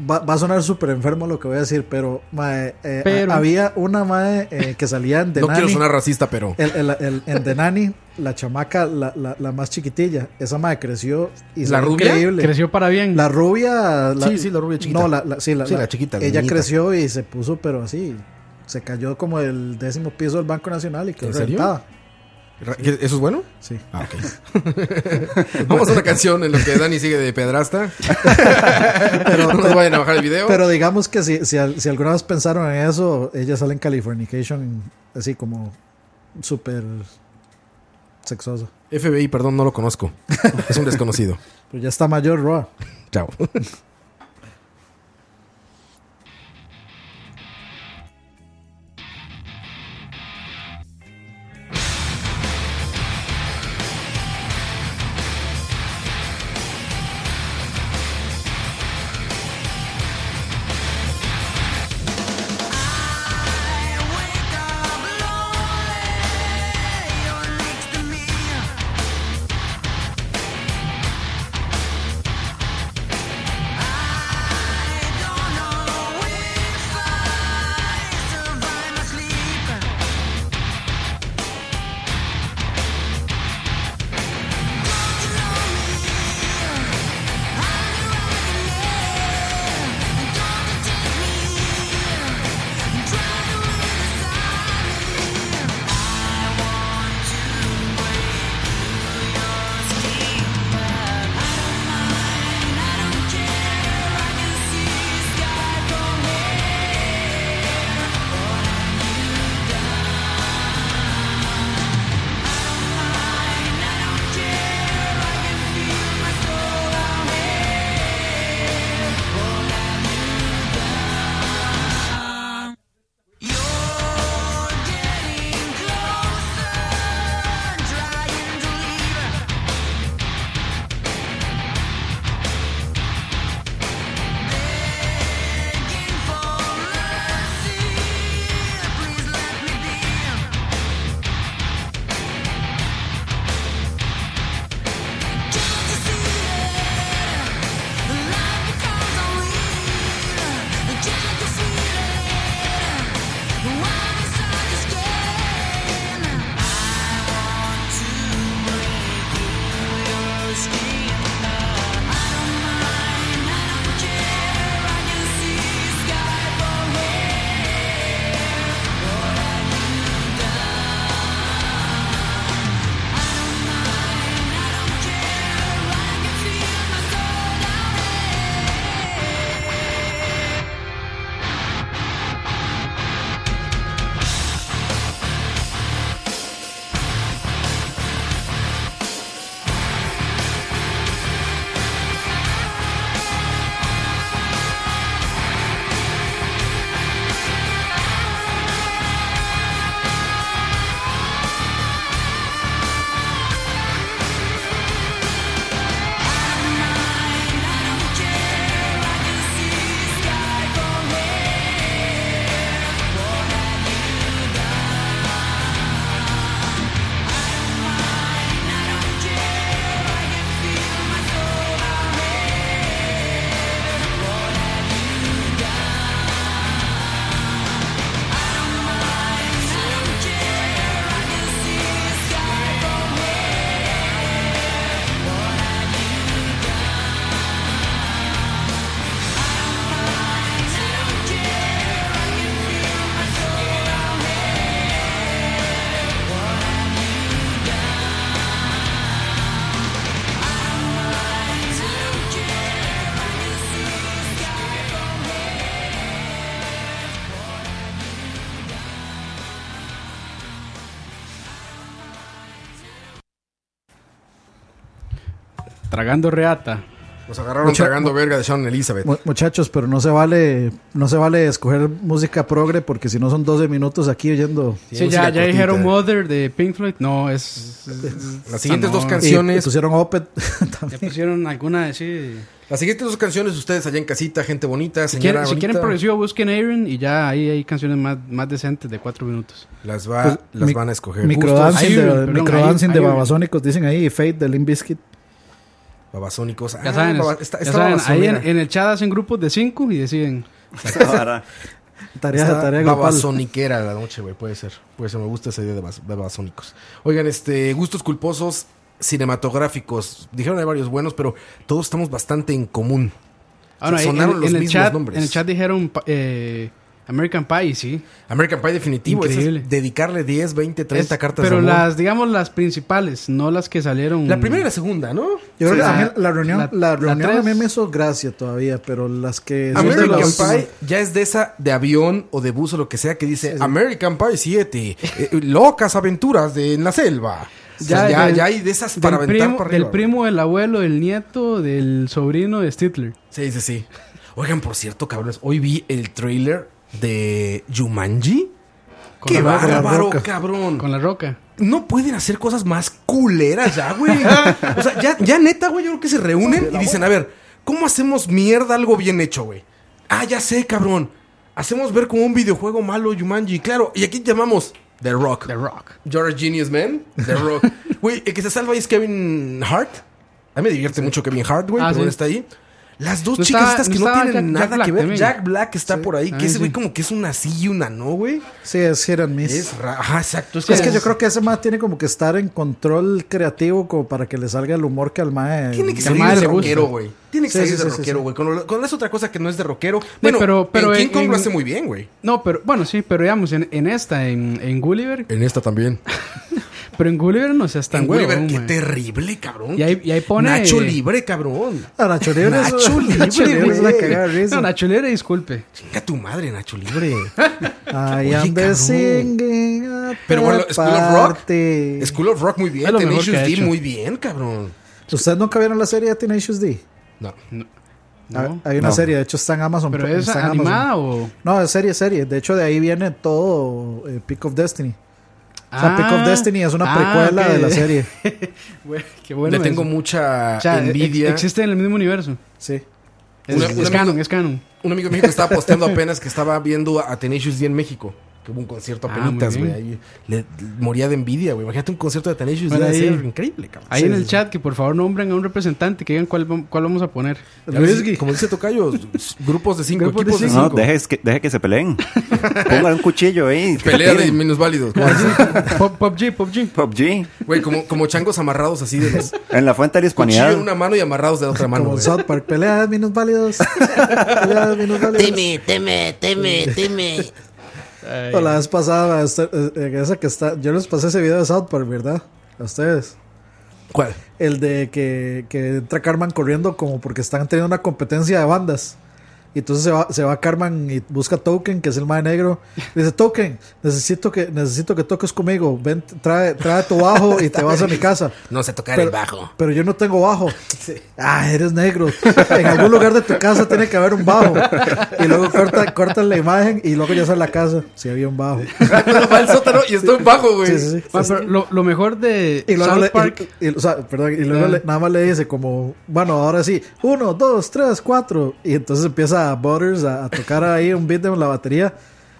S5: va, va a sonar súper enfermo lo que voy a decir, pero, ma, eh, eh,
S4: Pero.
S5: ha- había una madre que salía en The
S3: No quiero
S5: Nanny.
S3: sonar racista, pero.
S5: El, el- el- en The Nanny, la chamaca, la, la, la más chiquitilla, esa madre creció y se
S3: ¿La
S5: ve
S3: rubia?
S5: increíble.
S4: Creció para bien.
S5: La rubia.
S3: Sí, sí, la rubia chiquita.
S5: No, la, la- sí, la,
S3: Sí, la chiquita, la
S5: Ella
S3: niñita.
S5: creció y se puso, pero así. Se cayó como el décimo piso del Banco Nacional y quedó
S3: ¿En serio?
S5: reventada.
S3: Ra- ¿Eso es bueno?
S5: Sí.
S3: Ah, ok. Vamos a una canción en lo que Dani sigue de pedrasta. no nos vayan a bajar el video.
S5: Pero digamos que si, si, al- si alguna vez pensaron en eso, ella sale en Californication así como súper sexosa.
S3: FBI, perdón, no lo conozco. Es un desconocido.
S5: Pero ya está mayor, Roa.
S3: Chao.
S9: I
S4: Tragando reata.
S3: Nos agarraron
S5: Mucha-
S3: tragando verga de Sean Elizabeth.
S5: Mu- Muchachos, pero no se vale no se vale escoger música progre porque si no son 12 minutos aquí oyendo.
S4: Sí,
S3: música
S4: ya, ya
S3: cortita.
S4: dijeron Mother de Pink Floyd. No, es.
S3: Las siguientes
S4: no.
S3: dos
S5: Y
S3: canciones.
S5: pusieron Opet también.
S4: Ya pusieron alguna de sí.
S3: Las siguientes dos canciones, ustedes allá en casita, gente bonita,
S4: Si
S3: señora
S4: quieren, si
S3: bonita,
S4: quieren progresivo, busquen Aaron y ya ahí hay canciones más, más decentes de cuatro minutos.
S3: las, va,
S5: Pues,
S3: las
S5: mi-
S3: van a escoger.
S5: Microdancing
S4: Ahí,
S5: de,
S4: perdón,
S5: microdancing
S4: ahí,
S5: de
S4: ahí,
S5: Babasónicos, dicen ahí, y Fate de Limp Bizkit.
S3: Babasónicos.
S4: Ya
S3: Ah,
S4: saben,
S3: baba-
S4: es-
S3: está-
S4: ya
S3: está
S4: saben, ahí en,
S3: babasonera.
S4: en el chat hacen grupos de cinco y deciden.
S6: Ahora,
S5: Tarea,
S3: Está
S5: tarea grupal.
S3: babasoniquera la noche, güey. Puede ser. Puede ser. Me gusta esa idea de bas- de babasónicos. Oigan, este, gustos culposos cinematográficos. Dijeron hay varios buenos, pero todos estamos bastante en común.
S4: Ahora,
S3: Se-
S4: Ah, en,
S3: sonaron los
S4: en el
S3: mismos
S4: chat,
S3: nombres.
S4: en el chat dijeron pa- eh, American Pie, sí.
S3: American Pie definitivo. ese es
S4: Increíble.
S3: dedicarle 10, 20, 30
S4: Es-
S3: cartas
S4: Pero
S3: de amor.
S4: las, digamos, las principales, no las que salieron.
S3: La primera y la segunda, ¿no?
S5: Yo creo
S4: Sí,
S5: que
S4: la-
S5: también la reunión,
S4: la-
S5: la,
S4: la
S5: reunión
S4: tres.
S5: a mí me hizo gracia todavía, pero las que son de
S3: American
S5: los-
S3: Pie ya es de esa de avión o de bus o lo que sea que dice American Pie 7, eh, locas aventuras de en la selva. O sea, Ya, ya,
S4: del-
S3: hay de esas
S4: del
S3: para aventar
S4: primo-
S3: para arriba.
S4: Del primo, del abuelo, del nieto, del sobrino de Stifler.
S3: Sí, sí, sí. Oigan, por cierto, cabrones, hoy vi el trailer de Jumanji.
S4: Con
S3: ¡Qué
S4: la roca,
S3: bárbaro,
S5: roca.
S3: cabrón!
S4: Con la roca.
S3: No pueden hacer cosas más culeras ya, güey. o sea, ya, ya neta, güey, yo creo que se reúnen y dicen, a ver, ¿cómo hacemos mierda algo bien hecho, güey? Ah, ya sé, cabrón. Hacemos ver como un videojuego malo Jumanji, claro. Y aquí llamamos The Rock.
S4: The Rock.
S3: George Genius Man, The Rock. Güey, el que se salva ahí es Kevin Hart. A mí me divierte mucho Kevin Hart, güey,
S4: Ah,
S3: pero
S4: sí.
S3: él está ahí. Las dos
S4: No
S3: chicas
S4: estaba-
S3: estas que
S4: no
S3: no,
S4: estaba
S3: tienen
S4: Jack- Jack
S3: nada
S4: Black
S3: que ver.
S4: también.
S3: Jack Black está por ahí, que
S4: Ah,
S3: ese güey
S4: sí.
S3: como que es una sí y una no, güey.
S5: Sí, es Hit and Miss.
S3: Es ra- Ajá, exacto.
S4: Entonces,
S5: Es que yo creo que ese más tiene como que estar en control creativo como para que le salga el humor que al mae.
S3: Tiene que
S4: Que
S3: salir
S4: más
S3: de
S4: le gusta.
S3: rockero, güey. Tiene que
S5: Sí,
S3: salir
S5: sí,
S3: de
S5: sí, sí,
S3: rockero,
S5: sí.
S3: güey. Con, lo- con es otra cosa que no es de rockero. Bueno,
S4: pero- pero
S3: en King
S4: en-
S3: Kong lo
S4: en-
S3: hace muy bien, güey.
S4: No, pero bueno, sí, pero digamos, en, en esta, en, en Gulliver.
S3: En esta también.
S4: Pero en Gulliver no seas tan
S3: Tan
S4: güey.
S3: Gulliver, qué terrible, cabrón.
S4: Y ahí- y ahí pone-
S3: Nacho Libre, cabrón.
S5: Ah, Nacho Libre es-
S3: Nacho
S5: Nacho
S3: Libre,
S5: Libre es la
S3: güey.
S5: cagada de risa.
S4: No, Nacho Libre, disculpe.
S3: Chinga tu madre, Nacho Libre.
S5: I
S3: Oye,
S5: am the
S3: cabrón.
S5: singing at
S3: Pero bueno,
S5: the
S3: School of Rock.
S5: party.
S3: School of Rock muy bien.
S4: Es lo mejor
S3: Tenacious
S4: que ha
S3: D
S4: hecho.
S3: muy bien, cabrón.
S5: ¿Ustedes nunca vieron la serie de Tenacious D?
S3: No.
S5: Ah,
S4: No.
S5: Hay una
S6: No.
S5: serie, de hecho está en Amazon.
S4: Pero es
S5: está en Amazon.
S4: animada o.
S5: No, es serie, serie. De hecho, de ahí viene todo eh, Peak of Destiny. O sea, Peak of Destiny es una
S4: ah,
S5: precuela
S4: ok.
S5: de la serie.
S4: Güey, qué bueno.
S3: Le tengo
S4: eso.
S3: mucha
S5: Ah,
S4: O sea, e-
S3: envidia.
S4: Existe en el mismo universo.
S5: Sí.
S4: Es,
S3: Una-
S4: es
S3: una-
S4: canon, es canon.
S3: Un amigo mío que estaba posteando apenas que estaba viendo a Tenacious D en México. Que hubo un concierto
S4: Ah,
S3: apenas,
S4: muy
S3: güey.
S4: bien.
S3: Ahí le, le- moría de envidia, güey. Imagínate un concierto de Tenacious D.
S4: Bueno,
S3: debe
S4: ahí-
S3: ser increíble, cabrón.
S4: Ahí
S3: Sí,
S4: en el
S3: sí, sí.
S4: chat que por favor nombren a un representante que digan cuál, vam- cuál vamos a poner.
S3: Ya ves, Como dice Tocayo, s- grupos de cinco,
S4: Grupos de
S3: equipos de
S6: no,
S3: cinco.
S6: deje que, deje que se peleen. Pongan un cuchillo ahí. que se
S3: Pelea de
S6: tiren.
S3: minusválidos.
S4: Pop, Pop G, Pop G.
S6: PUBG.
S3: Güey, como, como changos amarrados así de los...
S6: En la fuente de la
S3: Cuchillo
S6: hispanidad.
S3: en una mano y amarrados de la otra mano,
S5: Como
S3: güey.
S5: South Park. Peleas minus válidos. Peleas minus válidos.
S7: Teme, teme, teme, teme.
S5: O la vez pasada, este- eh, esa que está. Yo les pasé ese video de South Park, ¿verdad? A ustedes.
S3: ¿Cuál?
S5: El de que, que entra Carmen corriendo como porque están teniendo una competencia de bandas. Y entonces se va, se va Carmen y busca a Token, que es el mae negro. Y dice, Token, necesito que, necesito que toques conmigo. Ven, trae, trae tu bajo y te vas a mi casa.
S3: No sé tocar el bajo.
S5: Pero yo no tengo bajo. Ah, eres negro. En algún lugar de tu casa tiene que haber un bajo. Y luego corta, cortan la imagen y luego ya sale a la casa. Si había un bajo.
S3: Va al sótano y estoy bajo, güey.
S5: Sí, sí, sí.
S4: Ah, pero lo, lo mejor de
S5: Y luego,
S4: South
S5: le-
S4: Park.
S5: y- y- o sea, perdón, y luego
S4: Ah.
S5: le- nada más le dice como, bueno, ahora sí, uno, dos, tres, cuatro. Y entonces empieza Butters a, a tocar ahí un beat de la batería.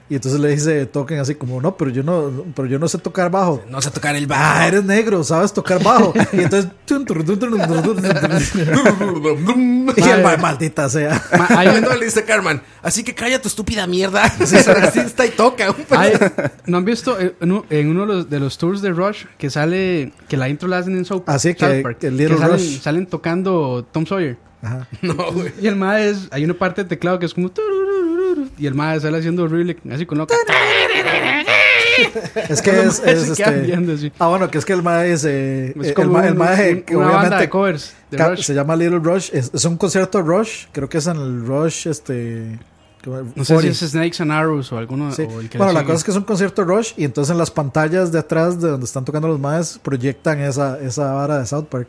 S5: Y entonces le dice, toquen así como, no, pero yo no, pero yo no sé tocar bajo.
S3: No sé tocar el bajo.
S5: Ah, eres negro, sabes tocar bajo. Y entonces, tun, turun, tun, turun, turun, turun, turun. Y el ma- maldita sea.
S4: ma- hay un-
S3: no le dice Carmen, así que calla tu estúpida mierda. Así está y toca. un
S4: hay- ¿No han visto eh, en, u- en uno de los, de los tours de Rush que sale que la intro la hacen en South,
S5: Así Ah, que-
S4: South Park?
S5: que Little
S4: salen,
S5: Rush.
S4: salen tocando Tom Sawyer.
S5: Ajá.
S3: pe- No, güey.
S4: Y el mae es. Hay una parte de teclado que es como. tururururu, Y el mae sale haciendo horrible así con loca.
S5: Es que es,
S4: Los
S5: es,
S4: maes se quedan viendo así.
S5: este... Ah, bueno, que es que el mae es, eh,
S4: Es
S5: el
S4: como
S5: mae- el
S4: un-
S5: mae
S4: un-
S5: que
S4: una banda de
S5: obviamente
S4: covers de
S5: Ca-
S4: Rush.
S5: Se llama Little Rush. Es, es un concierto de Rush. Creo que es en el Rush, este...
S4: No sé si
S5: 40.
S4: es Snakes and Arrows o alguno.
S5: Sí.
S4: o el que
S5: Bueno,
S4: le
S5: la
S4: sigue.
S5: cosa es que es un concierto de Rush y entonces en las pantallas de atrás de donde están tocando los maes proyectan esa, esa vara de South Park.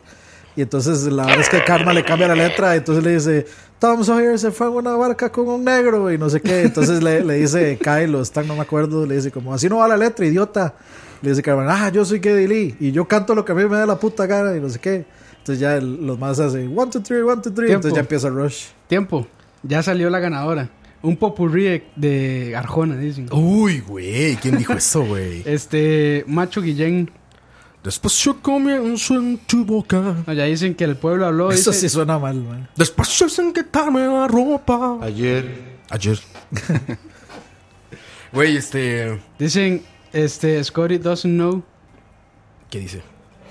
S5: Y entonces la verdad es que Karma le cambia la letra. Y entonces le dice: Tom Sawyer se fue en una barca con un negro y no sé qué. Entonces le, le dice Kyle o Stan, no me acuerdo. Le dice: como Así no va la letra, idiota. Le dice Karma: Ah, yo soy Geddy Lee y yo canto lo que a mí me da la puta gana y no sé qué. Entonces ya el- los más hacen: One, two, three, one, two, three.
S4: Tiempo.
S5: Entonces ya empieza el rush.
S4: Tiempo. Ya salió la ganadora. Un popurrí de, de Arjona, dicen.
S3: Uy, güey, ¿quién dijo eso, güey?
S4: Este, Macho Guillén.
S3: Despacio come un sueño en tu boca.
S4: No, ya dicen que el pueblo habló.
S5: Eso
S4: dice-
S5: sí suena mal, man.
S3: Despacio sin quitarme la ropa. Ayer. Ayer. Güey, este.
S4: Dicen, este, Scotty doesn't know.
S3: ¿Qué dice?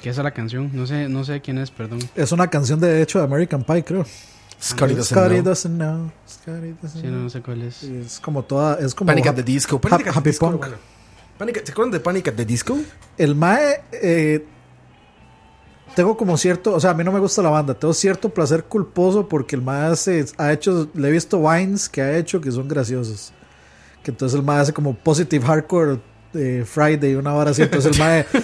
S4: Que esa es la canción. No sé, no sé quién es, perdón.
S5: Es una canción de hecho de American Pie, creo.
S3: Scotty doesn't
S5: Scotty
S3: know.
S5: doesn't know. Scotty doesn't
S4: Sí,
S5: know.
S4: no, no sé cuál es. Este,
S5: Es como toda. Es como
S3: Panic at
S5: Hap-
S3: the Disco. Panic at the
S5: Happy
S3: Disco,
S5: Punk.
S3: bueno. Panic at- ¿Se acuerdan de Panic at the Disco?
S5: El Mae. eh, tengo como cierto. O sea, a mí no me gusta la banda. Tengo cierto placer culposo porque el Mae hace- ha hecho. Le he visto Vines que ha hecho que son graciosos. Que entonces el Mae hace como Positive Hardcore eh, Friday, una hora así. Entonces el Mae.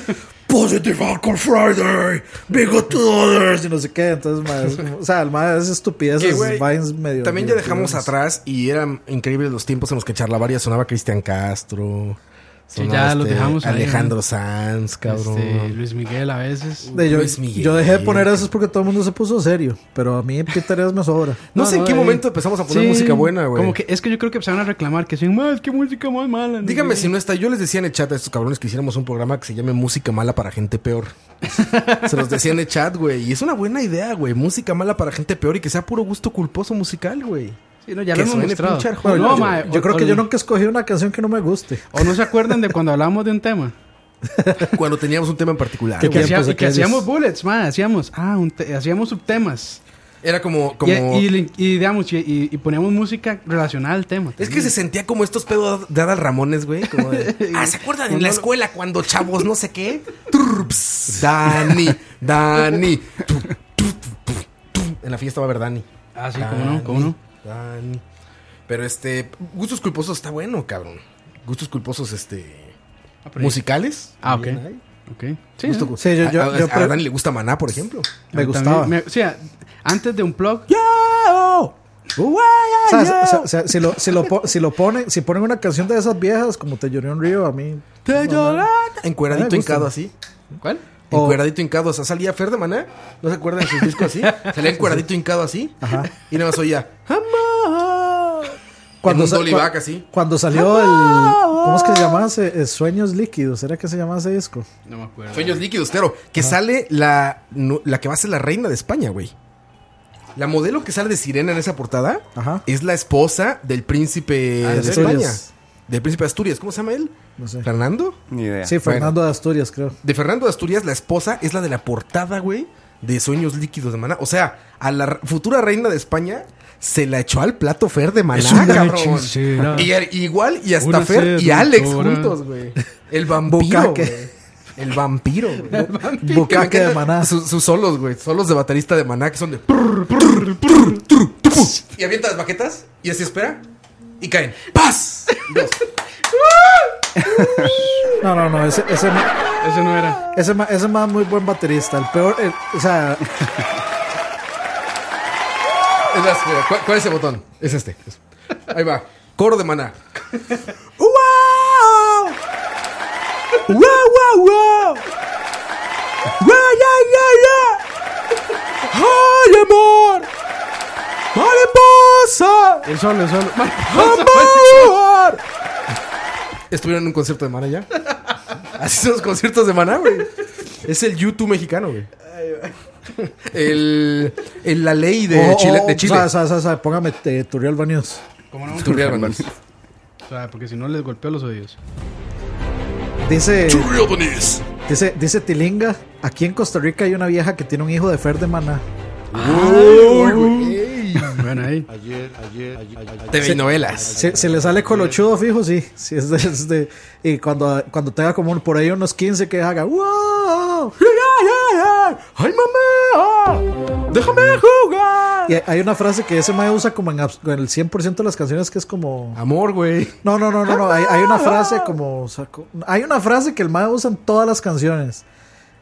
S5: Positive Hardcore Friday, Big Good to Others, y no sé qué. Entonces, mae, es como- o sea, el mae es estupidez,
S3: Que, güey,
S5: Vines medio.
S3: También ya dejamos
S5: divertidones.
S3: atrás y eran increíbles los tiempos en los que charlavaria sonaba Cristian Castro.
S4: Sí,
S3: sonaba, este
S4: ya los dejamos ahí,
S3: Alejandro
S4: ¿no?
S3: Sanz, cabrón.
S4: Este, Luis Miguel a veces.
S5: De- yo,
S3: Luis Miguel.
S5: yo dejé de poner eso porque todo el mundo se puso serio. Pero a mí Peter Díaz me sobra.
S3: No, sé en qué
S4: eh.
S3: momento empezamos a poner
S4: Sí,
S3: música buena, güey.
S4: Como que es que yo creo que empezaron a reclamar que dicen, más qué música más mala. ¿no?
S3: Díganme si no está. Yo les decía en el chat a estos cabrones que hiciéramos un programa que se llame Música Mala para Gente Peor. se los decía en el chat, güey. Y es una buena idea, güey. Música mala para gente peor y que sea puro gusto culposo musical, güey.
S4: Sí, no, ya
S3: que
S4: lo hemos
S3: suene
S4: mostrado.
S3: pinche Arjona,
S5: Bueno,
S4: No,
S5: yo,
S4: mae,
S5: yo
S4: o-
S5: creo que
S4: o-
S5: yo nunca escogí una canción que no me guste.
S4: ¿O no se acuerdan de cuando hablábamos de un tema?
S3: Cuando teníamos un tema en particular.
S5: ¿Qué
S4: Que,
S3: güey.
S5: tiempos
S4: hacía- que
S5: aquellos.
S4: hacíamos bullets, mae, hacíamos, ah, un te- hacíamos subtemas.
S3: Era como. como...
S4: Y, y le- y, digamos, y, y- y poníamos música relacionada al tema.
S3: Es que se sentía como estos pedos de Adal Ramones, güey. Como de, ah, ¿se acuerdan en la escuela cuando chavos no sé qué? Turps, Dani, Dani. Tu, tu, tu, tu, tu. En la fiesta va a haber Dani.
S4: Ah, sí, cómo no, cómo no.
S3: Dani. Pero este, gustos culposos está bueno, cabrón. Gustos culposos, este,
S4: Ah, pero-
S3: musicales.
S4: Ah, ok.
S3: también hay.
S4: Ok. Sí,
S3: Gusto
S4: sí.
S3: cu-
S5: Sí, yo- yo-
S3: a, a-
S5: yo
S3: a
S5: pre-
S3: Dani le gusta Maná, por ejemplo.
S5: Me
S4: A mí
S5: gustaba.
S4: también me- o sea, antes de un blog,
S5: O sea, o sea, o sea, si, lo, si, lo, po- si lo ponen, si ponen una canción de esas viejas, como Te lloré un río, a mí.
S3: Te lloran. Encueradito
S5: Ah, me gusta. Oh.
S3: hincado así.
S4: ¿cuál?
S5: O-
S3: Encueradito hincado. O sea, salía Fer de Maná. ¿No se acuerdan de sus discos así? Salía encueradito hincado así. Y nada más oía. "Amor". En un
S5: sa-
S3: dolly
S5: cua-
S3: back así.
S5: cuando salió el. ¿Cómo es que se llamaba? ese? Eh, Sueños líquidos. ¿Era que se llamaba ese disco?
S4: No me acuerdo.
S3: Sueños líquidos, claro. Que sale la, no, la que va a ser la reina de España, güey. La modelo que sale de Sirena en esa portada
S5: Ajá.
S3: es la esposa del príncipe
S5: Ah,
S3: de
S5: de
S3: España.
S5: Asturias.
S3: Del príncipe de Asturias. ¿Cómo se llama él?
S5: No sé.
S3: ¿Fernando?
S6: Ni idea.
S5: Sí, Fernando de Asturias, creo.
S3: de Fernando de Asturias, la esposa, es la de la portada, güey, de Sueños Líquidos de Maná. O sea, a la r- futura reina de España se la echó al plato Fer de Maná,
S4: Es una
S3: cabrón.
S4: hechicera.
S3: Y, a- igual, y hasta
S4: Una
S3: Fer y
S4: seductora.
S3: Alex juntos, güey. El vampiro,
S5: Bucaque.
S3: güey. El vampiro, güey. Que me
S5: Bucaque de
S3: encanta
S5: Maná.
S3: su- Sus, solos, güey. Solos de baterista de Maná que son de... prr, prr, prr, tru, tupu. Y avienta las baquetas y así espera. Y caen. ¡Paz! Dos.
S5: No, no, no. Ese, ese, ma-
S4: Ese no era.
S5: ese, ma- ese más muy buen baterista. El peor. el- o sea,
S3: Es la- espera, ¿cuál, cuál es el botón? Es este. es- Ahí va. Coro de maná. ¡Wow! ¡Wow, wow, wow! ¡Wow, ya, ya, ya! ¡Ay, amor! ¡Mariposa!
S4: El solo, el solo.
S3: ¡Amor! ¿Estuvieron en un concierto de maná ya? Así son los conciertos de maná, güey. Es el YouTube mexicano, güey. Oh, El, el- la ley de
S5: o-
S3: Chile.
S5: o-
S3: de Chile.
S5: o sea, o sea, o sea, póngame eh, Turrial Banews.
S4: ¿Cómo no?
S3: Tu Real Madrid.
S4: O sea, porque si no les golpeo los oídos.
S5: Dice. Dice, dice Tilinga, aquí en Costa Rica hay una vieja que tiene un hijo de Fer de Maná.
S4: Bueno, ahí.
S3: TV novelas.
S5: Se, se le sale colochudo fijo, sí. sí es de, es de- y cuando, cuando tenga como un- por ahí unos 15 que haga ¡Wow!
S3: ¡Ay,
S5: ah.
S3: mamá! ¡Déjame jugar!
S5: Y hay una frase que ese mae usa como en, abs- en el 100% de las canciones que es como...
S3: Amor, güey.
S5: No, no, no, no, no. Hay, hay una frase como... o sea, co- hay una frase que el mae usa en todas las canciones.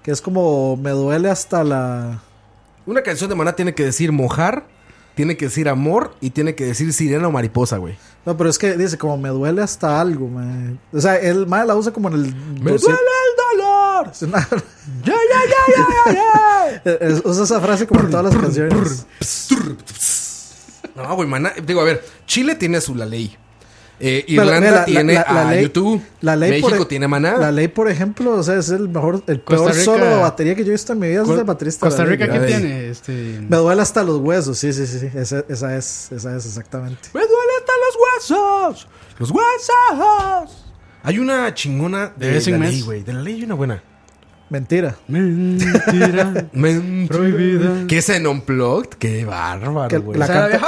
S5: Que es como... Me duele hasta la...
S3: Una canción de Maná tiene que decir mojar, tiene que decir amor y tiene que decir sirena o mariposa, güey.
S5: No, pero es que dice, como me duele hasta algo, man. O sea, el mae la usa como en el.
S3: ¡Me
S5: no sé-
S3: duele el dolor!
S5: Es una-
S3: ¡Ya, ya, ya, ya, ya, ya!
S5: es- Eh, es- usa esa frase como en todas las canciones.
S3: No, güey, Maná. Digo, a ver, Chile tiene a su la ley. Eh,
S5: Pero,
S3: Irlanda
S5: mira, la-
S3: tiene
S5: la- la
S3: a
S5: ley-
S3: YouTube.
S5: la ley
S3: México
S5: por- e-
S3: tiene Maná.
S5: La ley, por ejemplo, o sea, es el mejor, el peor
S4: Rica-
S5: solo de batería que yo he visto en mi vida. Es
S4: Co-
S5: de baterista. de la
S4: Costa
S5: ley,
S4: Rica, ¿qué
S5: güey.
S4: tiene? Este...
S5: Me duele hasta los huesos, sí, sí, sí, sí. Esa, esa es, esa es exactamente.
S3: ¡Me duele hasta los huesos! ¡Los huesos! Hay una chingona de,
S4: De Dancing
S3: la
S4: Mess.
S3: ley, güey. De la ley hay una buena.
S5: Mentira.
S4: Mentira.
S3: Mentira.
S4: Prohibida.
S3: Que es en Unplugged. Qué bárbaro,
S5: Que
S3: güey.
S5: la
S3: O sea,
S5: canta-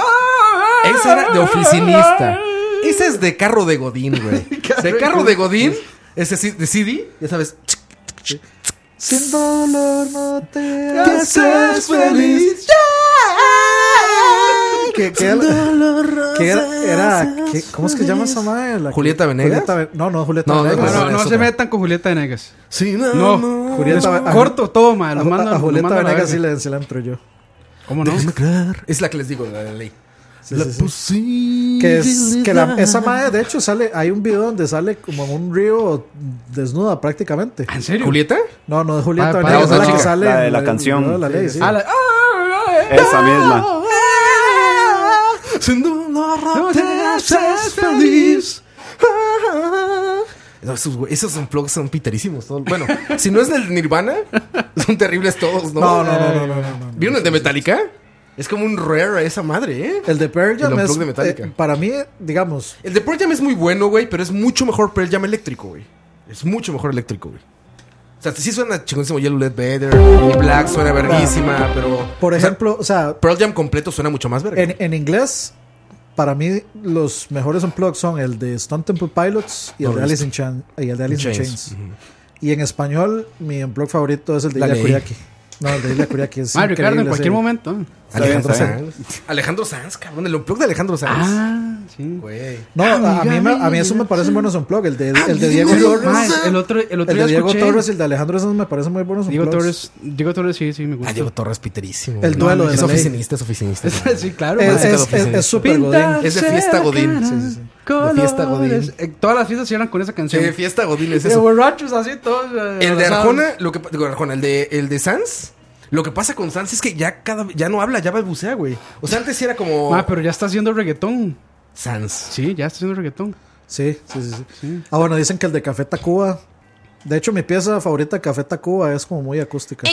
S3: Esa era de oficinista. Esa es de carro de Godín, güey. O sea, el carro de Godín, ese sí- de CD, ya sabes.
S5: Sin dolor no te
S3: Te haces feliz.
S5: Que, que era- que era, era- que- ¿Cómo es que llama esa madre? La-
S3: ¿Julieta Venegas?
S5: Julieta Ve- no, no, Julieta
S3: No, no,
S5: Venegas.
S3: Esa
S4: No, no
S3: es
S4: se
S3: otra.
S4: metan con Julieta Venegas.
S3: Sí,
S4: Ah, No,
S5: Julieta
S4: Es
S5: Ve- a-
S4: corto, todo, mal.
S5: A,
S4: Lo mando,
S5: a
S4: lo
S5: Julieta
S4: mando a la
S5: Venegas
S4: verga.
S5: sí le, sí la entro yo.
S4: ¿Cómo no?
S3: Es la que les digo, la de la ley.
S5: Sí, sí, sí. Que, es, que la- esa madre, de hecho, sale. Hay un video donde sale como en un río desnuda prácticamente.
S4: ¿En serio?
S3: ¿Julieta?
S5: No, no es Julieta
S4: Ah,
S3: para
S5: Venegas, es la
S3: esa
S5: que
S3: chica.
S5: sale.
S6: La de
S5: en
S6: la
S5: el
S6: canción.
S5: video de la ley, sí.
S4: Ah, la-
S6: Esa misma.
S3: Sin dolor
S4: te
S3: te haces
S4: haces
S3: feliz. No, esos, güey- esos unplugs son piterísimos. todo- Bueno, si no es del Nirvana, son terribles todos, ¿no?
S5: No, no, no, no, no, no, no.
S3: ¿Vieron el de Metallica? Es como un rare a esa madre, ¿eh?
S5: El de Pearl Jam
S3: El
S5: es,
S3: unplugged de Metallica.
S5: eh, para mí, digamos,
S3: El de Pearl Jam es muy bueno, güey, pero es mucho mejor Pearl Jam eléctrico, güey. Es mucho mejor eléctrico, güey. O sea, sí suena chingonísimo Yellow Led Better, Black suena verguísima, pero...
S5: por
S3: o sea,
S5: ejemplo, o sea,
S3: Pearl Jam completo suena mucho más verga.
S5: en, en inglés, para mí los mejores unplugs son el de Stone Temple Pilots y
S3: No
S5: el de
S3: lo he
S5: Alice in, Chan- y el de Alice in
S3: Chains.
S5: Chains. Y en español, mi unplug favorito es el de
S3: La
S5: Ilya
S3: ley.
S5: Kuriaki. No, el de Ilya Kuriaki es
S4: Ah, Ricardo, en
S5: increíble,
S4: cualquier
S5: sí.
S4: momento.
S3: Alejandro
S6: Está bien,
S3: Sanz. Alejandro Sanz, cabrón. El unplug de Alejandro Sanz.
S4: Ah, sí.
S3: Güey.
S5: No, a, a mí, me- a mí eso me parece buenos unplug. El de, el de Diego Torres.
S4: Mae, el otro, el otro
S5: El
S4: día
S5: de Diego
S4: escuché-
S5: Torres y el de Alejandro Sanz me parecen muy buenos
S4: Diego
S5: unplugs.
S4: Torres. Diego Torres, sí, sí, me gusta.
S3: Ah, Diego Torres piterísimo.
S5: El
S3: güey.
S5: duelo de
S3: Es
S5: la ley.
S3: oficinista, es oficinista.
S4: sí, claro.
S5: Es-
S4: mae.
S5: es- es- es súper godín.
S3: Es de fiesta Godín. Sí, sí, sí.
S4: Colores.
S3: De fiesta Godín.
S4: Eh, todas las fiestas cierran con esa
S3: Sí,
S4: canción.
S3: de fiesta Godín es
S4: De
S3: eso.
S4: borrachos así todos. eh,
S3: El de
S4: abrazados.
S3: Arjona, lo que pa- digo, Arjona, el de el de Sanz, lo que pasa con Sanz es que ya cada ya no habla, ya balbucea, güey. O sea, antes sí era como
S4: Ah, pero ya está haciendo reggaetón.
S3: Sanz.
S4: Sí, ya está haciendo reggaetón.
S5: Sí, sí, sí, sí. Ah, bueno, dicen que el de Café Tacuba. De hecho, mi pieza favorita de Café Tacuba es como muy acústica.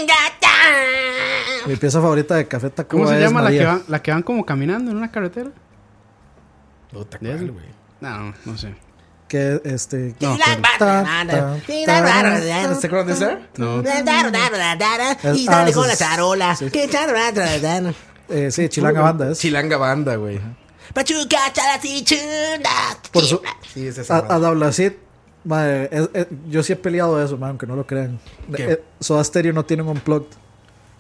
S5: Mi pieza favorita de Café Tacuba
S4: ¿Cómo se
S5: es
S4: llama la
S5: María.
S4: que, van, la que van como caminando en una carretera?
S3: Puta,
S4: ¿De
S3: cuál,
S4: eso?
S3: güey.
S4: No, no sé.
S5: Que este.
S4: No,
S5: ta, ta,
S3: Ah, ¿Se acuerdan de esa?
S4: no.
S9: ah,
S5: Y dale con las arolas. Eh, sí, Chilanga Banda es.
S3: Chilanga Banda, güey.
S7: Pachuca, chalas y chundas.
S5: Por su,
S3: Sí, es esa.
S5: a, a
S3: banda.
S5: Dablacid, madre, es- es- yo sí he peleado eso, man, aunque no lo crean.
S3: ¿Qué?
S5: Eh, Soda Stereo no tiene un unplugged.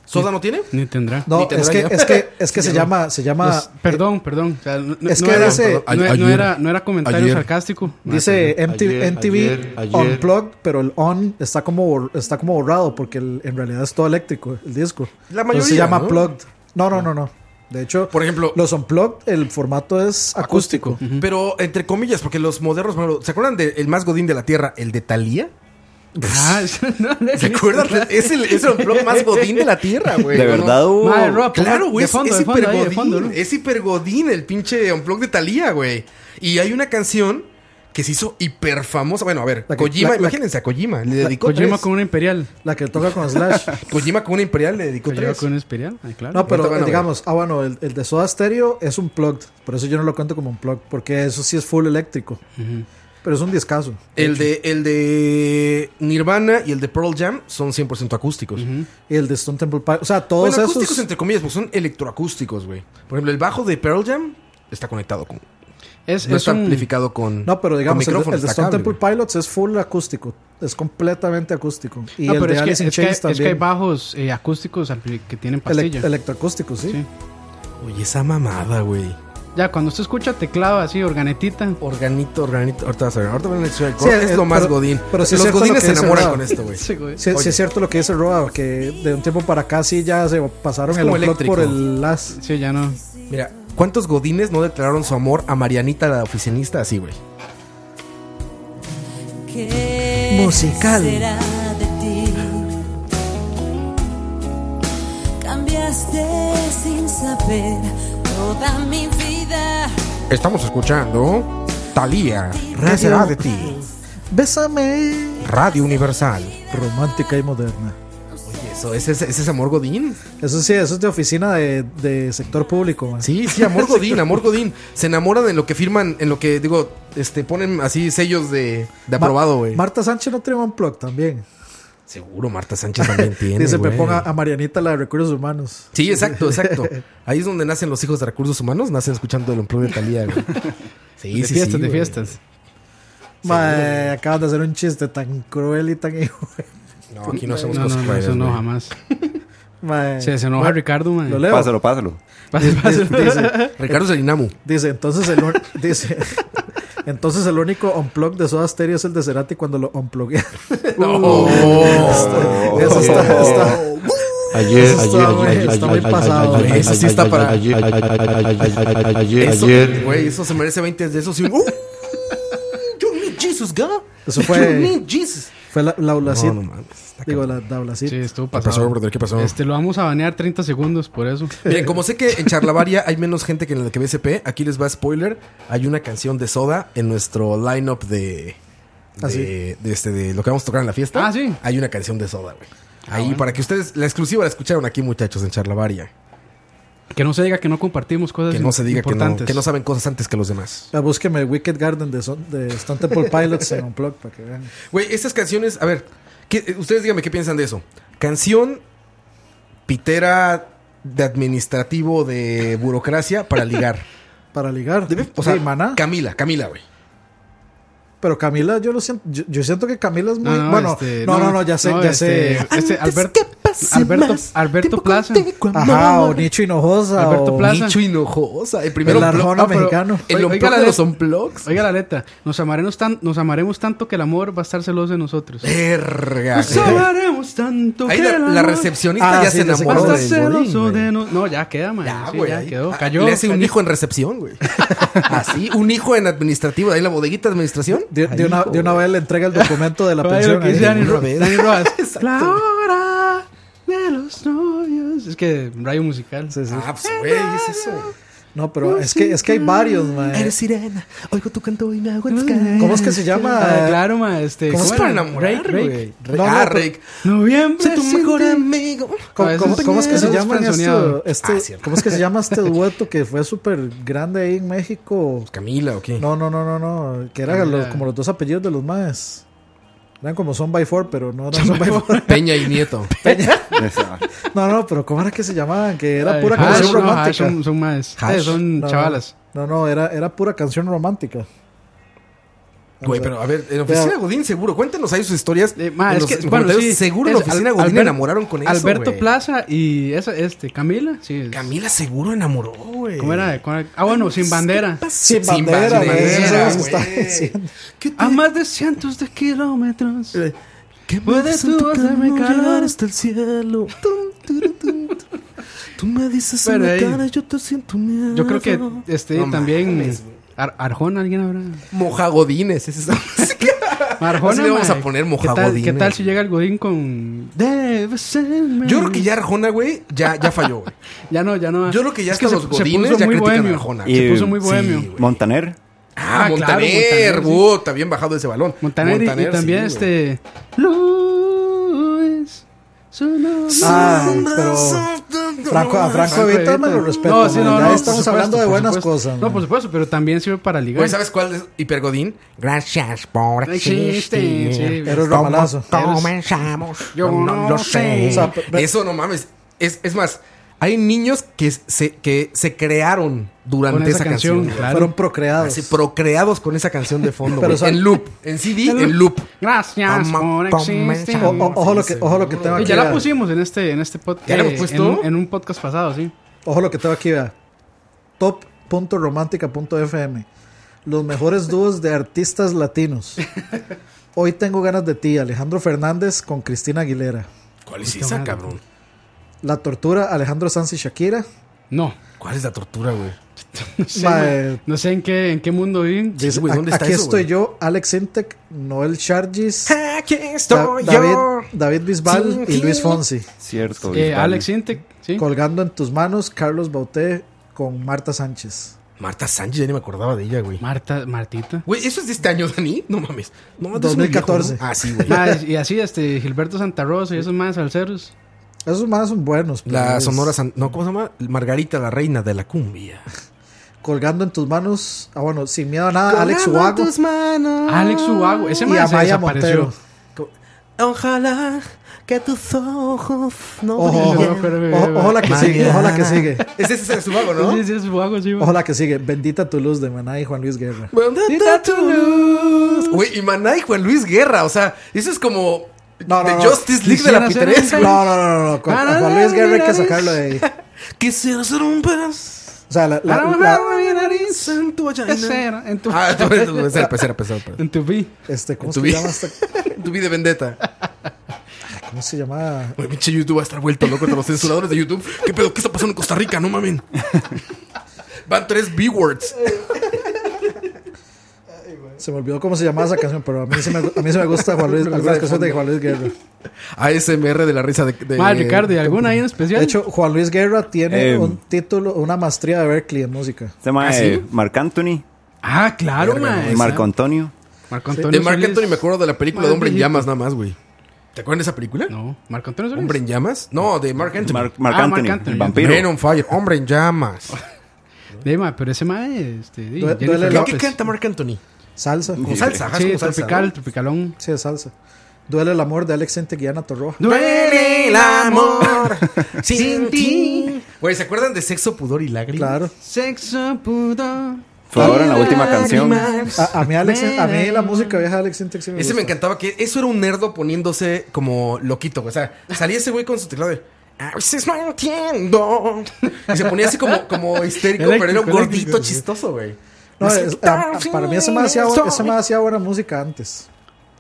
S3: ¿Soda no tiene?
S4: Ni tendrá.
S5: No,
S3: Ni tendrá
S5: es que,
S3: ya.
S5: es que, es que se llama, se llama.
S4: Los- perdón, perdón. O sea, no,
S5: Es
S4: no
S5: que
S4: era,
S5: dice-
S4: no, no
S3: Ayer.
S4: era, no era comentario
S3: Ayer.
S4: sarcástico. Ah,
S5: Dice MTV,
S9: ayer,
S5: MTV
S9: ayer, ayer.
S5: Unplugged, pero el on está como, bor- está como borrado porque el- en realidad es todo eléctrico el disco.
S3: La
S5: Entonces
S3: mayoría,
S5: se llama
S3: ¿no?
S5: plugged. No, no, no, no. De hecho,
S3: Por ejemplo-
S5: los Unplugged, el formato es acústico.
S3: Pero entre comillas, porque los modernos, bueno, ¿se acuerdan del más godín de la Tierra, el de Talía?
S4: Ah, no, no,
S3: ¿Se acuerdan? es el es el unplugged más godín de la Tierra, güey.
S6: De
S3: ¿no?
S6: verdad uh, hubo.
S4: Madre, Rob,
S3: Claro, güey,
S4: de
S3: es,
S4: fondo,
S3: es
S4: de fondo, ahí, de
S3: hipergodín.
S4: fondo, ¿no?
S3: Es hipergodín el pinche unplug de Talía, güey. Y hay una canción que se hizo hiper famosa. Bueno, a ver,
S5: La que-
S3: Kojima,
S5: la- la-
S3: imagínense a Kojima. Le dedicó
S4: Kojima
S3: tres.
S4: con una imperial.
S5: La que toca con Slash.
S3: Kojima con una imperial le dedicó
S4: Kojima
S3: tres.
S4: con una imperial. Ah, claro.
S5: No, pero
S3: Ahorita van a ver.
S5: digamos, ah, bueno, el, el de Soda Stereo es un plugged. Por eso yo no lo cuento como un plug, porque eso sí es full eléctrico. Pero es un discazo.
S3: El de, el de Nirvana y el de Pearl Jam son 100% acústicos.
S5: Y el de Stone Temple Pilots. O sea, todos
S3: Bueno, acústicos
S5: esos.
S3: entre comillas, porque son electroacústicos, güey. Por ejemplo, el bajo de Pearl Jam está conectado con...
S4: es,
S3: no
S4: es
S3: está
S4: un-
S3: amplificado con
S5: No, pero
S3: con
S5: digamos, el de- el
S3: micrófono,
S5: de,
S3: está
S5: Stone
S3: cable,
S5: Temple
S3: güey.
S5: Pilots es full acústico. Es completamente acústico. Y
S4: No,
S5: el
S4: pero es
S5: de
S4: que,
S5: Alice in
S4: es, que,
S5: Chains
S4: es que hay
S5: también.
S4: bajos eh, acústicos al- que tienen
S5: Elec-
S4: pastilla.
S5: electroacústico, sí.
S4: Sí.
S3: Oye, esa mamada, güey.
S4: Ya, cuando usted escucha teclado así, organetita.
S3: Organito, organito. Ahorita vas a ver. Ahorita van a decir el
S5: Sí,
S3: coro. es
S5: eh,
S3: lo más
S5: pero-
S3: godín.
S5: pero sí es
S3: Los
S5: cierto lo
S3: godines
S5: que
S3: se
S5: dice
S3: enamoran
S5: Roa.
S3: con esto, güey.
S4: Sí, güey.
S5: Sí, sí
S3: Oye.
S5: es cierto lo que dice Roa, que de un tiempo para acá sí ya se pasaron
S3: Es
S5: el
S3: como
S5: upload
S3: eléctrico.
S5: por el las.
S4: Sí, ya no.
S3: Mira, ¿cuántos godines no declararon su amor a Marianita, la oficinista, así, güey?
S9: ¿Qué
S5: Musical.
S9: será de ti? Cambiaste sin saber toda mi vida.
S3: Estamos escuchando Talía. ¿Qué será de ti?
S5: Bésame.
S3: Radio Universal.
S5: Romántica y moderna.
S3: Oye, eso, ese, ese ese es amor godín.
S5: Eso sí, eso es de oficina de, de sector público, man.
S3: Sí, sí, amor godín, amor godín. Se enamoran en lo que firman, en lo que, digo, este, ponen así sellos de, de
S5: Ma-
S3: aprobado, güey.
S5: Marta Sánchez no tiene un plug también.
S3: Seguro Marta Sánchez también tiene,
S5: Dice, me
S3: güey.
S5: ponga a Marianita la de recursos humanos.
S3: Sí, exacto, exacto. Ahí es donde nacen los hijos de recursos humanos, nacen escuchando el empleo de Talía, güey. Sí,
S4: de
S3: sí,
S4: fiestas,
S3: sí,
S4: de
S3: güey.
S4: fiestas.
S5: Ma, eh, acaban de hacer un chiste tan cruel y tan hijo.
S3: No, aquí no hacemos
S4: No, no,
S3: cosas
S4: no,
S3: raras,
S4: eso no,
S3: güey.
S4: jamás.
S5: Ma, eh,
S4: Se, se enoja Ricardo, man.
S5: Lo leo.
S6: Pásalo, pásalo.
S4: Pase, pase.
S5: Dice,
S3: Ricardo Serinamu.
S5: dice, entonces el un- dice, entonces el único unplug de Soda Stereo es el de Cerati cuando lo unpluguean. Eso está, está-
S10: Ayer,
S5: Eso
S10: ayer,
S5: está muy-
S10: ayer,
S5: está
S10: ayer, ayer,
S5: muy
S10: ayer,
S5: pasado,
S3: güey. Eso sí
S10: ayer,
S3: está
S10: ayer,
S3: para-
S10: ayer, ayer, ayer, ayer,
S3: Eso,
S10: ayer.
S3: Güey, eso se merece 20 de esos. y un, ¡Uh! You need Jesus, God.
S5: Eso fue-
S3: You need Jesus.
S5: fue la, la Ulacid.
S3: No, no mames, está
S5: digo, la Daulacid.
S4: Sí, estuvo
S3: ¿Qué pasó,
S4: pasado.
S3: brother? ¿Qué pasó?
S4: Este, lo vamos a banear 30 segundos por eso.
S3: Miren, eh, como sé que en Charlavaria hay menos gente que en el que BSP, aquí les va spoiler. Hay una canción de Soda en nuestro lineup de. De,
S5: Ah, sí.
S3: de este, de lo que vamos a tocar en la fiesta.
S4: Ah, sí.
S3: Hay una canción de Soda, güey. Ahí, para que ustedes. La exclusiva la escucharon aquí, muchachos, en Charlavaria.
S4: Que no se diga que no compartimos cosas
S3: Que no se diga que no,
S4: Ah, importantes.
S3: que no saben cosas antes que los demás.
S5: La búsqueme Wicked Garden de, Son- de Stone Temple Pilots en Unplug para que vean.
S3: Güey, estas canciones. A ver, ¿qué- eh, ustedes díganme qué piensan de eso. Canción pitera de administrativo de burocracia para ligar.
S5: Para ligar.
S3: O sea,
S5: Sí, maná.
S3: Camila, Camila, güey.
S5: Pero Camila, yo lo siento. Yo, yo siento que Camila es muy.
S4: No, no,
S5: bueno,
S4: este,
S5: no, no, no, ya sé, ya
S4: este,
S5: sé.
S4: Este, Alberto, Alberto, Alberto Plaza.
S5: Ajá, o Nicho Hinojosa.
S4: Alberto
S5: o-
S4: Plaza.
S3: Nicho Hinojosa. El primero.
S5: El
S3: blog- Ah,
S5: Arjona
S3: pero
S5: mexicano.
S3: El
S4: Oiga,
S3: unplug
S4: la
S3: de
S4: de-
S3: los unplugs.
S4: Oiga la letra, nos amaremos, tan, nos amaremos tanto que el amor va a estar celoso de nosotros.
S3: Eh, Verga.
S4: Nos amaremos tanto
S3: Ahí
S4: que
S3: la,
S4: el
S3: la
S4: amor
S3: recepcionista
S5: Ah,
S3: ya
S5: sí,
S3: se
S5: ya sé
S4: va a
S5: cuál
S3: enamoró
S4: estar
S3: del Godín,
S4: celoso
S3: güey.
S4: de nosotros. No, ya queda, man.
S3: Ya,
S4: sí,
S3: güey,
S4: ya
S3: ahí.
S4: quedó.
S3: Ah,
S4: Cayó.
S3: Le hace un
S4: cayó.
S3: hijo en recepción, güey. Así, un hijo en administrativo. Ahí la bodeguita de administración.
S5: De, de
S3: Ahí,
S5: una, de una
S3: güey.
S5: vez le entrega el documento de la
S4: Oye, lo
S5: pensión.
S4: que dice
S5: ahí.
S4: Dani, Ro-
S3: una vez.
S4: Dani Rojas. la hora de los novios. Es que rayo musical.
S5: Sí, sí.
S3: Ah, pues, güey, es eso.
S5: No, pero es que, es que hay varios, man.
S7: Eres sirena, oigo tu canto y me hago
S5: ¿Cómo es que se llama?
S4: pues, Ah, claro, ma, este.
S3: ¿Cómo es
S4: ¿cómo
S3: para
S4: era?
S3: enamorar,
S4: Rake, Rake.
S3: güey?
S5: No, no,
S3: Ah,
S5: pero-
S3: Rick.
S4: Noviembre.
S7: tu
S4: sí,
S7: mejor
S4: sí.
S7: amigo.
S5: ¿Cómo,
S4: A veces
S5: cómo- cómo es que se
S4: compañeros
S5: llama
S4: frenzoneados.
S5: esto? Este,
S3: Ah, cierto.
S5: ¿Cómo es que se llama este dueto que fue súper grande ahí en México?
S3: Pues, Camila, ¿o qué?
S5: No, no, no, no, no. Que eran
S4: Camila.
S5: los- como los dos apellidos de los más. Eran como Son by Four, pero no eran Son by Four.
S3: Peña y Nieto.
S5: No, no, pero ¿cómo era que se llamaban? Que era
S4: Ay,
S5: pura
S4: Hash,
S5: canción
S4: no, Hash
S5: romántica.
S4: son, son más.
S3: Hash.
S4: Eh, son
S5: No, no.
S4: chavalas.
S5: No, no, era, era pura canción romántica.
S3: Güey, pero a ver, en Oficina
S5: Vea.
S3: Godín seguro. Cuéntenos ahí sus historias.
S4: Eh, ma,
S3: En
S4: es
S3: los-
S4: que,
S3: en
S4: bueno,
S3: comentarios.
S4: sí,
S3: seguro en
S4: es
S3: Oficina
S4: Al-
S3: Godín
S4: Albert-
S3: enamoraron con eso,
S4: Alberto
S3: güey.
S4: Plaza y esa, este, Camila. Sí. es-
S3: Camila seguro enamoró, güey.
S4: ¿Cómo era? ¿Cuál era? Ah, bueno, sin bandera.
S5: Sin
S3: Sin
S5: bandera, güey,
S3: bandera,
S5: eso es lo que
S3: güey.
S5: estaba diciendo.
S4: A más de cientos de kilómetros.
S7: Que
S4: me Puedes haces en tu tú hacerme camino llegar calor. hasta
S7: el cielo. Tú me dices
S4: Pero en la ahí- cara,
S7: yo te siento miedo.
S4: Yo creo que este
S3: No
S4: también.
S3: mames, güey.
S4: Ar- Arjona, alguien habrá.
S3: Mojagodines. ese es-
S4: Arjona.
S3: Así le vamos
S4: mae.
S3: a poner
S4: ¿Qué tal,
S3: mojagodines.
S4: ¿Qué tal si llega el Godín con. Debe serme?
S3: Yo creo que ya Arjona, güey, ya, ya falló, güey.
S4: Ya no, ya no.
S3: Yo creo que ya hasta
S4: se-
S3: los
S4: se
S3: godines
S4: puso
S3: ya
S4: muy
S3: critican a
S4: bohemio.
S3: Arjona.
S6: Y-
S4: Se puso muy
S6: Sí,
S4: bohemio.
S6: Montaner.
S3: Ah,
S4: Ah,
S3: Montaner,
S4: claro, Montaner, sí.
S3: puta, bien bajado ese balón.
S4: Montaner, y- y,
S3: Montaner,
S4: también
S3: sí, güey.
S4: este. Luis. su nombre.
S5: Ah, pero Franco, a Franco Evita me lo respeto.
S4: No, sí,
S5: man.
S4: no,
S5: ya
S4: no, por
S5: estamos
S4: supuesto,
S5: hablando de
S4: por
S5: buenas
S4: supuesto.
S5: cosas.
S4: No,
S5: man.
S4: por supuesto, pero también sirve para ligar.
S3: Güey, ¿sabes cuál es hipergodín?
S7: Gracias por
S4: Existe, sí.
S7: existir.
S5: Era un ramalazo.
S7: Comenzamos.
S4: Yo no sé.
S5: O sea, pe- pe-
S3: Eso no mames. Es, es más, hay niños que se, que se crearon durante
S4: Con esa, canción,
S3: güey.
S4: claro.
S5: fueron procreados.
S3: Así procreados con esa canción de fondo.
S5: Pero,
S3: güey.
S5: o sea,
S3: en loop. En CD, en loop.
S4: Gracias
S3: Toma-
S4: por
S3: toma
S4: existir.
S5: O- o- ojo, lo que, ojo lo que tengo
S4: Y
S5: aquí.
S4: ya la
S5: vea.
S4: pusimos en este, en este podcast.
S3: ¿Ya la hemos
S4: eh,
S3: puesto?
S4: En, un- en un podcast pasado, sí.
S5: Ojo lo que tengo aquí, vea. Top www.romántica.fm. Los mejores dúos de artistas latinos. Hoy tengo ganas de ti, Alejandro Fernández con Cristina Aguilera.
S3: ¿Cuál es esa, cabrón?
S5: La tortura, Alejandro Sanz y Shakira.
S4: No.
S3: ¿Cuál es la tortura, güey?
S4: No sé,
S5: Mae.
S4: ma- no sé en qué, en qué mundo Eh, viven.
S5: Dice,
S3: güey,
S5: "A-
S3: ¿dónde está
S5: aquí
S3: eso,
S5: estoy
S3: güey?
S5: yo, Alex Intec, Noel Chargis,
S3: Aquí
S5: Da-
S3: estoy
S5: David,
S3: yo.
S5: David Bisbal
S3: Sin
S5: y
S3: ti.
S5: Luis Fonsi.
S6: Cierto.
S4: Eh,
S6: Bisbal.
S4: Alex Intec, sí.
S5: Colgando en tus manos, Carlos Bauté con Marta Sánchez.
S3: Marta Sánchez, ya ni me acordaba de ella, güey.
S4: Marta, Martita.
S3: Güey, ¿eso es de este año, Dani? No mames. No, de eso me
S5: 2014.
S3: viejo, ¿no? Ah, sí, güey.
S4: Ma, y así, este, Gilberto Santa Rosa y esos más salseros.
S5: Esos más son buenos. pero
S3: La
S5: es-
S3: Sonora San... No, ¿cómo se llama? Margarita, la reina de la cumbia.
S5: Colgando en tus manos, ah bueno, sin miedo a nada, Alex Ubago
S7: manos.
S4: Alex Ubago, ese
S5: y
S4: más se
S5: Amaya
S4: desapareció.
S5: Montero.
S7: Ojalá que tus ojos no
S5: Ojo,
S4: no,
S5: ojo,
S4: no, pero-
S5: ojo, ojo la que sigue, ojo la que sigue.
S3: Es ese es el subago, ¿no?
S4: Sí, sí, es Ubago, sí, ma.
S5: Ojo la que sigue. Bendita tu luz de Maná y Juan Luis Guerra.
S3: Maldita tu luz. Güey, y Maná y Juan Luis Guerra. O sea, eso es como.
S5: No, no,
S3: The
S5: no.
S3: Justice League de la
S4: Quisiera ser
S3: piteresca.
S5: No, no, no, no, no. Con- a Juan Luis Guerra hay que sacarlo de ahí.
S7: quisiera ser un pez.
S5: O sea, la, la-
S4: Para
S5: la-
S4: bajarme mi nariz.
S7: En tu vagina.
S4: Pecera, en tu
S3: Ah, tú eres pesar, pesar, pesar.
S4: en tu pi.
S5: este, ¿cómo
S3: Tu
S5: se
S3: vida.
S5: llama esta?
S3: Tu vida de vendetta.
S5: ¿Cómo se llama?
S3: Güey, pinche YouTube va a estar vuelto loco con los censuradores de YouTube. ¿Qué pedo? ¿Qué está pasando en Costa Rica? No mamen. Van tres B-words.
S5: Se me olvidó cómo se llamaba esa canción, pero a mí se me, a mí se me gusta Juan Luis, algunas canciones de Juan Luis Guerra.
S3: ASMR de la risa de. de
S4: Ma, Ricardo, ¿y alguna ahí en
S5: De
S4: especial?
S5: hecho, Juan Luis Guerra tiene
S6: Eh.
S5: un título, una maestría de Berkeley en música.
S6: Este mae,
S3: ¿Ah, sí?
S6: Marc Anthony,
S4: ah, claro, ma.
S6: Marco Antonio.
S4: Marco Antonio
S3: De Marc
S4: Solís.
S3: Anthony me acuerdo de la película
S4: Ma,
S3: de Hombre en
S4: viejito.
S3: Llamas, nada más, güey. ¿Te acuerdas de esa película?
S4: No, Marco Antonio Solís.
S3: ¿Hombre en Llamas? No, de Este Marc Anthony.
S6: Marc Marc
S4: Ah, Marc
S6: Anthony,
S4: Anthony,
S6: el
S4: ya.
S6: vampiro.
S3: Men on Fire, Hombre en Llamas.
S4: De, ma, pero ese ma este, di,
S5: Due-
S4: Jennifer
S5: duele la-
S4: López.
S3: ¿Qué canta Marc Anthony?
S5: Salsa.
S3: Con salsa, ajá, es
S4: Sí,
S3: como salsa,
S4: tropical,
S3: ¿no?
S4: tropicalón.
S5: Sí, es salsa. Duele el amor de Alex Intec y Ana Torroja.
S3: Duele el amor sin ti. Güey, ¿se acuerdan de Sexo, Pudor y Lágrimas?
S5: Claro.
S4: Sexo pudo.
S6: Fue ahora en la última canción.
S3: Ah,
S5: A, a mí, Alex, a mí la música vieja de Alex Intec sí me
S3: Ese
S5: gusta.
S3: me encantaba, que eso era un nerdo poniéndose como loquito, güey. O sea, salía ese güey con su teclado de... "Ah, A veces no entiendo. Y se ponía así como, como histérico, pero era un
S4: Eléctrico,
S3: gordito
S4: eléctrico, sí.
S3: chistoso, güey.
S5: No, es- a- a- para mí ese más hacía, bu- ese mae hacía buena música antes.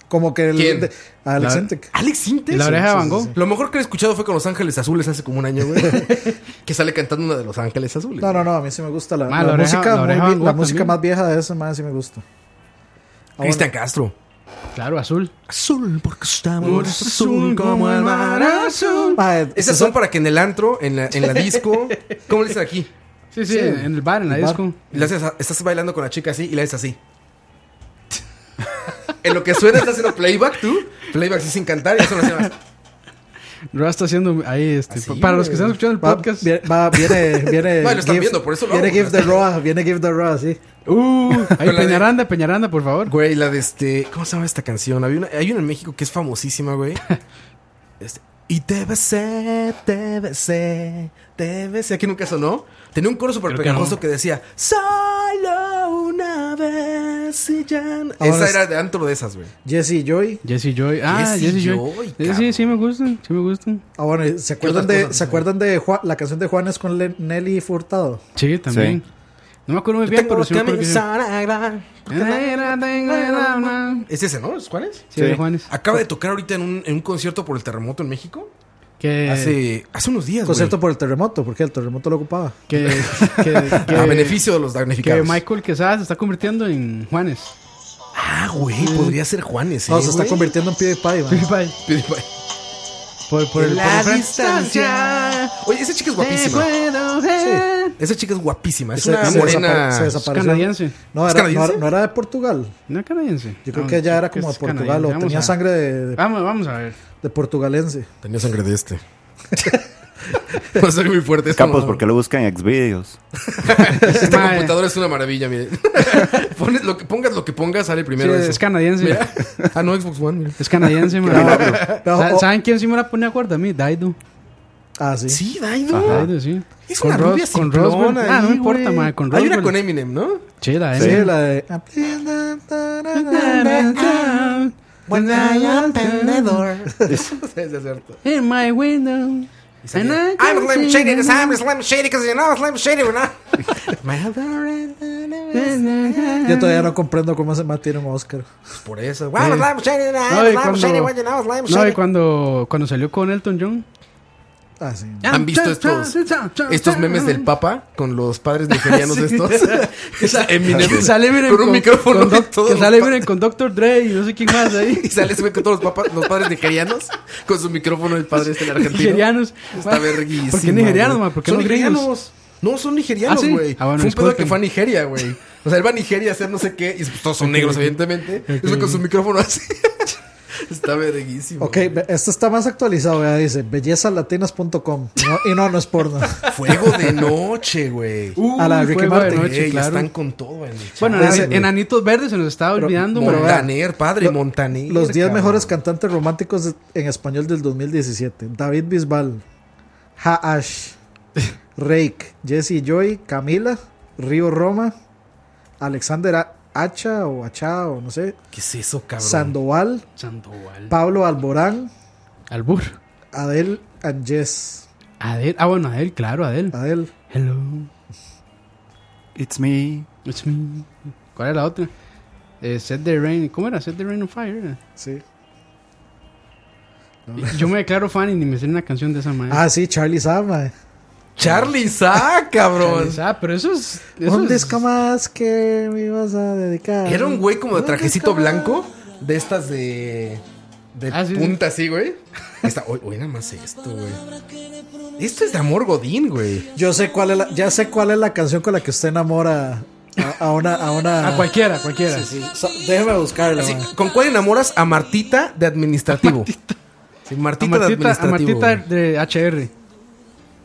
S5: Como que el,
S3: ¿Quién?
S5: de- Alex
S4: La-
S5: Intec.
S3: Alex Sintes.
S4: ¿Y la oreja de Van Gogh?
S3: Lo mejor que he escuchado fue con Los Ángeles Azules hace como un año, güey. que sale cantando una de Los Ángeles Azules.
S5: No, no, no, a mí sí me gusta la,
S4: Ma,
S5: la
S4: la oreja-
S5: música,
S4: la
S5: muy
S4: oreja
S5: vie-
S4: Van Gogh
S5: la música
S4: también.
S5: más vieja de ese más sí me gusta. Ah, bueno,
S3: Cristian Castro.
S4: Claro, azul.
S7: Azul, porque estamos
S4: azul como el mar azul.
S5: ma, eh,
S3: Esas son para que en el antro, en la, en la disco... ¿Cómo le dicen aquí?
S4: Sí, sí,
S5: Sí.
S4: en el bar, en la
S5: El bar.
S4: disco.
S3: Y le haces a- estás bailando con la chica así y la haces así. en lo que suena estás haciendo playback tú. Playback así sin cantar y eso lo hacían.
S4: Roa está haciendo ahí, este.
S3: Así,
S4: pa- para los que
S3: Ah, güey.
S4: están escuchando el
S5: va-
S4: podcast.
S5: vie- va- viene, viene.
S3: Ma, lo están
S5: Give-
S3: viendo, por eso lo
S5: Viene
S3: hago.
S5: Give the Raw, viene Give the Raw, sí.
S4: Uh, ahí
S3: Con la de-
S4: Peñaranda, Peñaranda, por favor.
S3: Güey, la de este. ¿Cómo se llama esta canción? Había una- hay una en México que es famosísima, güey. Este, y te besé, te besé, te besé. Aquí nunca sonó. Tenía un coro súper
S4: Creo que
S3: pegajoso
S4: no.
S3: que, decía: Solo una vez y ya. no-".
S5: Ahora
S3: Esa
S5: es-
S3: era de antro de esas, güey.
S5: Jesse y Joy.
S4: Jesse Joy. Ah,
S3: Jesse
S4: Jesse Joy.
S3: Joy,
S4: Sí,
S3: cabrón.
S4: sí, sí, me gustan. Sí, me gustan.
S5: Ah, bueno, ¿y ¿se acuerdan
S3: otras
S5: de,
S3: cosas
S5: ¿se acuerdan de Ju- la canción de Juanes con Len- Nelly Furtado?
S4: Sí, también.
S6: Sí.
S4: No me acuerdo muy bien, pero sí me acuerdo que sí. ¿Eh? Era, tengo el alma.
S3: ¿Es ese, no? Ah, ¿Es- ¿Cuál es?
S4: Sí, de Juanes.
S3: Acaba de tocar ahorita en un, en un concierto por el terremoto en México.
S4: Que,
S3: ah, hace, hace unos días, güey.
S5: Concierto por el terremoto, porque el terremoto lo ocupaba.
S4: que, que, que-
S3: A Ah, beneficio de los
S4: que
S3: damnificados.
S4: Michael Quesada se está convirtiendo en Juanes.
S3: Ah, güey, podría ser Juanes, ¿eh,
S5: No, se está
S3: güey?
S5: convirtiendo en PewDiePie, man.
S3: PewDiePie.
S4: Por, por el, por el
S3: Oye, esa chica es
S4: Te
S3: guapísima.
S4: puedo ver.
S3: Esa chica es guapísima. Es
S5: Se-
S3: una
S5: se
S3: morena.
S5: desapa- se
S4: Es
S5: desapareció.
S4: canadiense.
S5: No,
S3: ¿Es
S5: era, no,
S3: canadiense?
S5: era- no era de Portugal.
S4: No es canadiense.
S5: Yo creo
S4: No,
S5: que ella era
S4: creo
S5: como de
S4: es
S5: Portugal
S4: canadiense.
S5: o
S4: Vamos
S5: tenía
S4: a- Ah.
S5: sangre de, de-
S4: Vamos, vamos a ver.
S5: de portugalense.
S3: Tenía sangre de este. no soy muy fuerte. esta
S6: Capos,
S3: mamada.
S6: porque lo buscan en Xvideos.
S3: Esta
S4: Madre.
S3: computadora es una maravilla, mire. Pones lo que pongas, lo que pongas, sale
S4: Sí,
S3: primero. eso.
S4: es canadiense.
S3: Mira. Ah, no, Xbox One, mira.
S4: Es canadiense, man.
S5: Pero-
S4: Sa- ¿Saben quién sí me la pone a guardar a mí? Daido.
S5: Ah, sí.
S3: Sí, Daido.
S4: Daido, sí.
S3: Es
S4: Con
S3: una
S4: Ros-
S3: rubia
S4: con
S3: simplona
S4: Roswell. Ah, no
S3: ahí,
S4: importa,
S3: güey.
S4: madre, con
S3: Hay una
S4: Roswell. eh.
S3: con Eminem, ¿no?
S4: Sí, la
S5: Sí,
S4: Daido.
S5: la de.
S4: When I am tenedor.
S3: Sí, es cierto.
S4: In my window.
S3: Y salía, I'm Slim Shady, because I'm Slim Shady, because you know Slim Shady, we're not. My
S4: Eh.
S5: Yo todavía no comprendo cómo se mantiene un Oscar.
S3: Por eso.
S4: Sí.
S3: Wow, Slim Shady,
S4: Eh. No, y
S3: I'm Slim Shady, what you know,
S4: cuando,
S3: Slim
S4: no, y
S3: Shady.
S4: cuando, cuando salió con Elton John.
S5: Ah, sí.
S3: ¿Han visto estos, estos memes del Papa con los padres nigerianos
S4: Sí.
S3: estos?
S4: que sa- que sale miren,
S3: con un micrófono
S4: con
S3: y
S4: doc-
S3: todo
S4: que
S3: lo
S4: sale
S3: pa-
S4: miren con Dr. Dre y no sé quién más ahí
S3: Y sale ese güey con todos los, papas- los padres nigerianos con su micrófono el padre este el argentino.
S4: Nigerianos.
S3: Está verguísima.
S4: ¿Por qué nigerianos,
S3: güey.
S4: ma? ¿Por qué
S3: son
S4: no gringos?
S3: nigerianos. No, son nigerianos,
S4: ¿Ah, sí?
S3: güey.
S4: Ah, bueno,
S3: fue un pedo que
S4: disculpen.
S3: fue a Nigeria, güey. O sea, él va a Nigeria a hacer no sé qué. Y pues, todos son negros, evidentemente. Eso con su micrófono así. Está verguísimo.
S5: Ok, ve- este está más actualizado, vea, dice bellezalatinas.com. No, y no, no es porno.
S3: Fuego de noche, güey.
S4: Uh,
S5: A la de Ricky
S4: Fuego
S5: Martin.
S4: noche,
S3: Ey,
S4: eh, claro.
S3: Están con todo, en
S4: Bueno,
S5: Ah, ese-
S4: en enanitos verdes se nos estaba olvidando, ma.
S3: Montaner, padre, Montaner.
S5: Los 10
S3: cabrón.
S5: mejores cantantes románticos de- en español del 2017. David Bisbal, Haash, Rake, Jesse Joy, Camila, Río Roma, Alexander A- Hacha o Achá o no sé,
S3: ¿Qué es eso, cabrón?
S5: Sandoval,
S4: Sandoval.
S5: Pablo Alborán,
S4: Albur.
S5: Adel Anges.
S4: Adel. Ah, bueno, Adel, claro, Adel.
S5: Adel.
S4: Hello.
S6: It's me.
S4: It's me. ¿Cuál era la otra? Eh, set the rain. ¿Cómo era? Set the rain on fire. era.
S5: Sí.
S4: Yo me declaro fan y ni me sé una canción de esa manera.
S5: Ah, sí, Charlie Sama.
S3: Charlie Sa, cabrón.
S4: Ah, pero eso es. Eso
S5: Un
S4: es-
S5: disco más que me ibas a dedicar.
S3: Era un güey como de
S5: Un
S3: trajecito
S5: disco
S3: blanco, de estas de. de
S4: Ah, sí,
S3: punta así, güey. Esta, oye, oye, nada más esto, güey. Esto es de amor Godín, güey.
S5: Yo sé cuál es la, ya sé cuál es la canción con la que usted enamora a, a una a una.
S4: A cualquiera, cualquiera.
S5: So- déjeme buscarla.
S3: Así,
S5: man.
S3: ¿Con cuál enamoras a Martita de administrativo? Sí,
S4: A
S3: Martita,
S4: Martita, a
S3: de administrativo.
S4: Martita de HR.
S3: güey.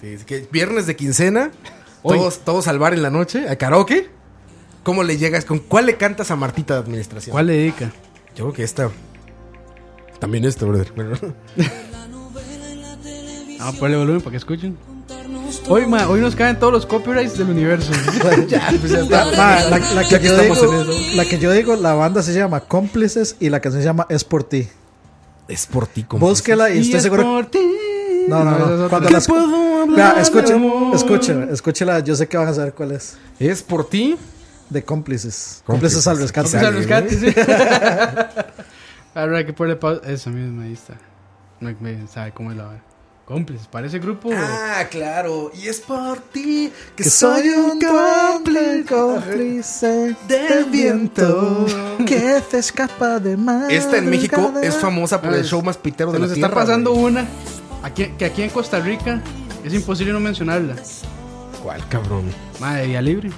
S3: Sí, que viernes de quincena,
S4: Hoy.
S3: todos, todos al bar en la noche, a karaoke. ¿Cómo le llegas? ¿Con cuál le cantas a Martita de administración?
S4: ¿Cuál le dedica?
S3: Yo creo que esta. También esta, brother. Bueno,
S4: Vamos a ponerle Ah, volumen para que escuchen. Hoy, ma, hoy nos caen todos los copyrights del universo.
S3: ya, pues ya está.
S5: Ma, la, la
S3: Ya
S5: que
S3: que
S5: yo
S3: estamos
S5: digo,
S3: en eso.
S5: la que yo digo, la banda se llama Cómplices y la canción se llama Es por ti.
S3: Es por ti, como.
S5: Búsquela y
S4: Y
S5: estoy
S4: es
S5: seguro.
S4: por ti.
S5: No, no,
S4: esa es
S5: no.
S4: otra.
S5: Cuando
S4: ¿Qué
S5: las
S4: puedo hablar
S5: Vea,
S4: de
S5: escuchen,
S4: amor?
S5: escuchen, escúchela, yo sé que van a saber cuál es.
S3: Es por ti.
S5: De cómplices.
S3: Cómplices,
S5: Cómplices, al rescate.
S4: O sea,
S3: Sale,
S4: los
S3: güey.
S4: gatos, sí. Ahora hay que ponerle pausa. Eso mismo, ahí está. No me sabe cómo es la hora. Cómplices, para ese grupo.
S3: Ah, claro. Y es por ti que,
S5: Que
S3: soy un
S5: cómplice,
S3: cómplice.
S5: cómplice
S3: del
S5: del
S3: viento
S5: viento que te escapa de más.
S3: Esta en México es famosa por
S4: Ah,
S3: el
S4: es-
S3: show más pitero
S4: Se
S3: de la
S4: nos está
S3: tierra,
S4: pasando
S3: güey.
S4: una aquí, que aquí en Costa Rica es imposible no mencionarla.
S3: ¿Cuál, cabrón?
S4: Madre, Día Libre.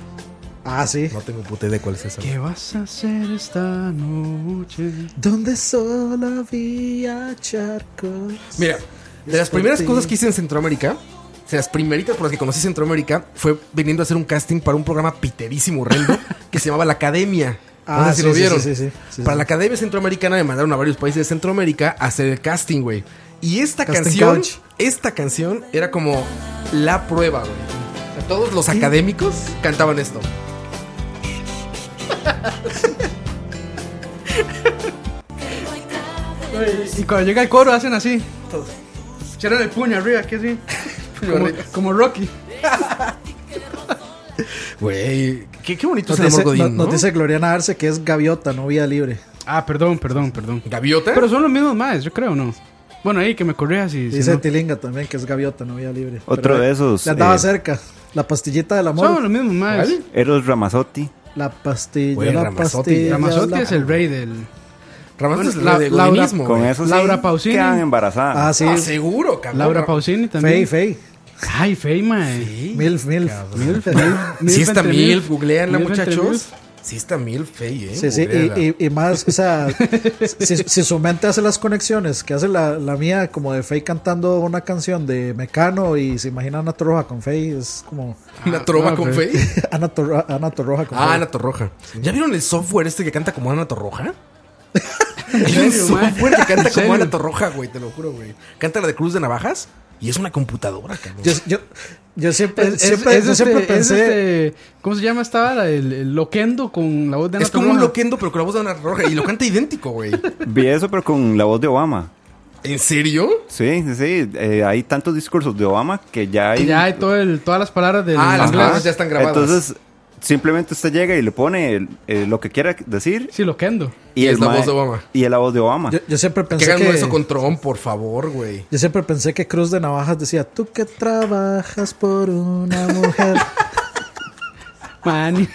S5: Ah, sí.
S3: No tengo puta idea cuál es esa.
S4: ¿Qué vas a hacer esta noche?
S5: Donde solo había charcos.
S3: Mira, de las
S5: por
S3: primeras
S5: ti.
S3: cosas que hice en Centroamérica, o sea, las primeritas por las que conocí Centroamérica, fue viniendo a hacer un casting para un programa piterísimo, horrendo, que se llamaba La Academia. no sé si
S5: sí,
S3: lo
S5: sí,
S3: vieron.
S5: Sí, sí, sí, sí,
S3: para
S5: sí.
S3: la Academia Centroamericana me mandaron a varios países de Centroamérica a hacer el casting, güey. Y esta
S5: Casting
S3: canción,
S5: couch.
S3: esta canción era como la prueba, güey. O sea, todos los académicos cantaban esto.
S4: Y cuando llega el coro hacen así. Cierran el puño arriba, que así. Como, como Rocky.
S3: Güey, qué, qué bonito
S5: Nos
S3: es el amor
S5: dice,
S3: Godín,
S5: nos- nos
S3: ¿no?
S5: dice Gloriana Arce que es gaviota, no vía libre.
S4: Ah, perdón, perdón, perdón.
S3: ¿Gaviota?
S4: Pero son los mismos más, yo creo, ¿no? Bueno, ahí que me corrijas y
S5: Dice Tilinga también que es gaviota, no vía libre.
S6: Otro de esos,
S5: Le andaba
S6: eh,
S5: cerca. La pastillita del amor.
S4: Son los mismos más.
S3: ¿Cuál?
S6: Eros Ramazzotti.
S5: La pastilla,
S3: Güey,
S5: la
S3: Ramazzotti.
S5: pastilla.
S4: Ramazotti
S5: la-
S4: es el rey del.
S3: Ramazotti es
S4: Bueno,
S3: la, de
S4: Laura-
S3: godinismo,
S6: Con
S3: güey.
S6: eso sí,
S4: Laura Pausini.
S6: quedan embarazadas.
S5: Ah, sí.
S3: Ah, seguro, cabrón.
S4: Laura Pausini
S5: Fey,
S4: también.
S5: fey.
S4: Ay, Fey, mae.
S5: Milf, milf.
S4: Milf, milf,
S3: Sí
S4: milf
S3: está
S4: entre
S3: MILF, googleenla,
S4: Milf entre
S3: muchachos.
S4: milf.
S3: Sí está MILF, fey, eh.
S5: Sí, sí,
S3: googléala.
S5: y, y- y más, o sea, si, si su mente hace las conexiones que hace la, la mía, como de Faye cantando una canción de Mecano y se imagina a Ana Torroja con Faye, es como
S3: Una trova
S4: Ah,
S3: con
S4: ok.
S3: fey.
S5: Ana, Torro- Ana Torroja con
S3: Ah,
S5: Faye.
S3: Ana Torroja. ¿Ya vieron el software este que canta como Ana Torroja? Hay un
S4: serio, man?
S3: software que
S4: ¿En
S3: canta
S4: serio?
S3: como Ana Torroja, güey, te lo juro, güey. Canta la de Cruz de Navajas y es una computadora, cabrón.
S5: Yo, yo, yo siempre,
S4: Es, es-
S5: siempre,
S4: es
S5: yo siempre
S4: este- es
S5: pensé,
S4: este- ¿Cómo se llama esta vara? El, el loquendo con la voz de Ana
S3: es como
S4: Torroja.
S3: un loquendo, pero con la voz de Ana Torroja y lo canta idéntico, güey.
S6: Vi eso, pero con la voz de Obama.
S3: ¿En serio?
S6: Sí, sí, sí. eh, hay tantos discursos de Obama que ya hay.
S4: Ya hay todo el, todas las palabras del
S3: Ah, las
S6: Ajá.
S4: inglés.
S3: palabras ya están grabadas.
S6: Entonces, simplemente usted llega y le pone el- eh, lo que quiera decir.
S4: Sí, lo quendo.
S6: Y,
S3: Y
S6: el
S3: es la
S6: mae-
S3: voz de Obama.
S6: Y es la voz de Obama.
S5: Yo, yo siempre
S3: Que
S5: pensé
S3: hagan
S5: que.
S3: eso con Trump, por favor, güey.
S5: Yo siempre pensé que Cruz de Navajas decía, tú que trabajas por una mujer.
S4: Man.